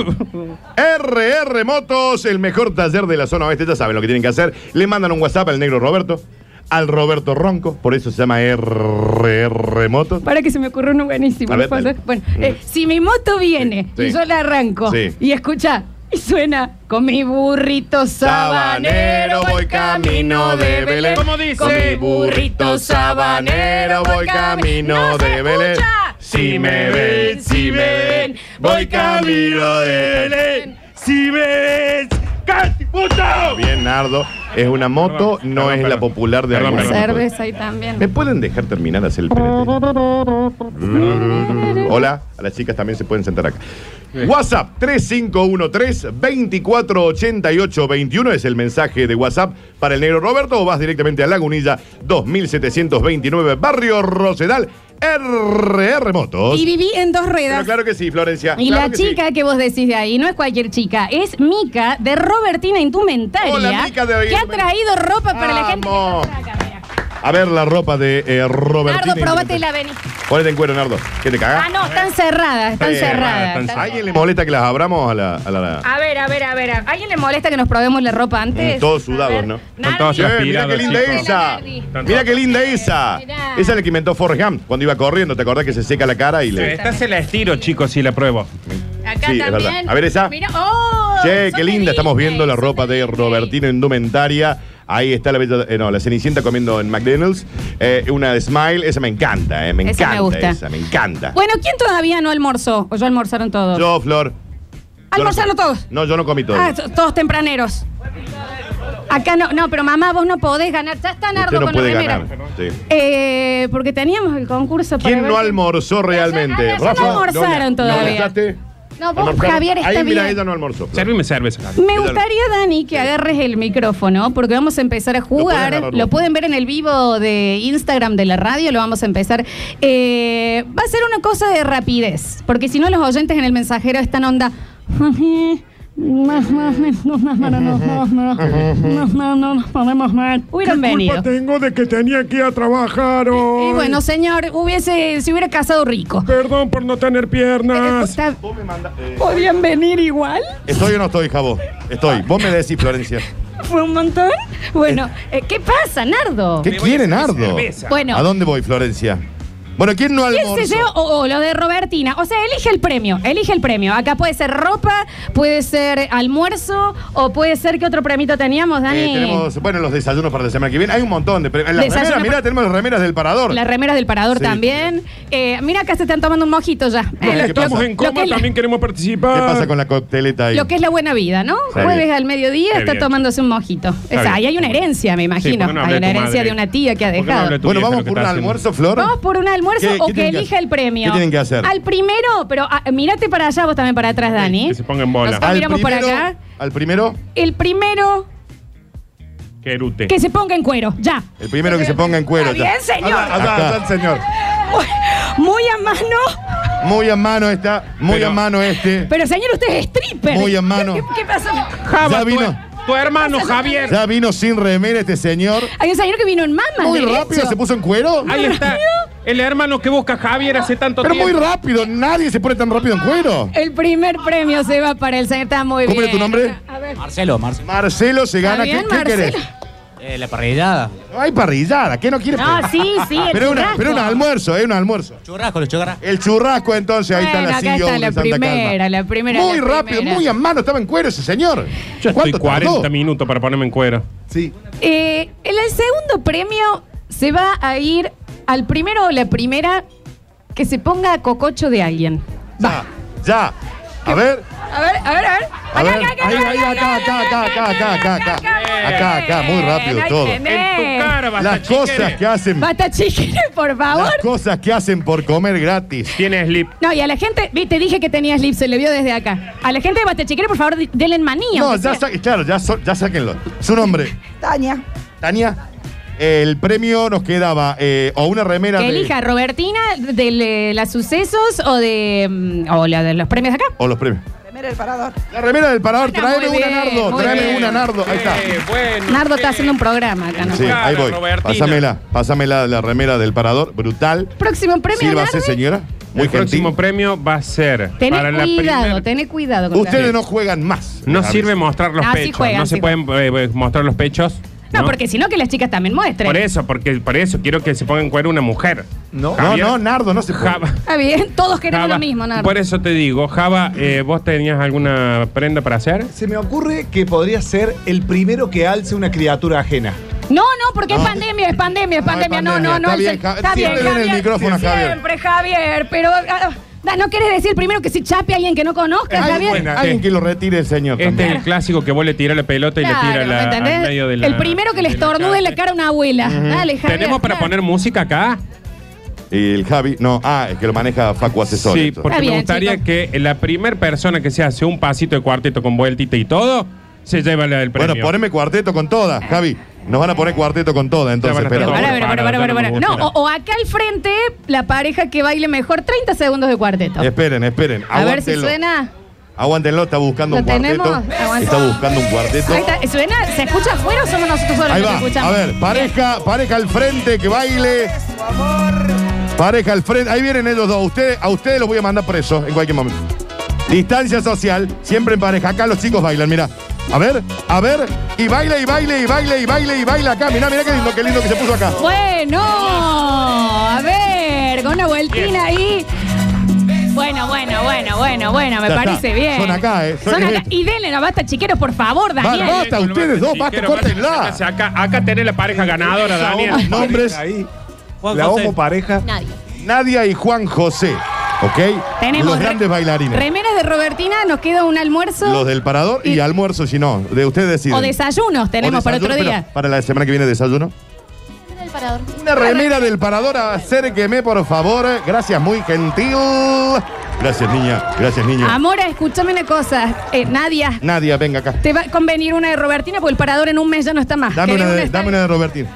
S3: RR Motos, el mejor taller de la zona oeste, ya saben lo que tienen que hacer. Le mandan un WhatsApp al negro Roberto, al Roberto Ronco, por eso se llama RR Motos.
S2: Para que se me ocurra uno buenísimo.
S3: A ver,
S2: Fue-
S3: dale. Mm.
S2: Bueno, eh, si mi moto viene
S3: Sí.
S2: y yo la arranco
S3: Sí.
S2: y escucha y suena con mi burrito sabanero voy camino de Belén.
S3: Como
S2: Con mi
S3: dice,
S2: burrito sabanero voy camino de Belén.
S3: Si me ven, si me ven, voy camino de Belén. Si me ves, ¡casi puto! Bien, Nardo. Es una moto, no es la popular de
S4: Perdón,
S3: algunos
S4: perdón.
S3: motores.
S2: Cerveza ahí también.
S3: ¿Me pueden dejar terminar de hacer el PNT? Hola, a las chicas también se pueden sentar acá. WhatsApp 3513-248821 es el mensaje de WhatsApp para el negro Roberto o vas directamente a Lagunilla 2729 Barrio Rosedal RR Motos.
S2: Y viví en dos
S3: Pero
S2: ruedas.
S3: claro que sí, Florencia.
S2: Y
S3: Ah, claro
S2: la
S3: que sí.
S2: chica que vos decís de ahí no es cualquier chica, es Mica de Robertina Indumentaria.
S3: Hola, Mica de
S2: Que ha traído ropa para la gente.
S3: Vamos. A ver la ropa de eh, Robertina.
S2: Nardo, probate
S3: Independiente.
S2: la vení.
S3: Ponete en cuero, Nardo. ¿Qué te cagas?
S2: Ah, no, están cerradas, están
S3: Eh,
S2: cerradas.
S3: ¿A
S2: están-
S3: ¿Alguien le molesta que las abramos a la.? A la- a la-
S2: A ver, a ver, a ver. ¿A alguien le molesta que nos probemos la ropa antes?
S3: Mm, todos sudados, ¿no?
S2: Están todos
S3: Eh, Mira
S4: transpirados,
S3: qué linda
S4: chicos.
S3: esa.
S4: Nardi. Están
S3: Mira
S4: todos-
S3: qué linda esa.
S2: mirá.
S3: Esa es la que inventó Forrest Gump cuando iba corriendo. ¿Te acordás que se seca la cara y le.
S4: Esta se la estiro, chicos, si la pruebo.
S2: Acá
S3: Sí, es
S2: también.
S3: verdad. A ver esa.
S2: Mira, ¡oh!
S3: Che,
S2: Son
S3: qué
S2: de
S3: linda. Estamos
S2: Disney.
S3: viendo la ropa de Robertino Indumentaria. Ahí está la bella, eh, no, la Cenicienta comiendo en McDonald's. Eh, una de Smile, esa me encanta, eh, me
S2: Esa me
S3: encanta
S2: gusta.
S3: esa, me encanta.
S2: Bueno, ¿quién todavía no almorzó? ¿O ya almorzaron todos?
S3: Yo, Flor.
S2: Almorzaron
S3: yo no-
S2: todos.
S3: No, yo no comí todo.
S2: Ah, so- todos tempraneros. Acá no, no, pero mamá, vos no podés ganar. Ya está Nardo
S3: Usted no
S2: con la
S3: puede
S2: remera.
S3: ganar. Sí.
S2: Eh, porque teníamos el concurso para
S3: ¿Quién
S2: ver
S3: no
S2: si-
S3: almorzó realmente?
S2: Ah, ya no almorzaron
S3: ¿No
S2: todavía.
S3: almorzaste?
S2: No, vos,
S3: Almorzar.
S2: Javier, está
S3: Ahí, mira,
S2: bien.
S3: ella no almorzó.
S4: Servime cerveza.
S2: Me gustaría, Dani, que agarres el micrófono porque vamos a empezar a
S4: agarrar
S2: jugar.
S4: vos.
S2: Lo pueden ver en el vivo de Instagram de la radio, lo vamos a empezar. Eh, va a ser una cosa de rapidez, porque si no los oyentes en el mensajero están onda... nos podemos mal. Hubieran venido.
S18: tengo de que tenía que ir a trabajar hoy?
S2: Y bueno, señor, hubiese, se hubiera casado rico.
S18: Perdón por no tener piernas. eh.
S2: ¿Podrían venir igual?
S3: ¿Estoy o no estoy, Jabo? Estoy. Vos me decís, Florencia.
S2: Fue un montón. Bueno, eh, ¿qué pasa, Nardo?
S3: ¿Qué quiere Nardo?
S2: Bueno,
S3: ¿A dónde voy, Florencia? Bueno, ¿quién no
S2: ¿Quién se
S3: almorzó? Eh,
S2: lleva? O o lo de Robertina. O sea, elige el premio. Elige el premio. Acá puede ser ropa, puede ser almuerzo o puede ser que otro premito teníamos, Dani.
S3: Eh, tenemos, bueno, los desayunos para la semana que viene. Hay un montón de premios. Las
S2: Desayuno
S3: remeras,
S2: pa-
S3: mirá, tenemos las remeras del parador.
S2: Las remeras del parador
S3: Sí.
S2: también. Eh, mira, acá se están tomando un mojito ya. Eh,
S3: ¿qué
S2: lo-
S3: pasa?
S2: lo que es la-
S4: queremos participar.
S3: ¿Qué pasa con la cocteleta ahí?
S2: Lo que es la buena vida, ¿no?
S3: Está
S2: Jueves
S3: bien.
S2: al mediodía
S3: Está
S2: está
S3: bien.
S2: tomándose un mojito.
S3: Está
S2: O sea,
S3: bien.
S2: ahí hay una herencia, me imagino.
S3: ¿por qué no habla
S2: hay una
S3: de tu
S2: herencia
S3: madre?
S2: de una tía que ha
S3: ¿Por qué no
S2: dejado.
S3: habla de tu Bueno, vieja, vamos lo que por está un haciendo? almuerzo, Flor.
S2: Vamos por un almuerzo
S3: ¿Qué-
S2: o que
S3: qué tienen que
S2: elija
S3: hacer?
S2: el premio.
S3: ¿Qué tienen que hacer?
S2: Al primero, pero ah, mírate para allá, vos también para atrás, Dani.
S4: Que se ponga en bola.
S2: Nosotros ah, miramos para acá.
S3: Al primero,
S2: El primero
S4: Que erute.
S2: que se ponga en cuero, ya.
S3: el primero que se ponga en cuero.
S2: Está
S3: ya.
S2: bien, señor.
S3: Allá, allá,
S2: Acá.
S3: allá el señor.
S2: Muy a mano.
S3: Muy a mano está, muy a mano este.
S2: Pero señor, usted es stripper.
S3: Muy a mano.
S2: ¿Qué, qué pasó?
S3: Ya vino,
S4: Tu hermano, Javier.
S3: ya vino sin remera este señor.
S2: Hay un señor que vino en mama.
S3: Muy rápido, se puso en cuero.
S4: Ahí está. El hermano que busca Javier hace tanto
S3: Pero muy
S4: tiempo.
S3: rápido, nadie se pone tan rápido en cuero.
S2: El primer premio se va para el señor. Está muy
S3: ¿Cómo
S2: bien.
S3: era tu nombre?
S5: Marcelo, Marcelo.
S3: Marcelo se
S2: ¿Está
S3: gana. ¿Qué,
S2: bien,
S3: qué
S2: Marcelo?
S3: querés?
S5: Eh, la parrillada.
S3: No hay parrillada, ¿qué no quiere?
S2: No, sí, sí, el
S3: Pero, una,
S2: churrasco.
S3: pero un almuerzo, es un almuerzo.
S5: Churrasco, los churrascos.
S3: El churrasco, entonces, ahí
S2: Bueno,
S3: está
S2: acá
S3: la E CEO
S2: está
S3: de
S2: la
S3: Santa
S2: primera,
S3: Calma.
S2: la primera,
S3: Muy
S2: la
S3: rápido,
S2: primera.
S3: muy a mano, estaba en cuero ese señor.
S4: Yo estoy
S3: ¿Cuánto
S4: 40
S3: tardó?
S4: minutos para ponerme en cuero.
S3: Sí.
S2: Eh, el, el segundo premio se va a ir al primero o la primera que se ponga a cococho de alguien.
S3: Ya, ya. A ver,
S2: A ver, a ver, a ver.
S3: a ver. Ahí, ahí, acá, acá, acá, acá, acá, acá, acá. Acá, acá, muy rápido todo.
S2: En tu cara, basta
S3: Las cosas que hacen,
S2: Basta chiquere, por favor.
S3: las cosas que hacen por comer gratis.
S4: Tiene slip.
S2: No, y a la gente, vi, te dije que tenía slip, se le vio desde acá. A la gente de Basta Chiquere, por favor, di- denle manía.
S3: No,
S2: aunque
S3: ya
S2: sea.
S3: sa- claro, ya, so- ya sáquenlo. Su nombre,
S19: Tania.
S3: Tania. El premio nos quedaba eh, o una remera
S2: Que
S3: de-
S2: elija Robertina de le- las sucesos o de, mm, o la de los premios de acá.
S3: o los premios.
S19: Remera del parador.
S3: La remera del parador,
S2: Está
S3: tráeme
S2: muy
S3: una
S2: bien,
S3: Nardo,
S2: muy
S3: tráeme
S2: bien.
S3: una Nardo, ahí está.
S4: Eh,
S2: Nardo está haciendo un programa acá, ¿no?
S3: Sí, ahí voy.
S4: Robertina.
S3: Pásamela, pásamela la remera del parador, brutal.
S2: Próximo premio,
S3: Sírvase,
S2: Nardo.
S3: señora. Muy
S4: el próximo
S3: gentil.
S4: premio va a ser
S2: Tené
S4: para la
S2: cuidado,
S4: primera.
S2: tené cuidado. Con
S3: Ustedes
S2: la-
S3: no juegan más.
S4: No
S3: Déjame
S4: sirve
S3: decir.
S4: mostrar los
S2: Ah, sí
S4: pechos.
S2: juegan,
S4: no se
S2: sí
S4: pueden eh, eh, mostrar los pechos.
S2: No, porque si no, que las chicas también muestren.
S4: Por eso, porque por eso quiero que se ponga en cuero una mujer.
S3: No,
S4: Javier.
S3: no, no, Nardo, no se puede.
S4: Java.
S2: Está bien, todos queremos
S4: Java.
S2: lo mismo, Nardo.
S4: Por eso te digo, Java, eh, ¿vos tenías alguna prenda para hacer?
S15: Se me ocurre que podría ser el primero que alce una criatura ajena.
S2: No, no, porque
S4: Ah.
S15: No.
S2: es pandemia, es pandemia, es
S15: No,
S2: pandemia.
S15: es
S2: No, no,
S15: pandemia.
S2: no.
S15: Está
S2: el-
S15: bien, Javier. Siempre
S2: bien,
S15: en el micrófono, Javier.
S2: Siempre, Javier. Pero ah, ah, no quieres decir primero que si chape a alguien que no conozca,
S3: Alguien-
S2: Javier.
S3: bueno, alguien que lo retire el señor.
S4: Este
S3: también.
S4: es el clásico que vos le tirás la pelota y le
S2: Claro,
S4: tira
S2: ¿me
S4: la,
S2: entendés?
S4: al medio de la...
S2: el primero que
S4: de
S2: le
S4: la
S2: estornude en la cara a una abuela. Dale, Javier.
S4: ¿Tenemos para poner música acá?
S3: Y el Javi, no, ah, es que lo maneja Facu Asesor.
S4: Sí,
S3: esto.
S4: porque
S2: Está bien,
S4: me gustaría que la primer persona que se hace un pasito de cuarteto con vueltita y todo, se lleva la del premio.
S3: Bueno, poneme cuarteto con todas, Javi. Nos van a poner cuarteto con todas, entonces,
S4: Ya van a
S3: espera.
S4: estar
S2: Pará, pará, pará, pará, pará, pará.
S3: Espera.
S2: No, o, o acá al frente, la pareja que baile mejor, 30 segundos de cuarteto.
S3: Esperen, esperen.
S2: A ver si
S3: aguántenlo.
S2: suena.
S3: Aguántenlo, está buscando
S2: ¿Lo
S3: un cuarteto.
S2: tenemos? Aguanta.
S3: Está buscando un cuarteto.
S2: Ahí está, ¿Suena? ¿Se escucha afuera o somos nosotros solos
S3: Ahí
S2: los que
S3: va, a
S2: escuchamos?
S3: ver, pareja, pareja al frente que baile. Pareja al frente, ahí vienen ellos dos. Ustedes, a ustedes los voy a mandar presos en cualquier momento. Distancia social, siempre en pareja. Acá los chicos bailan, mira. A ver, a ver, y baila, y baile, y baile, y baile, y baila acá. Mirá, mirá qué lindo, qué lindo que se puso acá.
S2: Bueno, a ver, con una vueltina ahí. Bueno, bueno, bueno, bueno, bueno, me
S3: Ya
S2: parece
S3: está.
S2: bien.
S3: Son acá, ¿eh? Son
S2: Son acá.
S3: esto.
S2: Y denle, no basta, chiqueros, por favor, Daniel.
S3: basta, ustedes dos, basta, córtenla.
S4: Acá, acá tenés la pareja ganadora, Daniel.
S3: Nombres,
S15: Ahí.
S4: Juan
S15: la
S4: José.
S15: homo pareja.
S2: Nadie.
S3: Nadia y Juan José, ¿ok?
S2: Tenemos
S3: los
S2: re-
S3: grandes bailarines.
S2: Remeras de Robertina, nos queda un almuerzo.
S3: Los del parador y, almuerzo, si no, de ustedes deciden.
S2: O desayunos tenemos
S3: O
S2: para otro
S3: desayuno,
S2: día.
S3: pero Para la semana que viene, desayuno. Una remera del parador, acérqueme, por favor. Gracias, muy gentil. Gracias, niña. Gracias, niño.
S2: Amora, escúchame una cosa. Eh, Nadia,
S3: Nadia, venga acá.
S2: te va a convenir una de Robertina porque el parador en un mes ya no está más.
S3: Dame
S2: ¿Querés
S3: una de,
S2: esta-
S3: dame una de Robertín.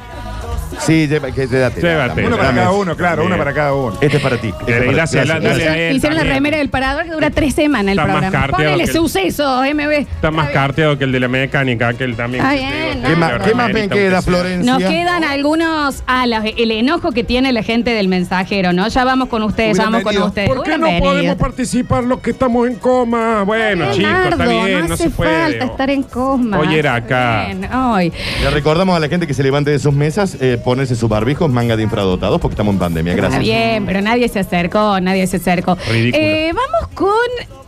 S3: Sí, lleva- que llévate.
S4: Llévate.
S3: Dame,
S4: Uno para
S3: dame
S4: cada
S3: ese.
S4: uno, claro,
S3: Bien.
S4: uno para
S15: cada uno.
S3: Este es para ti. Este es
S4: Y dásela,
S3: para- gracias,
S4: dale
S3: gracias.
S4: a él
S2: Hicieron la
S4: también.
S2: remera del parador que dura tres semanas el
S4: Está más
S2: programa.
S4: carteado
S2: Ponele
S4: que el-
S2: suceso, MB.
S4: Está más carteado que el de la mecánica, que él también.
S2: Está bien,
S4: Que
S2: ¿no?
S4: tiene
S3: ¿Qué más
S4: remerita,
S3: bien
S4: aunque
S3: queda,
S4: sea.
S3: Florencia?
S2: Nos
S4: Oh.
S2: quedan algunos alas. El enojo que tiene la gente del mensajero, ¿no? Ya vamos con ustedes, ya
S18: Hubieran
S2: vamos con
S18: venido.
S2: ustedes.
S18: ¿Por qué
S2: Hubieran
S18: no
S2: venido.
S18: podemos participar los que estamos en coma? Bueno,
S2: Leonardo,
S4: chicos, está bien,
S2: no,
S4: no
S2: hace
S4: se puede.
S2: falta estar en coma.
S3: Hoy era acá.
S2: Bien, hoy.
S3: Le recordamos a la gente que se levante de sus mesas, eh, ponerse sus barbijos, manga de infradotados, porque estamos en pandemia.
S2: Está
S3: Gracias.
S2: bien, pero nadie se acercó, nadie se acercó.
S3: Ridículo.
S2: Eh, vamos con.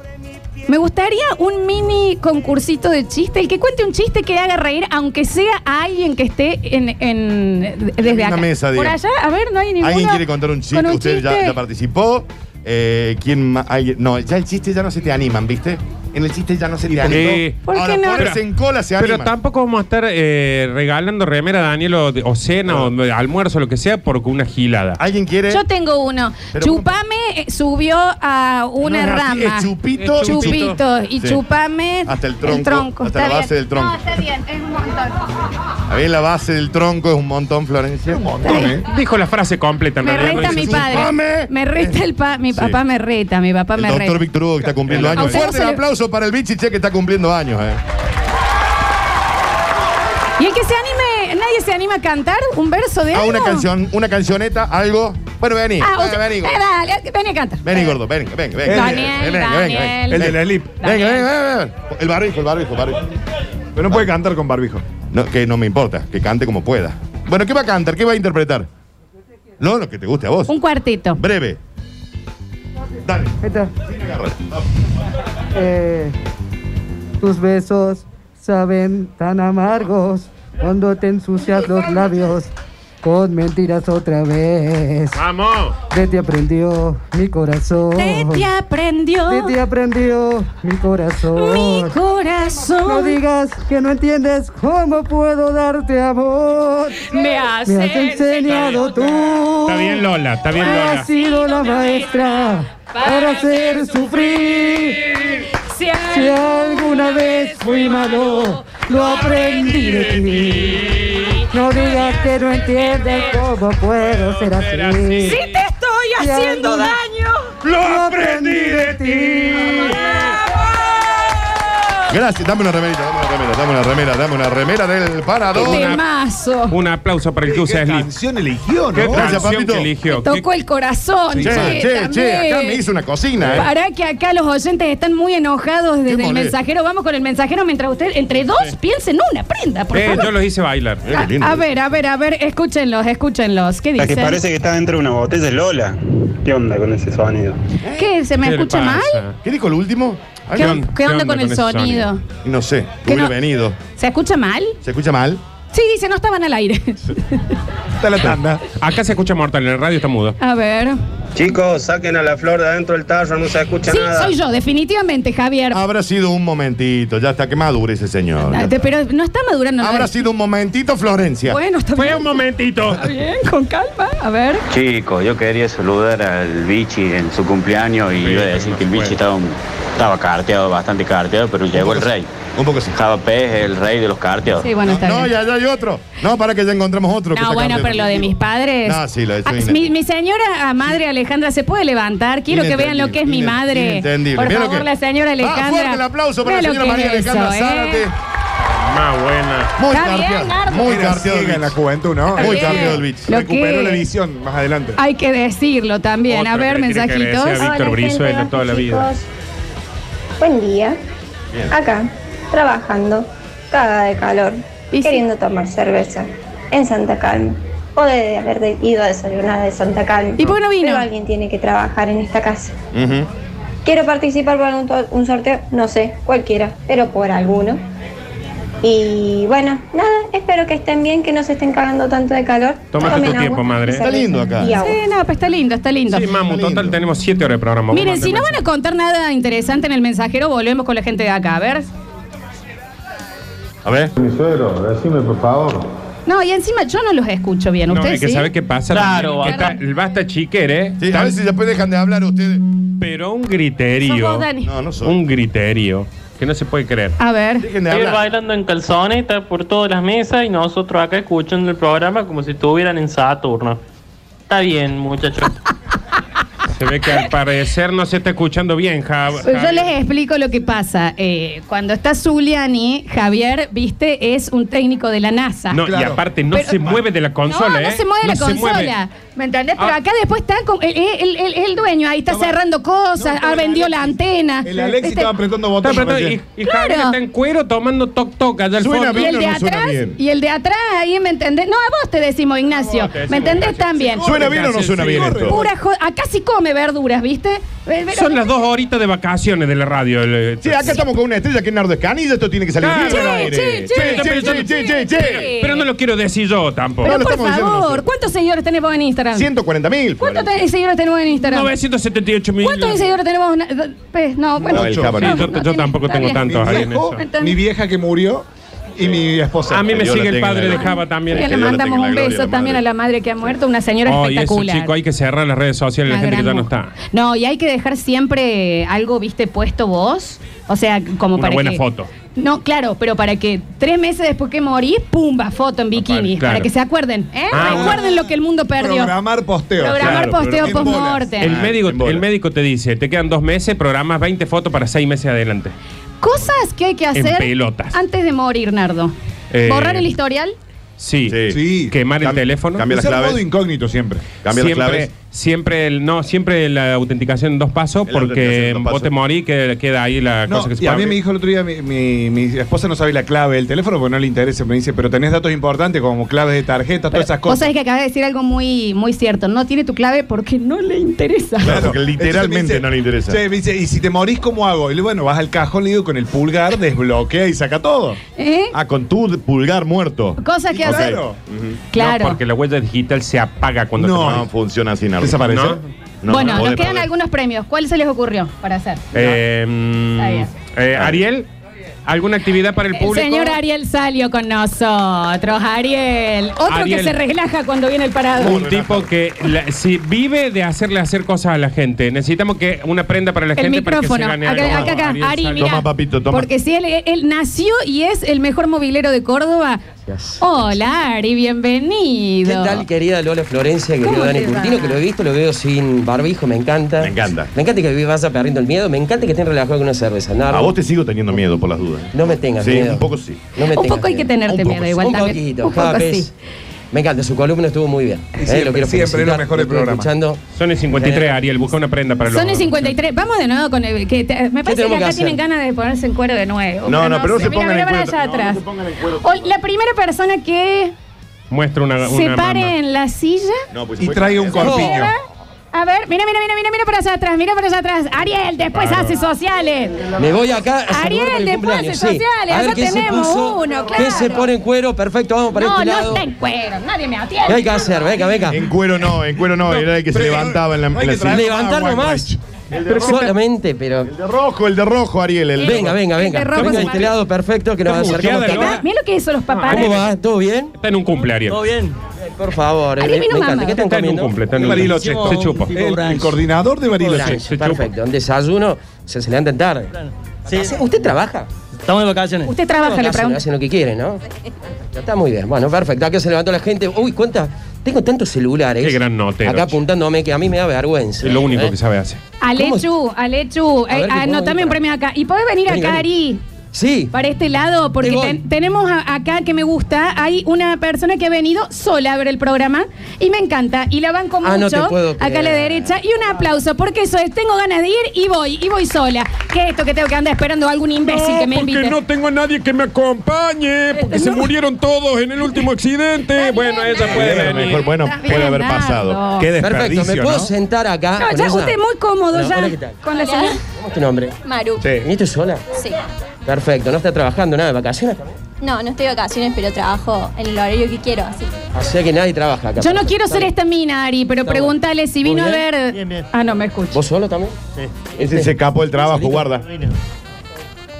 S2: Me gustaría un mini concursito de chiste, el que cuente un chiste que haga reír, aunque sea a alguien que esté en, en- desde
S3: Una
S2: acá.
S3: mesa,
S2: Por
S3: diga.
S2: allá, a ver, no hay ninguno.
S3: ¿Alguien quiere contar un chiste?
S2: ¿Con un
S3: Usted ya-
S2: chiste?
S3: Ya, participó. Eh, ¿Quién más? Alguien- No, ya el chiste ya no se te animan, ¿viste? En el chiste ya no se te
S4: Eh,
S3: animan.
S4: ¿Por qué
S3: Ahora,
S4: no?
S3: ponerse en cola se
S4: Pero
S3: animan.
S4: tampoco vamos a estar eh, regalando remera a Daniel o, de- o cena o de- almuerzo, lo que sea, por una gilada.
S3: ¿Alguien quiere?
S2: Yo tengo uno.
S4: Pero
S2: chupame eh, subió a
S4: No
S2: una
S4: es así,
S2: rama.
S4: es Eh, chupito.
S2: Es chupito.
S3: Eh, Chupito.
S2: Y
S3: Sí.
S2: chupame
S3: Hasta el tronco, hasta
S2: Está
S3: la base
S2: bien.
S3: del tronco.
S2: No, está bien, es un montón.
S3: A ver, la base del tronco es un montón, Florencia. un montón,
S4: ¿eh? Dijo la frase completa. en
S2: Me
S4: realidad, no
S2: reta
S4: hice-
S2: mi padre. Me reta el pa mi papá me reta, mi papá
S3: El
S2: me
S3: doctor
S2: reta.
S3: Víctor Hugo que está cumpliendo
S2: A
S3: años.
S2: usted
S3: Fuerte
S2: se le-
S3: aplauso para el bichiche que está cumpliendo años, ¿eh?
S2: Y el que se anime, nadie se anima a cantar un verso de
S19: Ah,
S3: A
S2: algo?
S3: Ah, una canción, una cancioneta, algo. Bueno, vení.
S2: Ah, o
S3: Bueno,
S2: sea,
S3: vení,
S2: eh,
S3: gordo.
S2: dale, vení a cantar. Eh,
S3: Vení, gordo, venga, venga, venga.
S2: Daniel,
S3: venga, venga,
S2: Daniel.
S3: venga, venga.
S2: El de la
S15: slip.
S3: Venga, venga, venga, venga. El barbijo, el barbijo, el barbijo.
S15: Pero no puede cantar con barbijo.
S3: No, que no me importa, que cante como pueda. Bueno, ¿qué va a cantar? ¿Qué va a interpretar? No, lo que te guste a vos.
S2: Un cuartito.
S3: Breve. Dale. Agárralo.
S19: Eh, tus besos saben tan amargos cuando te ensucias los labios con mentiras otra vez.
S4: ¡Vamos!
S19: De ti aprendió mi corazón.
S2: De ti aprendió.
S19: De ti aprendió mi corazón.
S2: Mi corazón.
S19: No digas que no entiendes cómo puedo darte amor.
S2: Me
S19: has
S2: has
S19: enseñado tú.
S4: Está
S2: Oh.
S4: bien, Lola, está bien,
S2: Ah,
S4: Lola.
S19: Has sido la maestra para hacer sufrir.
S2: Si
S19: Si alguna vez fui malo, lo aprendí de ti. No digas que no entiendes cómo puedo ser así.
S2: Si te estoy
S19: Si
S2: haciendo
S19: alguna-
S2: daño,
S19: Lo aprendí de ti.
S3: Gracias, dame una remera, dame una remera, dame una remera, dame una remera del parador.
S2: ¡Qué temazo!
S4: Un aplauso para el que usa Slip. ¿Qué canción eligió,
S3: ¿Qué canción que
S4: eligió?
S2: Tocó el corazón.
S3: Che,
S2: che,
S3: che, che, acá
S2: también.
S3: me hizo una cocina, ¿eh?
S2: Pará que acá los oyentes están muy enojados desde el
S3: mole.
S2: mensajero. Vamos con el mensajero mientras usted, entre dos, piensen una, prenda, por
S4: Eh,
S2: favor.
S4: yo los hice bailar.
S2: A- A ver, a ver, a ver, escúchenlos, escúchenlos. ¿Qué
S20: La que
S2: dicen?
S20: parece que está dentro de una botella es Lola. ¿Qué onda con ese sonido?
S2: ¿Qué? ¿Se me
S20: ¿Qué le
S2: escucha
S20: pasa?
S2: mal?
S3: ¿Qué dijo el último?
S2: ¿Qué, on- qué onda, con, el sonido?
S3: No sé,
S2: ¿Qué
S3: hubiera
S2: no-
S3: venido.
S2: ¿Se escucha mal?
S3: ¿Se escucha mal?
S2: Sí, dice, no estaban al aire.
S4: Está la tanda. Acá se escucha mortal, en el radio está mudo.
S2: a ver.
S20: Chicos, saquen a la flor de adentro del tarro, no se escucha
S2: Sí,
S20: nada.
S2: soy yo, definitivamente, Javier.
S3: Habrá sido un momentito, ya está que madure ese señor.
S2: Ah, te- Pero no está madurando. ¿no?
S3: Habrá sido un momentito, Florencia.
S2: Bueno, está bien.
S4: Fue un momentito.
S2: Está bien, con calma. A ver.
S21: Chicos, yo quería saludar al Bichi en su cumpleaños y iba a decir que el Bichi estaba, un- estaba carteado, bastante carteado, pero llegó el rey.
S3: Un poco sí.
S21: Java Pérez es el rey de los carteados.
S2: Sí, bueno, está
S3: no,
S2: bien.
S3: ya, ya hay otro. No, para que ya encontramos otro. que
S2: No,
S3: está
S2: bueno,
S3: cambiando.
S2: pero lo de mis padres.
S3: No, sí, lo de eso
S2: Ah,
S3: es
S2: mi, mi señora ah, madre Alejandra, ¿se puede levantar? Quiero que vean lo que es mi
S3: Inen-
S2: madre.
S3: inentendible.
S2: Por
S3: Mira lo
S2: favor,
S3: que-
S2: la señora
S3: Ah,
S2: Alejandra.
S3: fuerte el aplauso para
S2: Ve
S3: la
S2: lo
S3: señora
S2: que
S3: María
S2: es
S3: Alejandra
S2: eso,
S3: Zárate.
S2: ¿eh?
S4: Más buena.
S3: Muy
S2: Está bien,
S3: carteado.
S2: Nardo.
S3: Muy
S15: Era
S3: carteado. el
S15: ciega en la
S3: bicho.
S15: juventud, ¿no?
S2: Está
S3: Muy
S2: bien.
S3: carteado el bicho.
S2: Lo
S15: Recuperó
S2: que-
S15: la visión más adelante.
S2: Hay que decirlo también.
S15: Otro
S2: a ver,
S15: que le tiene que
S2: mensajitos.
S15: agradecer a Víctor
S2: Hola, gente.
S15: Brizuela toda la vida.
S22: Buen día. Acá, trabajando, caga de calor, queriendo tomar cerveza en Santa Calma. O de haber ido a desayunar de Santa Calma.
S2: ¿Y por qué no vino?
S22: Pero alguien tiene que trabajar en esta casa.
S3: Ujú.
S22: Quiero participar para un, to- un sorteo, no sé, cualquiera, pero por alguno. Y bueno, nada, espero que estén bien, que no se estén cagando tanto de calor.
S4: Tómate
S22: Tomen
S4: tu tiempo,
S22: agua,
S4: madre.
S22: cerveza
S4: Está lindo acá.
S22: y agua.
S2: Sí, no, pues está lindo, está lindo.
S4: Sí, mamu, total, tenemos siete horas de programa. Vos
S2: Miren,
S4: mandame
S2: si no
S4: eso.
S2: van a contar nada interesante en el mensajero, volvemos con la gente de acá. A ver.
S3: A ver.
S23: Mi suegro, decime por favor,
S2: No, y encima yo no los escucho bien.
S4: No,
S2: Ustedes
S4: es que
S2: sí.
S4: sabe qué pasa.
S2: Claro,
S4: Que está- el basta chiquere.
S3: Sí, a ver si después dejan de hablar ustedes.
S4: Pero un griterío.
S2: Sos vos, Dani.
S3: No, no soy.
S4: Un griterío. Que no se puede creer.
S2: A ver.
S11: Ellos bailando en calzoneta por todas las mesas y nosotros acá escuchando el programa como si estuvieran en Saturno. Está bien, muchachos.
S4: Se ve que al parecer no se está escuchando bien, Jav.
S2: Pues yo
S4: Javier.
S2: les explico lo que pasa. Eh, cuando está Zuliani, Javier, viste, es un técnico de la NASA.
S4: No, y aparte no se mueve de la consola,
S2: no, no
S4: ¿eh?
S2: se mueve la consola. ¿Me entendés? Pero acá después está con el, el- el- el dueño, ahí está cerrando cosas, ah, vendió la antena.
S15: El
S2: Este-
S15: Alexis estaba apretando
S4: Está
S15: botones.
S4: apretando- y,
S15: recién.
S4: y Javier
S2: Claro.
S4: está en cuero tomando toc toc allá al
S15: Suena
S4: fondo.
S2: y el de atrás, y el de atrás, ahí me entendés. No, a vos te decimos, Ignacio.
S4: te
S2: ¿Me
S4: decimos,
S2: entendés también?
S3: ¿Suena bien o no
S4: Sí,
S3: suena
S4: sí,
S3: bien
S4: corre.
S3: esto?
S2: Pura jo- acá sí come verduras, ¿viste? Ve- ve-
S4: Son las dos horitas de vacaciones de la radio. el- eh,
S3: Sí, acá estamos con una estrella que es Nardo Escanilla, esto tiene que salir
S4: Claro.
S3: bien al
S4: Che,
S3: aire.
S2: che, che, che, che, che.
S4: Pero no lo quiero decir yo tampoco.
S2: Pero
S3: lo
S2: por
S3: estamos diciendo
S2: favor,
S3: nosotros.
S2: ¿cuántos seguidores tenés vos en Instagram?
S3: 140 mil.
S2: ¿Cuántos te- seguidores tenemos en Instagram?
S4: 978 mil.
S2: ¿Cuántos seguidores tenemos? Na- da- pe- No, bueno.
S4: No, el Java no. Sí, yo- yo tampoco tengo
S2: está bien.
S4: tantos ahí en
S15: Viejo,
S4: eso.
S2: Entonces-
S15: mi vieja que murió y mi esposa.
S4: A mí
S15: Que
S4: me
S15: Dios
S4: sigue
S15: la
S4: el
S15: tenga en
S4: padre
S15: la
S4: de
S15: gloria.
S4: Java también.
S2: Le mandamos un beso también a la madre que ha muerto, una señora
S4: Ay, eso,
S2: espectacular.
S4: Oh, chico, hay que cerrar las redes sociales la
S2: Una
S4: gente que ya
S2: gran
S4: no
S2: mujer.
S4: está.
S2: No, y hay que dejar siempre algo, viste, puesto vos. O sea, como
S4: Una
S2: para
S4: buena
S2: que-
S4: foto.
S2: No, claro, pero para que tres meses después que morís, pumba, foto en bikini.
S4: claro.
S2: Para que se acuerden, ¿eh?
S4: Ah,
S2: Recuerden lo que el mundo perdió.
S15: Programar posteo.
S2: Programar
S4: claro,
S2: posteo
S15: pero-
S2: postmortem.
S3: Ah,
S4: El médico, el médico te dice, te quedan dos meses, programas 20 fotos para seis meses adelante.
S2: Cosas que hay que
S4: En
S2: hacer
S4: pelotas.
S2: antes de morir, Nardo.
S4: Eh,
S2: Borrar el historial.
S4: Sí.
S15: Sí.
S4: Quemar el teléfono.
S3: cambia las
S15: Usar
S3: claves.
S15: modo incógnito siempre.
S3: Cambia las
S4: siempre,
S3: claves.
S4: Siempre el, no, siempre la autenticación en dos pasos,
S3: La autenticación
S4: porque
S3: en dos
S4: vos
S3: pasos.
S4: te morís que queda ahí la
S15: No,
S4: cosa que se
S15: y a
S4: puede
S15: mí me
S4: abrir.
S15: dijo el otro día, mi, mi- mi esposa no sabe la clave del teléfono porque no le interesa. Me dice, pero tenés datos importantes como claves de tarjeta, todas esas
S2: Vos
S15: cosas.
S2: sabés que acabas de decir algo muy, muy cierto. No tiene tu clave porque no le interesa.
S3: Claro, porque literalmente
S15: Entonces me dice-
S3: no le interesa.
S15: Sí, me dice, ¿y si te morís, cómo hago? Y le digo, bueno, vas al cajón, le digo, con el pulgar, desbloquea y saca todo.
S2: ¿Eh?
S3: Ah, con tu pulgar muerto.
S2: Cosas que hacer.
S15: Claro.
S2: Claro.
S4: No, porque la huella digital se apaga cuando
S15: No.
S4: te
S3: No
S4: morís.
S3: funciona así, Nardo.
S15: ¿Desaparece?
S4: ¿No?
S3: No,
S2: bueno,
S3: no
S2: nos
S3: podés
S2: quedan
S3: perder.
S2: algunos premios. ¿Cuál se les ocurrió para hacer?
S4: Eh,
S2: bien.
S4: mm, eh, Ariel, ¿alguna actividad para el
S2: El
S4: público?
S2: señor Ariel salió con nosotros. Ariel. Otro
S4: Ariel.
S2: que se relaja cuando viene el parado.
S4: Un tipo que la- si vive de hacerle hacer cosas a la gente. Necesitamos que una prenda para la
S2: el
S4: gente para que se
S2: micrófono.
S4: gane
S2: Acá, acá,
S4: algo.
S2: acá.
S4: Ariel
S2: Ari,
S4: Sal-
S2: mira.
S3: Toma, papito, toma.
S2: Porque si él, él nació y es el mejor movilero de Córdoba. Hola, Ari,
S6: ¿Qué
S2: bienvenido.
S6: tal, querida Lola Florencia,
S2: ¿Cómo
S6: querido Dani
S2: te va?
S6: Curtino? Que lo he visto, lo veo sin barbijo, me encanta.
S3: Me encanta.
S6: Me encanta que vayas perdiendo el miedo, me encanta que estén relajados con una cerveza. Nardo,
S3: A vos te sigo teniendo miedo por las dudas. ¿eh?
S6: No me tengas
S3: Sí,
S6: miedo.
S3: un poco sí.
S6: No me
S2: Un
S6: tengas
S2: poco hay que
S6: miedo.
S2: tenerte
S6: Un
S2: miedo
S6: poco
S2: igual
S6: sí. Un
S2: también.
S6: poquito,
S2: Un poco
S6: Japes.
S2: sí.
S6: Me encanta, su columna estuvo muy bien. Eh,
S15: siempre,
S6: lo quiero
S15: siempre es lo
S6: felicitar,
S15: mejor del
S6: estoy
S15: programa.
S6: escuchando.
S4: Son el
S24: Eh,
S4: 53, Ariel. Busca una prenda para los
S2: Son el 53. Vamos de nuevo con el. Que te- me parece que
S6: tenemos que
S2: acá
S6: hacer?
S2: tienen ganas de ponerse en cuero de nuevo.
S3: No, no, pero no
S2: sé.
S3: se
S2: Mira,
S3: pongan
S2: mira,
S3: en
S2: mira
S3: cuero.
S2: allá
S3: No,
S2: atrás.
S3: no se pongan en cuero.
S2: O la primera persona que
S4: Muestra una, una
S2: se pare
S4: mama.
S2: en la silla.
S3: No, pues,
S15: Y trae un corpiño.
S2: Mira, A ver, mira, mira, mira, mira, mira para allá atrás, mira para allá atrás. Ariel, después
S4: Claro.
S2: hace sociales.
S6: Me voy acá. a saludar
S2: Ariel,
S6: para el
S2: después
S6: cumpleaños,
S2: hace sociales,
S6: A ver
S2: allá
S6: quién se
S2: tenemos
S6: puso,
S2: uno,
S6: ¿Quién se
S2: claro.
S6: pone en cuero? Perfecto, vamos para
S2: No,
S6: este
S2: no
S6: lado.
S2: está en Eh, cuero, nadie me
S6: ¿Qué hay
S2: atiende.
S6: que hacer? Venga, venga.
S3: En cuero no, en cuero no. Era el que se
S15: Pero-
S3: levantaba en la,
S15: no hay
S3: en la
S15: que traer-
S3: silla.
S6: Levantar
S15: Ah,
S6: nomás.
S3: El de rojo.
S6: Solamente, pero.
S3: El de rojo, el de rojo, Ariel. El
S6: Venga, venga,
S2: El
S6: venga.
S2: de rojo
S6: Venga de
S2: se
S6: este
S2: va.
S6: lado, perfecto, que nos
S4: Está
S6: acercamos.
S4: muteada,
S6: acá.
S4: Lola.
S2: Mira lo que hizo los papás.
S6: ¿Cómo va? ¿Todo bien?
S4: Está en un cumple, Ariel.
S6: bien. Por favor,
S2: Ariel
S6: eh,
S2: vino
S6: me encanta.
S2: mamado.
S6: ¿Qué están
S4: Está en un
S6: comiendo?
S4: cumple. Está en
S15: De
S4: un
S15: Bariloche.
S4: Se chupa.
S15: El- El coordinador de Bariloche.
S6: Lunch, Perfecto. Un desayuno, se, se levantan tarde. Hace- ¿Usted trabaja?
S19: Estamos de vacaciones.
S2: Usted trabaja, le
S6: Hacen-
S2: pregunto.
S6: Hacen lo que quieren, ¿no? Ya Está muy bien. Bueno, perfecto. Acá se levantó la gente. Uy, cuánta. Tengo tantos celulares.
S4: Qué gran notero,
S6: Acá
S4: che.
S6: apuntándome que a mí me da vergüenza.
S4: Es lo único
S6: ¿eh?
S4: que sabe hacer.
S2: Alechu, Alechu,
S6: A
S2: eh,
S6: ver, que puedo
S2: anotame
S6: venir
S2: un premio acá. ¿Y podés venir
S6: Vení,
S2: acá, Ari?
S6: Sí.
S2: Para este lado, porque
S6: Te voy.
S2: ten- tenemos a- acá que me gusta, hay una persona que ha venido sola a ver el programa y me encanta. Y la banco
S6: Ah, no
S2: mucho,
S6: te puedo
S2: acá a la
S6: creer.
S2: derecha. Y un aplauso, porque eso es, tengo ganas de ir y voy, y voy sola. Que esto que tengo que andar esperando a algún imbécil
S24: No,
S2: que me invite.
S24: porque no tengo a nadie que me acompañe, porque se murieron todos en el último accidente. Bueno, ella
S3: Puede
S24: puede
S3: haber
S24: venir.
S3: mejor, bueno,
S2: Está
S3: puede
S2: bien,
S3: haber
S2: Nardo.
S3: pasado.
S4: Qué
S6: Perfecto. ¿Me
S4: desperdicio,
S6: puedo
S4: ¿no?
S6: sentar acá?
S2: No,
S6: Ah, con
S2: ya
S6: ella?
S2: usted muy cómodo
S6: Hola,
S2: ya.
S6: hola, ¿qué tal?
S2: Con la señora.
S6: ¿Cómo es tu nombre?
S25: Maru.
S6: ¿Viniste sola?
S25: Sí.
S6: Perfecto. ¿No está trabajando nada de vacaciones también?
S25: No, no estoy de vacaciones, pero trabajo en el horario que quiero, así.
S6: O sea que nadie trabaja acá.
S2: Yo no
S6: Perfecto.
S2: quiero ser esta mina, Ari, pero
S6: Está
S2: pregúntale si
S6: Muy
S2: vino a
S6: bien.
S2: ver. Ah, no, me escucho.
S6: ¿Vos solo también?
S3: Ese se escapó del trabajo, guarda.
S6: Está bien.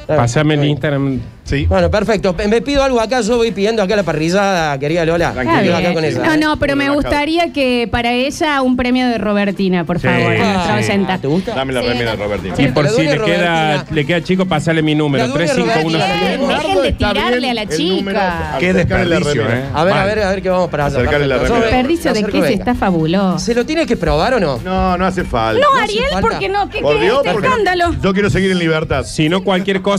S4: Pásame el Instagram.
S15: Sí.
S6: Bueno, perfecto. Pe- Me pido algo acá, yo voy pidiendo acá la parrillada, querida Lola.
S2: Está
S6: Me quedo
S2: bien.
S6: acá con esa.
S2: no,
S6: ¿eh?
S2: no, pero me gustaría que para ella un premio de Robertina, por
S4: Sí.
S2: favor, a nuestra
S4: Ah,
S2: oyenta. ¿Te
S6: gusta?
S3: Dame la remera, Robertino.
S4: Y por
S3: La
S4: si
S3: doña
S4: le queda, le queda chico, pasale mi número.
S3: La doña Robertina.
S4: 351.
S2: Dejen de
S3: Está bien
S2: tirarle a la
S3: el número.
S2: chica.
S4: Qué desperdicio,
S6: remera.
S4: eh.
S6: A ver, a
S4: Mal.
S6: ver, a ver qué vamos para allá.
S3: Acercale la
S6: Perfecto.
S3: remera.
S2: Desperdicio de
S6: Acerco
S2: qué si
S6: venga.
S2: está fabuloso.
S6: ¿Se lo tiene que probar o no?
S3: No, no hace falta.
S2: No, Ariel, porque no, ¿qué
S3: Por
S2: qué
S3: Dios,
S2: este
S3: porque-
S2: escándalo?
S3: Yo quiero seguir en libertad.
S4: Si no, cualquier cosa,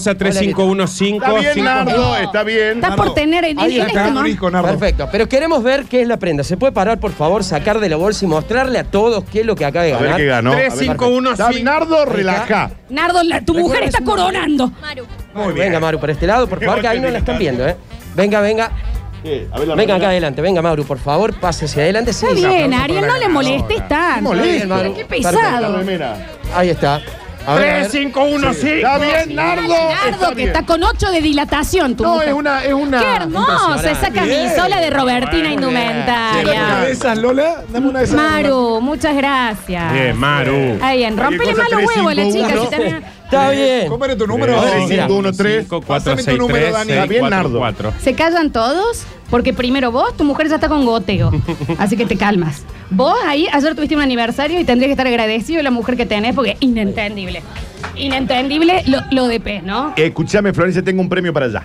S3: Está bien, Nardo, está bien.
S2: Está por tener el
S6: Ahí
S2: en este
S6: está.
S2: momento.
S6: Perfecto, pero queremos ver qué es la prenda. ¿Se puede parar, por favor, sacar de la bolsa y mostrarle a todos qué es lo que acaba de
S3: A ver
S6: ganar?
S3: qué ganó.
S6: 3, 5, 1,
S3: David, Nardo, relaja.
S2: Nardo, la- tu mujer está coronando.
S6: Venga, Maru, por este lado, por favor, que ahí no la están viendo, ¿eh? Venga, venga.
S3: A ver la
S6: Venga acá
S3: remera.
S6: adelante, venga Maru, por favor, pase hacia adelante. Sí,
S2: Está
S6: sí,
S2: bien,
S6: aplauso
S2: Ariel, no
S6: para la
S2: le
S6: ganadora.
S2: molestes tanto.
S6: Está bien, Maru.
S2: Qué
S6: Perfecto.
S2: pesado.
S6: Ahí está. A ver, a ver.
S4: 3515.
S3: Está bien, Nardo.
S2: Nardo, que está con 8 de dilatación, tu
S3: No,
S2: mujer.
S3: es una, es una.
S2: Qué hermosa esa
S3: Bien.
S2: camisola de Robertina
S15: Una de
S2: Indumentaria.
S15: esas, Lola, dame una de esas.
S2: Maru, muchas gracias.
S4: Bien, Maru.
S2: Está bien, rompele
S15: Cualquier
S2: mal
S15: cosa,
S2: los huevos a la
S15: 351,
S2: chica.
S15: ¿no?
S2: si tenés-
S6: Está bien.
S15: ¿Cómo era tu número?
S6: mira.
S3: 513.
S4: Cuatro,
S3: Pásame tu
S4: seis,
S3: número,
S4: tres,
S3: Dani.
S4: seis,
S3: Está bien,
S4: cuatro,
S3: Nardo.
S4: cuatro.
S2: ¿Se callan todos? Porque primero vos, tu mujer ya está con goteo. Así que te calmas. Vos ahí, ayer tuviste un aniversario y tendrías que estar agradecido a la mujer que tenés porque es inentendible. Inentendible lo, lo de pez, ¿no?
S3: Escúchame, Florencia, tengo un premio para allá.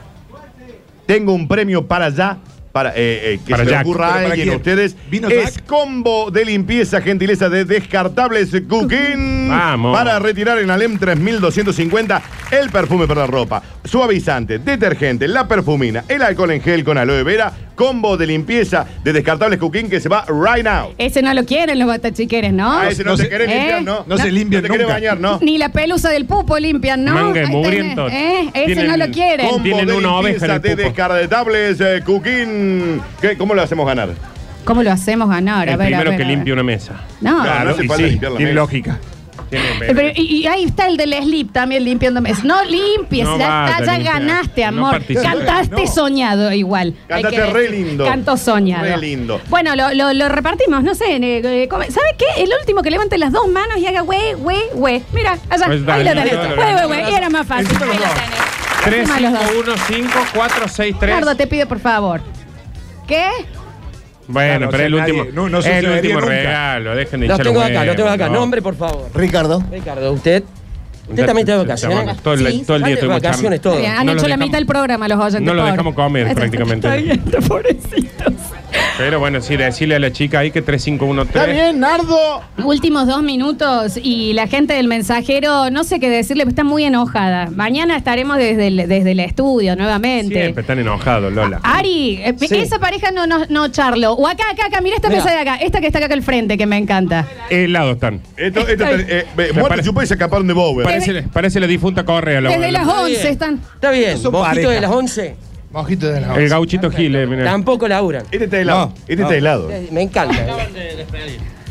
S3: Tengo un premio para allá. Para eh, eh, que
S4: Para
S3: se le
S4: Jack.
S3: ocurra
S4: ¿Pero
S3: a
S4: para
S3: alguien
S4: quién?
S3: ustedes.
S4: ¿Vino
S3: es
S4: Jack?
S3: combo de limpieza, gentileza de descartables cooking.
S4: Vamos.
S3: Para retirar en Alem 3250 el perfume para la ropa, suavizante, detergente, la perfumina, el alcohol en gel con aloe vera. Combo de limpieza de descartables cooking que se va right now.
S2: Ese no lo quieren los batachiqueres, ¿no?
S4: Ah,
S3: A ese no, te querés
S2: ¿Eh?
S3: limpiar, ¿no?
S15: No se
S3: limpia, no te querés
S15: nunca.
S3: bañar, ¿no?
S2: Ni la pelusa del pupo limpian, ¿no?
S4: Manga de
S2: Ahí tenés,
S4: mugriento.
S2: ¿eh? Ese
S4: Tienen-
S2: no lo quieren.
S3: Combo
S4: Tienen
S3: de
S4: una oveja en
S3: limpieza
S4: el
S3: de
S4: pupo.
S3: descartables eh, cooking. ¿Qué- ¿Cómo lo hacemos ganar?
S2: ¿Cómo lo hacemos ganar? A
S4: El
S2: ver, a
S4: primero
S2: ver,
S4: que
S2: a ver.
S4: limpie una mesa.
S2: No.
S3: No, no
S4: Claro,
S3: hace
S4: y
S3: falta ¿eh?
S4: sí,
S3: limpiar la
S4: tiene
S3: mesa.
S4: lógica. Tiene-
S2: Eh, pero- y, y ahí está el del slip también limpiándome. No limpies,
S4: No
S2: ya
S4: basta,
S2: está, ya
S4: limpia.
S2: ganaste,
S4: No
S2: amor.
S4: participes.
S2: Cantaste
S3: No.
S2: soñado igual. Hay
S3: Cantaste
S2: que
S3: re
S2: decir,
S3: lindo.
S2: Canto soñado.
S3: Re lindo.
S2: Bueno, lo, lo- lo repartimos, no sé. ¿Sabes qué? El último que levante las dos manos y haga güey, güey, güey. Mira, allá,
S4: Pues
S2: ahí
S4: dale,
S2: lo tenés.
S4: no, no,
S2: Güey,
S4: no.
S2: güey, güey. Y era más fácil. Ahí lo tenés.
S4: Tres,
S2: Firma los
S4: cinco,
S2: dos.
S4: uno, cinco, cuatro, seis, tres.
S2: Ricardo, te pido por favor. ¿Qué?
S4: Bueno,
S15: Claro,
S4: pero
S15: o sea,
S4: el último,
S15: nadie- no- no
S4: el
S15: sucedería
S4: último
S15: nunca.
S4: regalo, dejen de
S6: Lo
S4: hinchar
S6: tengo
S4: los
S6: acá, lo
S4: huevos,
S6: tengo acá.
S4: no.
S6: Nombre, por favor.
S5: Ricardo.
S6: Ricardo, usted. Usted
S4: Ya-
S6: también está de
S4: ya- ya
S6: vacaciones.
S4: vamos, todo el- todo el día
S6: de
S4: estoy escuchando.
S6: vacaciones, todo.
S2: Bien, han
S4: No
S2: hecho
S4: los
S2: la
S4: dejamos-
S2: mitad del programa los oyentes.
S4: no los
S2: pobres.
S4: dejamos comer
S2: Está-
S4: prácticamente.
S2: Está bien, pobrecitos.
S4: Pero bueno, sí, decirle a la chica ahí que 3513.
S3: Nardo.
S2: Últimos dos minutos y la gente del mensajero, no sé qué decirle, pero está muy enojada. Mañana estaremos desde el, desde el estudio nuevamente.
S4: Siempre están enojados, Lola.
S2: Ari, eh,
S4: Sí.
S2: esa pareja no, no, no charlo. O acá, acá, acá, mira esta
S4: Mira.
S2: mesa de acá, esta que está acá acá al frente, que me encanta.
S4: Helados están.
S3: Esto, esto,
S2: Está bien.
S3: eh, eh,
S4: Me
S3: muerte,
S4: parece-
S3: chupa y se escaparon de Bower.
S4: Parece, parece la difunta Correa. la-
S2: Desde
S4: la-
S2: las 11 están.
S6: Está bien,
S4: Son
S6: mojito
S4: pareja.
S6: de las 11.
S5: Mojito de la
S4: El gauchito Gil, eh, mira.
S6: Tampoco laburan.
S3: Este está helado.
S5: No,
S3: este está
S5: no.
S3: helado.
S6: Me encanta. ¿eh?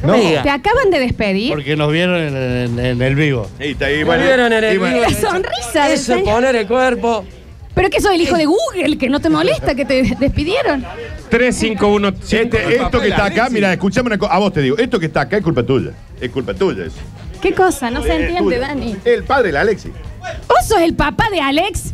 S5: No,
S6: Me diga.
S2: ¿Te acaban de despedir?
S5: porque nos vieron en, en- en el vivo.
S3: Sí, está ahí,
S6: Me vieron en
S3: y
S6: el vivo.
S2: La sonrisa del
S6: Eso,
S2: señor.
S6: poner el cuerpo.
S2: Pero que sos el hijo
S6: Eh.
S2: de Google, que no te molesta que te despidieron.
S4: 3515.
S3: Este,
S4: eh,
S3: esto que está acá, mira, escuchame una cosa. A vos te digo, esto que está acá es culpa tuya. Es culpa tuya eso.
S2: ¿Qué cosa? No se
S3: Es
S2: entiende,
S3: tuya.
S2: Dani.
S3: El padre, el Alexi.
S2: ¿Vos sos el papá de Alex?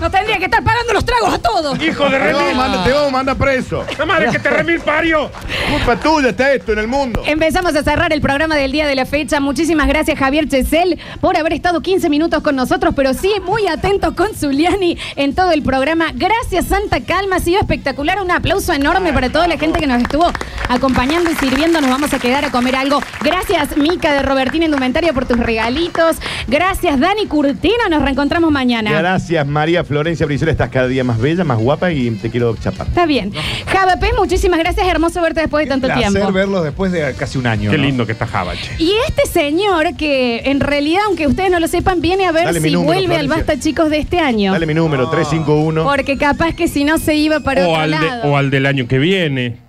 S2: No tendría que estar parando los tragos a todos.
S4: Hijo de
S3: Te vamos, a
S4: remil.
S3: mandar- te vamos a mandar preso.
S4: La madre que te remil pario.
S3: Culpa tuya está esto en el mundo.
S2: Empezamos a cerrar el programa del día de la fecha. Muchísimas gracias, Javier Chesel, por haber estado 15 minutos con nosotros, pero sí muy atentos con Zuliani en todo el programa. Gracias, Santa Calma. Ha sido espectacular. Un aplauso enorme para toda la gente que nos estuvo acompañando y sirviendo. Nos vamos a quedar a comer algo. Gracias, Mica de Robertina Indumentaria, por tus regalitos. Gracias, Dani Curtino. Nos reencontramos mañana.
S3: Gracias, María Florencia Brizuela. Estás cada día más bella, más guapa y te quiero chapar.
S2: Está bien. Java Pez, muchísimas gracias. Hermoso verte después de tanto tiempo.
S15: Placer verlos después de casi un año.
S4: Qué
S15: ¿no?
S4: lindo que está Jabache.
S2: Y este señor, que en realidad, aunque ustedes no lo sepan, viene a ver
S3: Dale mi
S2: si
S3: número,
S2: vuelve al
S3: Florencia.
S2: Basta Chicos de este año.
S3: Dale mi número, 351.
S2: Porque capaz que si no se iba para
S4: O
S2: otro
S4: al, de-
S2: lado.
S4: o al del año que viene.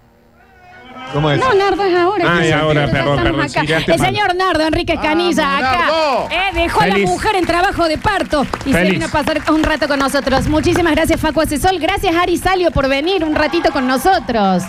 S15: ¿Cómo
S2: No, Nardo es ahora.
S4: Ah,
S2: que
S4: es ahora,
S2: ya
S4: perdón,
S2: estamos
S4: perdón, sí,
S2: acá.
S4: quedaste
S2: El
S4: mal.
S2: señor Nardo Enrique Canilla, acá.
S3: Nardo.
S2: eh, dejó a la
S4: Feliz.
S2: mujer en trabajo de parto y se
S4: Feliz.
S2: vino a pasar un rato con nosotros. Muchísimas gracias, Facu Asesol. Gracias, Ari Salio, por venir un ratito con nosotros.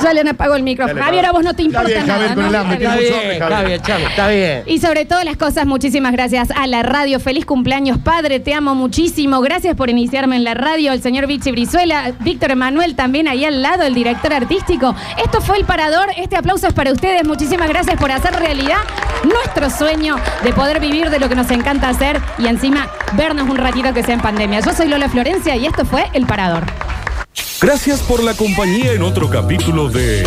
S2: Ya le han apagado el micrófono.
S6: Dale,
S2: Javier, a vos no te
S6: Está
S2: importa
S6: bien, Javier,
S2: nada.
S6: con
S2: ¿no?
S6: el hambre,
S2: Está
S6: tiene
S2: bien.
S6: mucho hambre, Javier. Está bien, chamo, está bien.
S2: Y sobre todas las cosas, muchísimas gracias a la radio. Feliz cumpleaños, padre. Te amo muchísimo. Gracias por iniciarme en la radio. El señor Vichy Brizuela, Víctor Emanuel también ahí al lado, el director artístico. Esto fue El Parador. Este aplauso es para ustedes. Muchísimas gracias por hacer realidad nuestro sueño de poder vivir de lo que nos encanta hacer y encima vernos un ratito que sea en pandemia. Yo soy Lola Florencia y esto fue El Parador.
S1: Gracias por la compañía en otro capítulo de